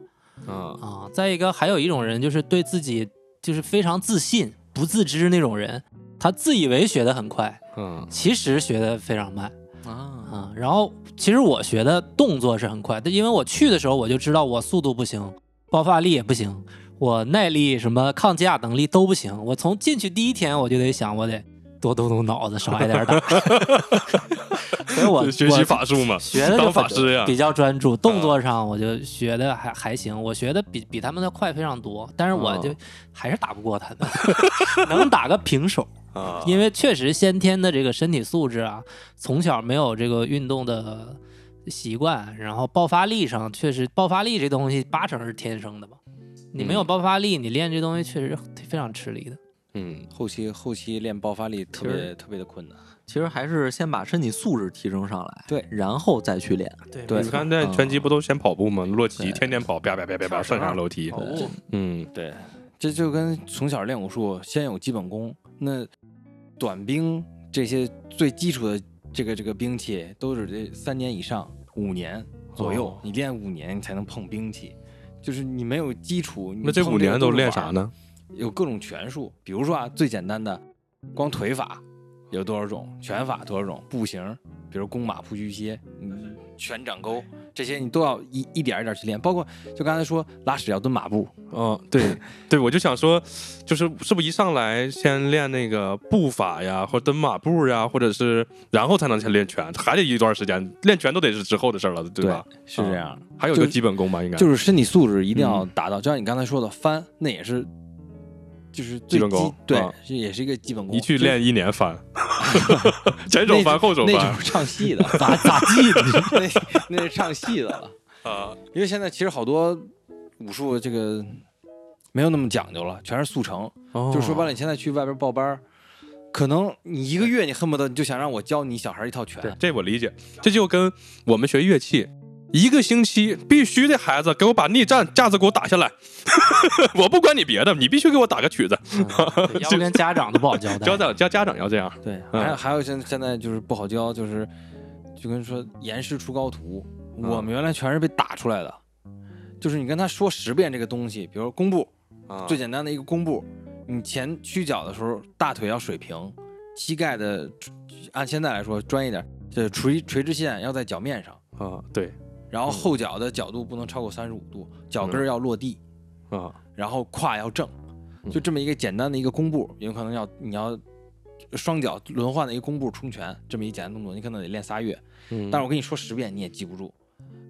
B: 啊，
D: 啊。再一个，还有一种人就是对自己就是非常自信、不自知那种人，他自以为学得很快，
B: 嗯
D: 其实学得非常慢。
A: 啊，
D: 啊，然后其实我学的动作是很快，但因为我去的时候我就知道我速度不行，爆发力也不行，我耐力什么抗击打能力都不行。我从进去第一天我就得想，我得多动动脑子，少挨点打。
B: [LAUGHS]
D: 所以我
B: 学习
D: 我
B: 法术嘛，
D: 学的就
B: 当法
D: 反
B: 师呀。嗯
D: 比较专注，动作上我就学的还还行，我学的比比他们的快非常多，但是我
B: 嗯
D: 就还是打不过他们， [LAUGHS] 能打个平手。
B: 啊，
D: 因为确实先天的这个身体素质啊，从小没有这个运动的习惯，然后爆发力上确实爆发力这东西八成是天生的嘛。你没有
B: 嗯 [LAUGHS]
D: 爆发力，你练这东西确实非常吃力的。
B: 嗯，
C: 后期后期练爆发力特别特别的困难。
A: 其实还是先把身体素质提升上来，
C: 对
A: 然后再去练。
D: 对
C: 对
B: 你看那拳
D: 嗯
B: 击不都先跑步吗？洛奇
A: 对
B: 天天跑，啪啪啪啪啪，上下楼梯。
A: 对
B: 嗯，
C: 对，这就跟从小练武术，先有基本功。那短兵这些最基础的这个这个兵器，都是这三年以上、五年左右，
B: 哦
C: 你练五年你才能碰兵器。就是你没有基础，你
B: 那这
C: 碰
B: 五
C: 个
B: 年都
C: 是
B: 练
C: 玩
B: 啥
C: 儿？
B: 呢？
C: 有各种拳术，比如说啊，最简单的，光腿法有多少种，拳法多少种，步行，比如弓马扑虚歇，嗯，拳掌勾，这些你都要一一点儿一点儿去练。包括就刚才说拉屎要蹲马步，
B: 哦，
C: [LAUGHS]
B: 对对，我就想说，就是是不是一上来先练那个步法呀，或者蹲马步呀，或者是然后才能先练拳，还得一段时间，练拳都得是之后的事儿了，对吧？嗯
C: 是这样。
B: 还有一
C: 就
B: 个基本功吧，应该
C: 就是身体素质一定
B: 嗯
C: 要达到，就像你刚才说的翻，那也是，就是最
B: 基本功
C: 对
B: 啊，
C: 这也是一个基本功。
B: 一去
C: 就是
B: 练一年
C: [LAUGHS]
B: 翻，前手翻后手
C: 那
B: 翻
C: 种唱戏
B: [LAUGHS]
C: 的，咋咋记的？那那是唱戏的了，
B: 啊，
C: 因为现在其实好多武术这个没有那么讲究了，全是速成。
B: 哦
C: 就说白了，你现在去外边报班儿，可能你一个月你恨不得你就想让我教你小孩一套拳
B: 对，，这我理解，这就跟我们学乐器。一个星期必须得孩子给我把逆战架子给我打下来， [LAUGHS] 我不管你别的，你必须给我打个曲
C: 哎
B: 子。
D: 对要不跟家长都不好交代。
B: 家长家家长要这样，
C: 对，
B: 嗯
C: 还有还有现现在就是不好教，就是就跟说严师出高徒，我们原来全是被打出来的，就是你跟他说十遍这个东西，比如弓步，
B: 嗯
C: 最简单的一个弓步，你前屈脚的时候大腿要水平，膝盖的按现在来说专业点，这垂垂直线要在脚面上，
B: 啊，对
C: 然后后脚的角度不能超过三十五度，脚跟儿要落地，
B: 啊，
C: 然后胯要正，
B: 嗯
C: 就这么一个简单的一个弓步，有可能要你要双脚轮换的一个弓步冲拳，这么一简单动作，你可能得练仨月。
B: 嗯
C: 但是我跟你说十遍你也记不住，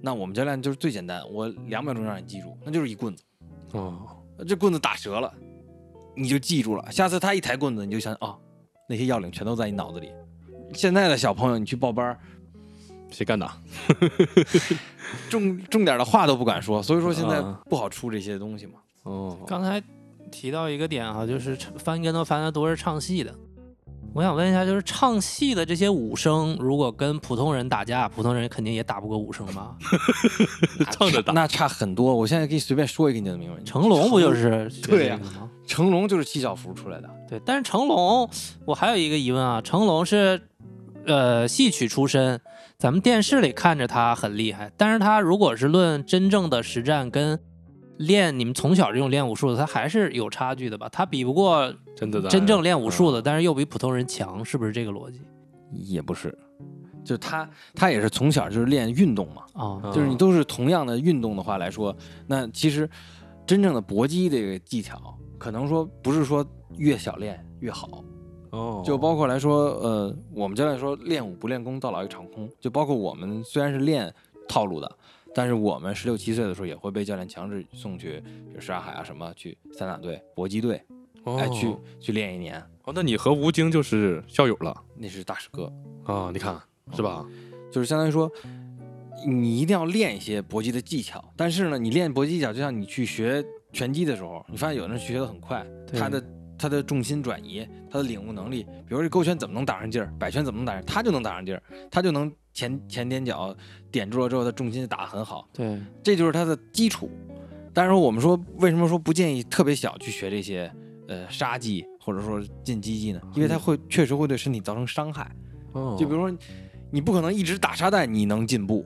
C: 那我们教练就是最简单，我两秒钟让你记住，那就是一棍子，呃
B: 哦，
C: 这棍子打折了，你就记住了。下次他一抬棍子，你就想啊、那些要领全都在你脑子里。现在的小朋友，你去报班儿，
B: 谁敢打？
C: 重重点的话都不敢说，所以说现在
D: 嗯
B: 啊
C: 不好出这些东西
D: [LAUGHS]
C: 嘛。
B: 哦，
D: 刚才提到一个点啊，就是唱翻跟头翻的都是唱戏的。我想问一下，就是唱戏的这些武生，如果跟普通人打架，普通人肯定也打不过武生吧？
B: 蹭着打。
C: 那差很多。我现在给你随便说一个，你就能明白。
D: 成龙不就是
C: 对
D: 呀、
C: 呀成龙就是七小福出来的，
D: 对，但是成龙，我还有一个疑问啊，成龙是呃戏曲出身，咱们电视里看着他很厉害，但是他如果是论真正的实战跟练你们从小这种练武术的，他还是有差距的吧？他比不过
B: 真的嗯
D: 真正练武术的，但是又比普通人强，是不是这个逻辑
C: 也不是，就他他也是从小就是练运动嘛，
D: 啊？
B: 嗯
C: 就是你都是同样的运动的话来说，那其实真正的搏击这个技巧，可能说不是说越小练越好，
B: 哦
C: 就包括来说，呃，我们教练说练武不练功，到老一场空，就包括我们虽然是练套路的。但是我们十六七岁的时候也会被教练强制送去，比如沙海啊什么，去散打队、搏击队，哎、去去练一年，
B: 哦，那你和吴京就是校友了
C: 那是大师哥。
B: 啊？你看是吧？
C: 就是相当于说，你一定要练一些搏击的技巧。但是呢，你练搏击技巧，就像你去学拳击的时候，你发现有的人学的很快，
D: 对
C: 他的他的重心转移，他的领悟能力，比如说这勾拳怎么能打上劲儿，摆拳怎么能打上，他就能打上劲儿，他就能前前踮脚点住了之后，他重心打得很好，
D: 对，
C: 这就是他的基础。但是我们说，为什么说不建议特别小去学这些呃杀技或者说进击技呢？因为它会确实会对身体造成伤害。
B: 哦
C: 就比如说，你不可能一直打沙袋，你能进步。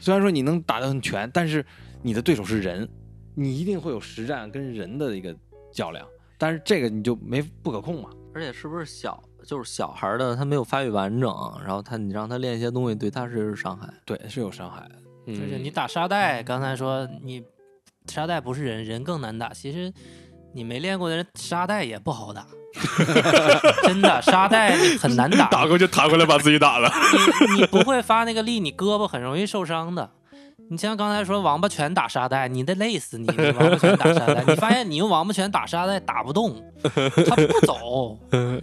C: 虽然说你能打得很全，但是你的对手是人，你一定会有实战跟人的一个较量。但是这个你就没不可控嘛。
A: 而且是不是小就是小孩儿的他没有发育完整，然后他你让他练一些东西，对他是伤害。
C: 对，是有伤害的。
B: 嗯
D: 就是你打沙袋，刚才说你沙袋不是人，人更难打。其实你没练过的人，沙袋也不好
B: [LAUGHS]
D: 打， [LAUGHS] 真的沙袋很难打。
B: 打过去弹回来把自己打了。
D: 你你不会发那个力，你胳膊很容易受伤的。你像刚才说王八拳打沙袋，你得累死你！你王八拳打沙袋，你发现你用王八拳打沙袋打不动，它
A: [LAUGHS]
D: 不走，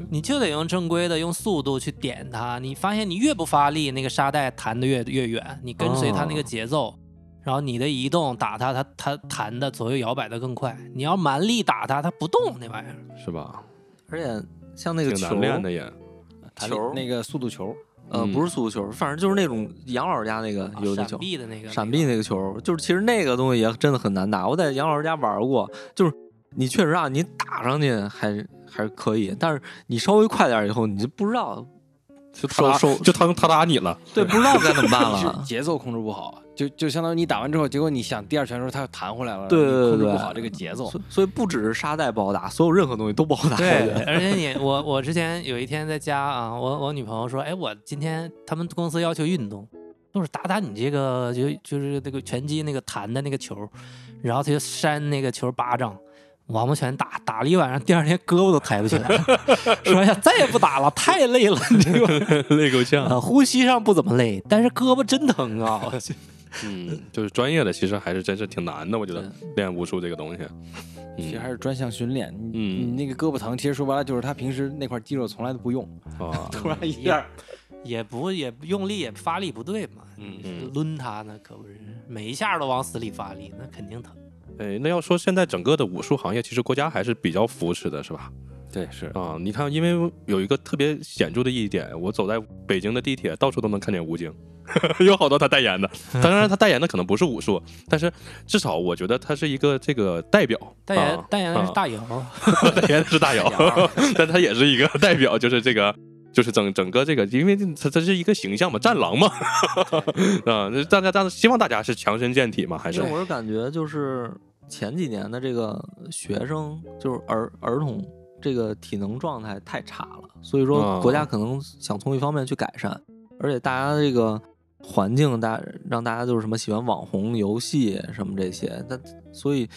D: 你就得用正规的用速度去点它。你发现你越不发力，那个沙袋弹得越越远，你跟随它
A: 哦
D: 那个节奏，然后你的移动打它，它它弹的左右摇摆的更快。你要蛮力打它，它不动那玩意儿。
B: 是吧？
A: 而且像那个
B: 挺
A: 球
B: 难练的也，
A: 球儿
E: 那个速度球，
A: 呃，
B: 嗯
A: 不是速度球，反正就是那种杨老师家那个
D: 啊
A: 有的
D: 闪
A: 球，
D: 避的那个，
A: 闪避那个球，就是其实那个东西也真的很难打。我在杨老师家玩过，就是你确实啊，你打上去还还是可以，但是你稍微快点以后，你就不知道
B: 就他
A: 手
B: 打
A: 手
B: 就他他打你了，
A: [LAUGHS] 对，不知道该怎么办
B: [LAUGHS]
C: 是
A: 了。
C: [LAUGHS] 节奏控制不好，就就相当于你打完之后，结果你想第二拳的时候它弹回来了，
A: 对对对
C: 你控制
A: 对
C: 不好这个节奏。
A: 所以所以不只是沙袋不好打，所有任何东西都不好打。
D: [LAUGHS] 对，而且你我我之前有一天在家啊，我我女朋友说，哎，我今天他们公司要求运动，就是打打你这个就就是那个拳击那个弹的那个球，然后她就扇那个球巴掌。王八拳打打了一晚上，第二天胳膊都抬不起来了， [LAUGHS] 说哎呀再也不打了，太累了，你这
B: [LAUGHS]
D: 个、
B: 累够呛。
D: 呃、呼吸上不怎么累，但是胳膊真疼啊！
B: [LAUGHS]
D: 我去
B: 嗯，就是专业的，其实还是真是挺难的，我觉得练武术这个东西。
C: 其实还
B: 嗯
C: 是专项训练，你
B: 嗯
C: 你那个胳膊疼，其实说白了就是他平时那块肌肉从来都不用，
B: 啊，
C: 突然一
D: 也
C: 下
D: 也不也用力也发力不对嘛，
B: 嗯嗯
D: 抡他那可不是每一下都往死里发力，那肯定疼。
B: 哎，那要说现在整个的武术行业，其实国家还是比较扶持的，是吧？
E: 对，是
B: 啊，你看，因为有一个特别显著的一点，我走在北京的地铁，到处都能看见吴京， [LAUGHS] 有好多他代言的。当然，他代言的可能不是武术，但是至少我觉得他是一个这个代表。
D: 代言、
B: 啊
D: 代言的是
B: 啊
D: 大姚，
B: 代言的是大姚， [LAUGHS] 但他也是一个代表，就是这个，就是整整个这个，因为他他是一个形象嘛，战狼嘛， [LAUGHS] 啊，大家大家希望大家是强身健体嘛，还是
A: 因为我是感觉就是前几年的这个学生，就是儿儿童这个体能状态太差了，所以说
B: 啊
A: 国家可能想从一方面去改善，而且大家这个环境，大家让大家就是什么喜欢网红游戏什么这些，但所以。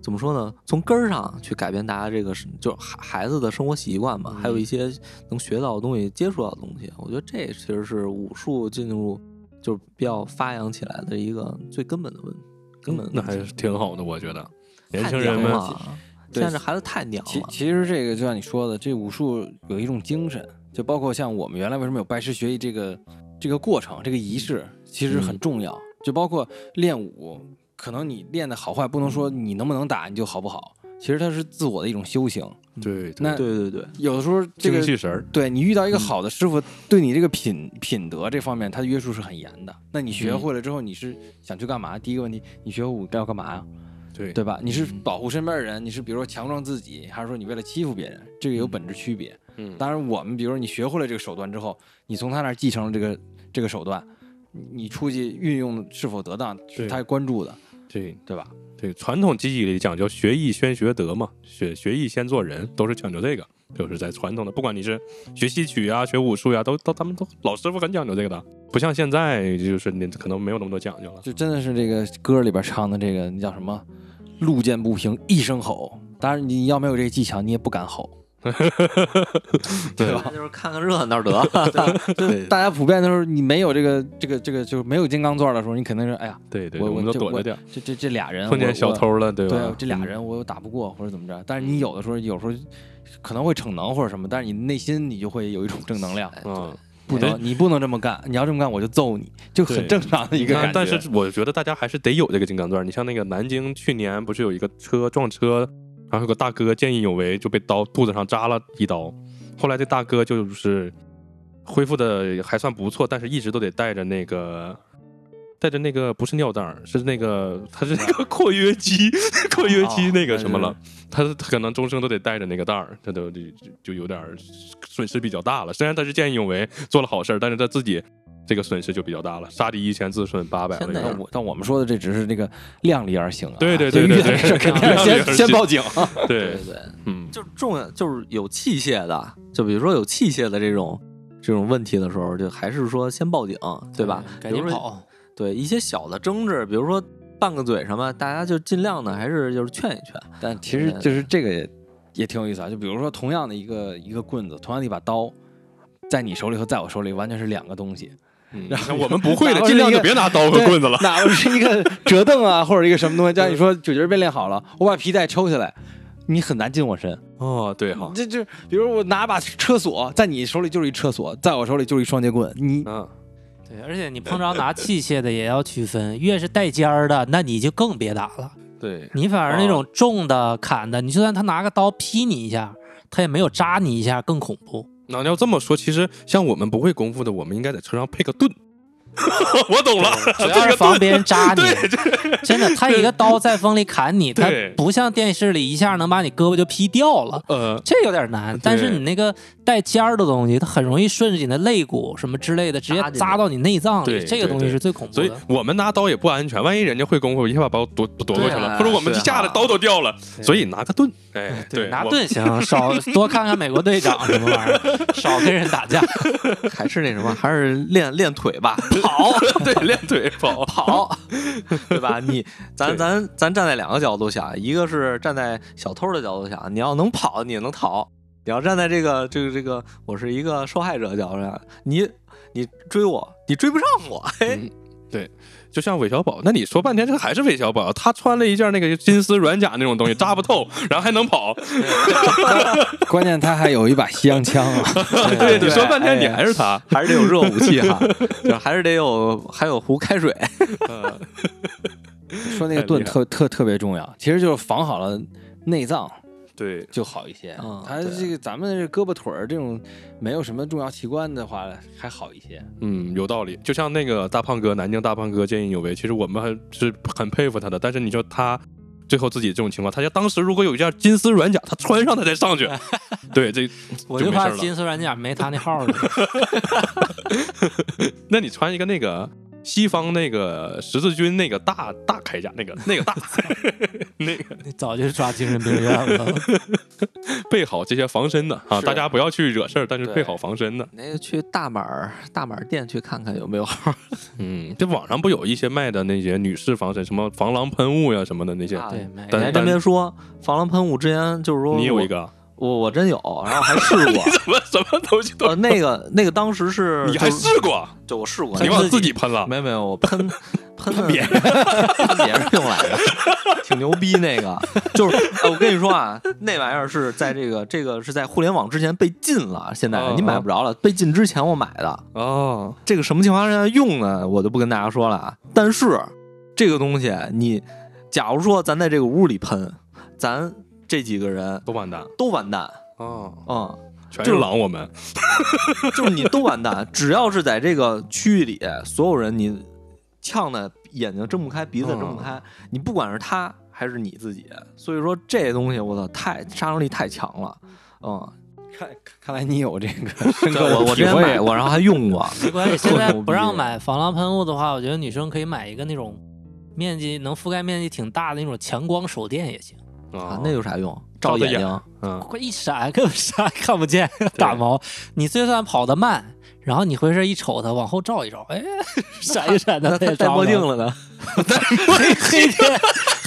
A: 怎么说呢？从根儿上去改变大家这个是，就是孩孩子的生活习惯吧，还
B: 嗯
A: 有一些能学到的东西、接触到的东西。我觉得这其实是武术进入就是比较发扬起来的一个最根本的问根本的
B: 嗯那
A: 问
B: 还
A: 题。
B: 是挺好的，我觉得年
A: 太
B: 轻
A: 娘
B: 人们
A: 了，现在这孩子太娘
C: 其
A: 了。
C: 其实这个就像你说的，这武术有一种精神，就包括像我们原来为什么有拜师学艺这个这个过程，这个仪式其实很重要。就包括练武，可能你练的好坏不能说你能不能打，你就好不好，其实它是自我的一种修行。
B: 对
C: 那
A: 对对对，
C: 有的时候这
B: 精
C: 个
B: 气神儿，
C: 对你遇到一
B: 嗯
C: 个好的师傅，对你这个品品德这方面，他的约束是很严的。那
B: 嗯
C: 你学会了之后，你是想去干嘛？第一个问题，你学武要干嘛呀？
B: 对嗯
C: 对吧？你是保护身边的人，你是比如说强壮自己，还是说你为了欺负别人？这个有本质区别。
B: 嗯
C: 当然，我们比如说你学会了这个手段之后，你从他那儿继承了这个这个手段，你你出去运用是否得当，是
B: 对嗯
C: 他关注的，
B: 对
C: 对吧？
B: 对，传统技艺里讲究学艺先学德嘛，学学艺先做人，都是讲究这个。就是在传统的，不管你是学戏曲啊、学武术呀、都都他们都老师傅很讲究这个的，不像现在就是你可能没有那么多讲究了。
C: 就真的是这个歌里边唱的这个那叫什么？路见不平一声吼。当然，你要没有这个技巧，你也不敢吼。
B: 对
A: 吧？就是看看热
D: [LAUGHS]
A: 闹得了。
C: 就是大家普遍都是你没有这个这个这个就是没有金刚钻的时候，你肯定是哎呀，
B: 对对，
C: 我
B: 我们都
C: 我就
B: 躲
C: 我
B: 着点儿，
C: 这这这俩人
B: 碰
C: 我
B: 见小
C: 我
B: 偷了，对
C: 对
B: 吧？嗯
C: 这俩人我又打不过或者怎么着，但是你有的时候有时候可能会逞能或者什么，但是你内心你就会有一种正能量，
A: 哎
B: 嗯，
C: 不能你不能这么干，你要这么干我就揍你，就很
B: 对
C: 正常的一个
B: 但
C: 感觉。
B: 但是我觉得大家还是得有这个金刚钻儿。你像那个南京去年不是有一个车撞车，然后有个大哥见义勇为就被刀肚子上扎了一刀，后来这大哥就是恢复的还算不错，但是一直都得带着那个。带着那个不是尿袋儿，是那个他是那个
C: 啊
B: 括约肌，括约
C: 哦
B: 肌那个什么了，他他可能终生都得带着那个袋儿，他都就就就有点儿损失比较大了。虽然他是见义勇为做了好事儿，但是他自己这个损失就比较大了，杀敌一千自损八百
A: 现在
B: 了
C: 但。我但我们说的这只是这个量力而行啊，
B: 对对
C: 就
B: 对对
C: 遇到
B: 对，
C: 事儿肯定是
B: 量力而
C: 先先
B: 行 [LAUGHS]
C: 报警。
A: 对 [LAUGHS]
B: 对，
A: 对对，
B: 嗯，
A: 就是重要，就是有器械的，就比如说有器械的这种这种问题的时候，就还是说先报警，对吧？
D: 赶
A: 比
D: 紧
A: 如说
D: 跑，
A: 对一些小的争执，比如说拌个嘴什么，大家就尽量的还是就是劝一劝。
B: 嗯
C: 但其实就是这个也也挺有意思啊，就比如说同样的一个一个棍子，同样的一把刀，在你手里和在我手里完全是两个东西。
B: 然后我们不会
C: 然
B: 的，
C: 后
B: 尽量
C: 这
B: 就
C: 个
B: 别拿刀和棍
C: [LAUGHS]
B: 子了。
C: 哪怕是一个折凳啊，或者一个什么东西，像你说九节变练好了，我把皮带抽下来，你很难近我身。
B: 哦，对哈，
C: 这就比如我拿把车锁，在你手里就是一车锁，在我手里就是一双截棍，你
B: 嗯，
D: 对，而且你碰着拿器械的也要区分，越是带尖儿的，那你就更别打了。
B: 对，啊
D: 你反而那种重的、砍的，你就算他拿个刀劈你一下，他也没有扎你一下更恐
B: [LAUGHS]
D: 怖。
B: 那要这么说，其实像我们不会功夫的，我们应该在车上配个盾。 [LAUGHS] 我懂了，
D: 主要是防别人扎你，
B: 对，这
D: 真的，他一个刀在风里砍你，他
B: 对
D: 不像电视里一下能把你胳膊就劈掉了，
B: 呃，
D: 这有点难。但是你那个带尖儿的东西，它很容易顺着你的肋骨什么之类的，直接
A: 扎进去
D: 扎到你内脏里，
B: 对
D: 这个东西
B: 对
D: 是最恐怖
B: 所以
D: 的。
B: 我们拿刀也不安全，万一人家会功夫，一下把我夺夺过去
A: 对
B: 了，
A: 啊
B: 或者我们
A: 是啊
B: 吓得刀都掉了，所以拿个盾，哎，对，
D: 拿
B: 我
D: 盾
B: [LAUGHS]
D: 行，少多看看美国队长什么玩意儿，少跟人打
B: [LAUGHS]
D: 架，
A: 还是那什么，还是练练腿吧，
D: 跑
B: 对练腿跑，
A: 跑， [LAUGHS] 对吧？你咱
B: 对
A: 咱咱站在两个角度想，一个是站在小偷的角度想，你要能跑，你也能逃；你要站在这个这个这个，我是一个受害者的角度上，你你追我，你追不上我，嘿，
B: 就像韦小宝，那你说半天这还是韦小宝，他穿了一件那个金丝软甲那种东西，扎不透， [LAUGHS] 然后还能跑，
C: 关键他还有一把西洋枪啊，
B: [LAUGHS] 对，你说半天
C: 哎
B: 你
C: 呀
B: 还是他，
A: 还是得有热武器 [LAUGHS] 哈，就是还是得有还有壶开水，
D: 哎
C: 说那个盾特特特别重要，其实就是防好了内脏
B: 对，
C: 就好一
B: 哦
C: 些
E: 啊
A: 嗯。
C: 他
A: 对
C: 这个咱们这胳膊腿儿这种没有什么重要器官的话还好一些。
B: [LAUGHS] 嗯，有道理。就像那个大胖哥，南京大胖哥见义勇为，其实我们还是很佩服他的。但是你说他最后自己这种情况，他要当时如果有一件金丝软甲，他穿上他再上
D: [LAUGHS]
B: 去，对，这
D: 我
B: 就
D: 就
B: 没事
D: 怕
B: 了
D: 金丝软甲没他那号 [LAUGHS] 呢。
B: 那你穿一个那个西方那个十字军那个大大铠甲，那个那个大 [LAUGHS] 那个
D: 早就抓精神病
B: [LAUGHS]
D: 院了。
B: 备好这些防身的啊，
A: 是
B: 大家不要去惹事儿，但是
A: 对
B: 备好防身的。
A: 那个去大码儿大码儿店去看看有没有，
B: 嗯，这网上不有一些卖的那些女士防身，什么防狼喷雾呀、什么的那些，
A: 啊
D: 对，没
A: 你还
B: 但
A: 真别说，防狼喷雾之前就是说
B: 你有
A: 我
B: 一个啊，，
A: 我我真有，然后还试过
B: [LAUGHS] 什么什么东西都
A: 呃，那个那个当时是
B: 你还
A: 就是
B: 试过啊，
A: 就我试过，那
B: 你
A: 个
B: 往自己喷了。
A: 没有没有，我
B: [LAUGHS]
A: 喷喷的
B: 别
A: 人，喷别人用来的，挺牛逼那
B: [LAUGHS]
A: 个。就是、呃我跟你说啊，那玩意儿是在这个这个是在互联网之前被禁了，现在
B: 嗯
A: 你买不着了。被禁之前我买的，
B: 哦，
A: 这个什么情况下用呢？我就不跟大家说了啊。但是这个东西，你假如说咱在这个屋里喷，咱这几个人
B: 都完蛋
A: 都完蛋。
B: 哦，
A: 嗯，
B: 全
A: 就是是
B: 狼我 [LAUGHS] 们，
A: [LAUGHS] 就是你都完蛋，只要是在这个区域里，所有人你呛的眼睛睁不开，鼻子睁不开，你不管是他还是你自己，所以说这东西我操太杀伤力太强了，嗯，
C: 看看来你有这个深刻
A: [LAUGHS] 我我之
C: 体
A: 前
C: 会
A: 买过，啊然后还用 [LAUGHS] 过，
D: 没关系，现在
A: 特牛逼
D: 不让买防狼喷雾的话，我觉得女生可以买一个那种面积能覆盖面积挺大的那种强光手电也行，
A: 啊
B: 啊，
A: 那有啥用？
B: 照
A: 照
B: 着
A: 眼
B: 眼
A: 睛，
B: 嗯，
D: 快一闪根本啥也看不见，打毛。你就算跑得慢，然后你回身一瞅它，往后照一照，
B: [LAUGHS]
D: 哎，闪一闪
A: [LAUGHS]
D: 的，
A: 那
D: 它
A: 他
D: 也
A: 戴
D: 抓不
A: 墨
D: 着
A: 镜，了呢？
D: 黑黑天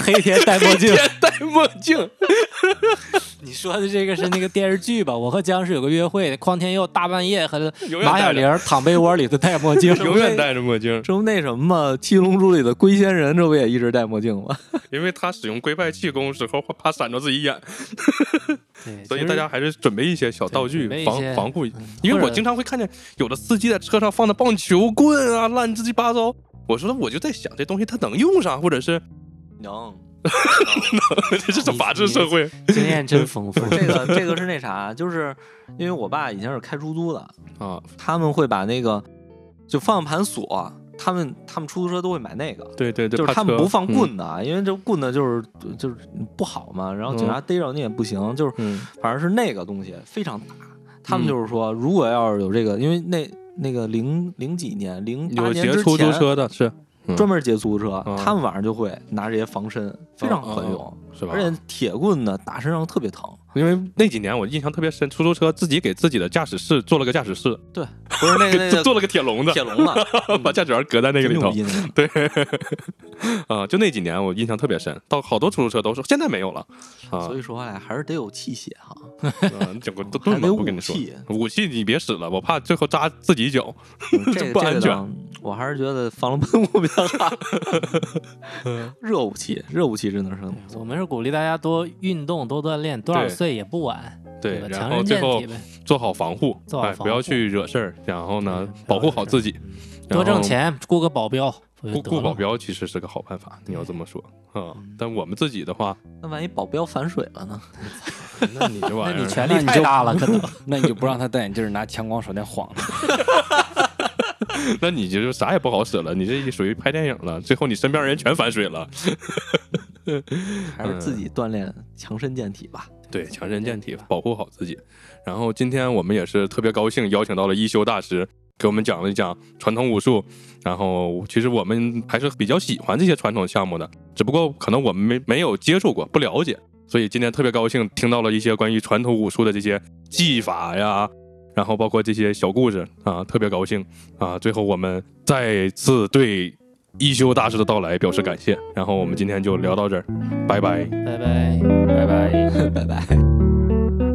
D: 黑天戴墨镜。
B: 戴墨镜，
D: [LAUGHS] 你说的这个是那个电视剧吧？我和僵尸有个约会，匡天佑大半夜和
B: 永远
D: 马小
B: 戴着
D: 玲躺被窝里头戴墨镜，
B: [LAUGHS] 永远戴着墨镜，
A: 这不那什么吗？《七龙珠》里的龟仙人，这不也一直戴墨镜吗？
B: 因为他使用龟拜气功时候怕闪着自己眼，
D: 对，
B: 所以
D: 其实
B: 大家还是准备一些小嗯道具
D: 对准备一
B: 防
D: 些
B: 防护，因为我经常会看见有的司机在车上放的棒球棍啊，乱七八糟。我说我就在想这东西它能用上，或者是
A: 能， [LAUGHS]
B: 这是法治社会
D: 经
B: [LAUGHS]
D: 验真丰富。
A: 这个这个是那啥，就是因为我爸以前是开出租的，
B: 啊，
A: 他们会把那个就方向盘锁，他们他们出租车都会买那个，
B: 对对对，
A: 就是
B: 怕
A: 他们
B: 车嗯
A: 不放，棍的，啊，因为这棍的就是就是不好嘛，然后警察逮着你也不行，就是
B: 嗯嗯
A: 反正是那个东西非常大。他们就是说，如果要是有这个，因为那那个零零几年零八
B: 有
A: 年
B: 劫
A: 之
B: 出租
A: 前。
B: 车的是嗯
A: 专门劫出租车，
B: 嗯
A: 他们晚上就会拿这些防身，非常管用，
B: 是吧？
A: 而且铁棍呢打身上特别疼。
B: 因为那几年我印象特别深，出租车自己给自己的驾驶室做了个驾驶室，
A: 对，不是
B: [LAUGHS]
A: 那个那个
B: 做了个铁笼子，
A: 铁笼子，
B: 把驾驶员隔在 [LAUGHS] 那个
A: 真
B: 里
A: 牛
B: 头。
A: 逼那个。
B: 对，啊，就那几年我印象特别深，到好多出租车都说现在没有了啊
A: 所，以说来还是得有器械哈。
B: 嗯整个都
A: [LAUGHS] 还
B: 盾嘛，
A: 得
B: 我跟你说
A: 武器，
B: 武器你别使了，我怕最后扎自己一脚。
A: 嗯这
B: 这不
A: 个
B: 安
A: 这个
B: 全
A: 呢，我还是觉得防狼喷雾比较好。 [LAUGHS] 热武器，热武器真的是很
D: 我们是鼓励大家多运动、多锻炼，多少岁也不晚，
B: 对，
D: 吧？
B: 然
D: 强
B: 后
D: 身
B: 最
D: 健
B: 后
D: 体呗，
B: 做好防护，
D: 做好
B: 哎，
D: 防
B: 不要
D: 护
B: 去惹事儿，然后呢
D: 对，
B: 保护好自己，然
D: 多
B: 后
D: 挣。钱，雇个保镖，我就
B: 雇
D: 得
B: 雇
D: 嗯了
B: 保
D: 吧，
B: 镖其实是个好办法，你要这么说啊
D: 嗯。
B: 但我们自己的话，
A: 那万一保镖反水了呢？
B: 那你这
D: 那
B: 玩意
D: 你
B: 儿，
E: [LAUGHS]
D: 权力太大了，可能
E: 那你就不让他戴眼镜儿拿强光手电晃他，
B: 那你就啥也不好使了，你这一属于拍电影了，最后你身边人全反水了。
A: 还是自己锻炼强身健体吧？
B: 对，强身健体，保护好自己。然后今天我们也是特别高兴，邀请到了一休大师，给我们讲了一讲传统武术。然后其实我们还是比较喜欢这些传统项目的，只不过可能我们没没有接触过，不了解。所以今天特别高兴，听到了一些关于传统武术的这些技法呀，然后包括这些小故事啊，特别高兴啊！最后我们再次对一休大师的到来表示感谢。然后我们今天就聊到这儿，拜拜。
D: 拜拜。
E: 拜拜。
A: 拜拜。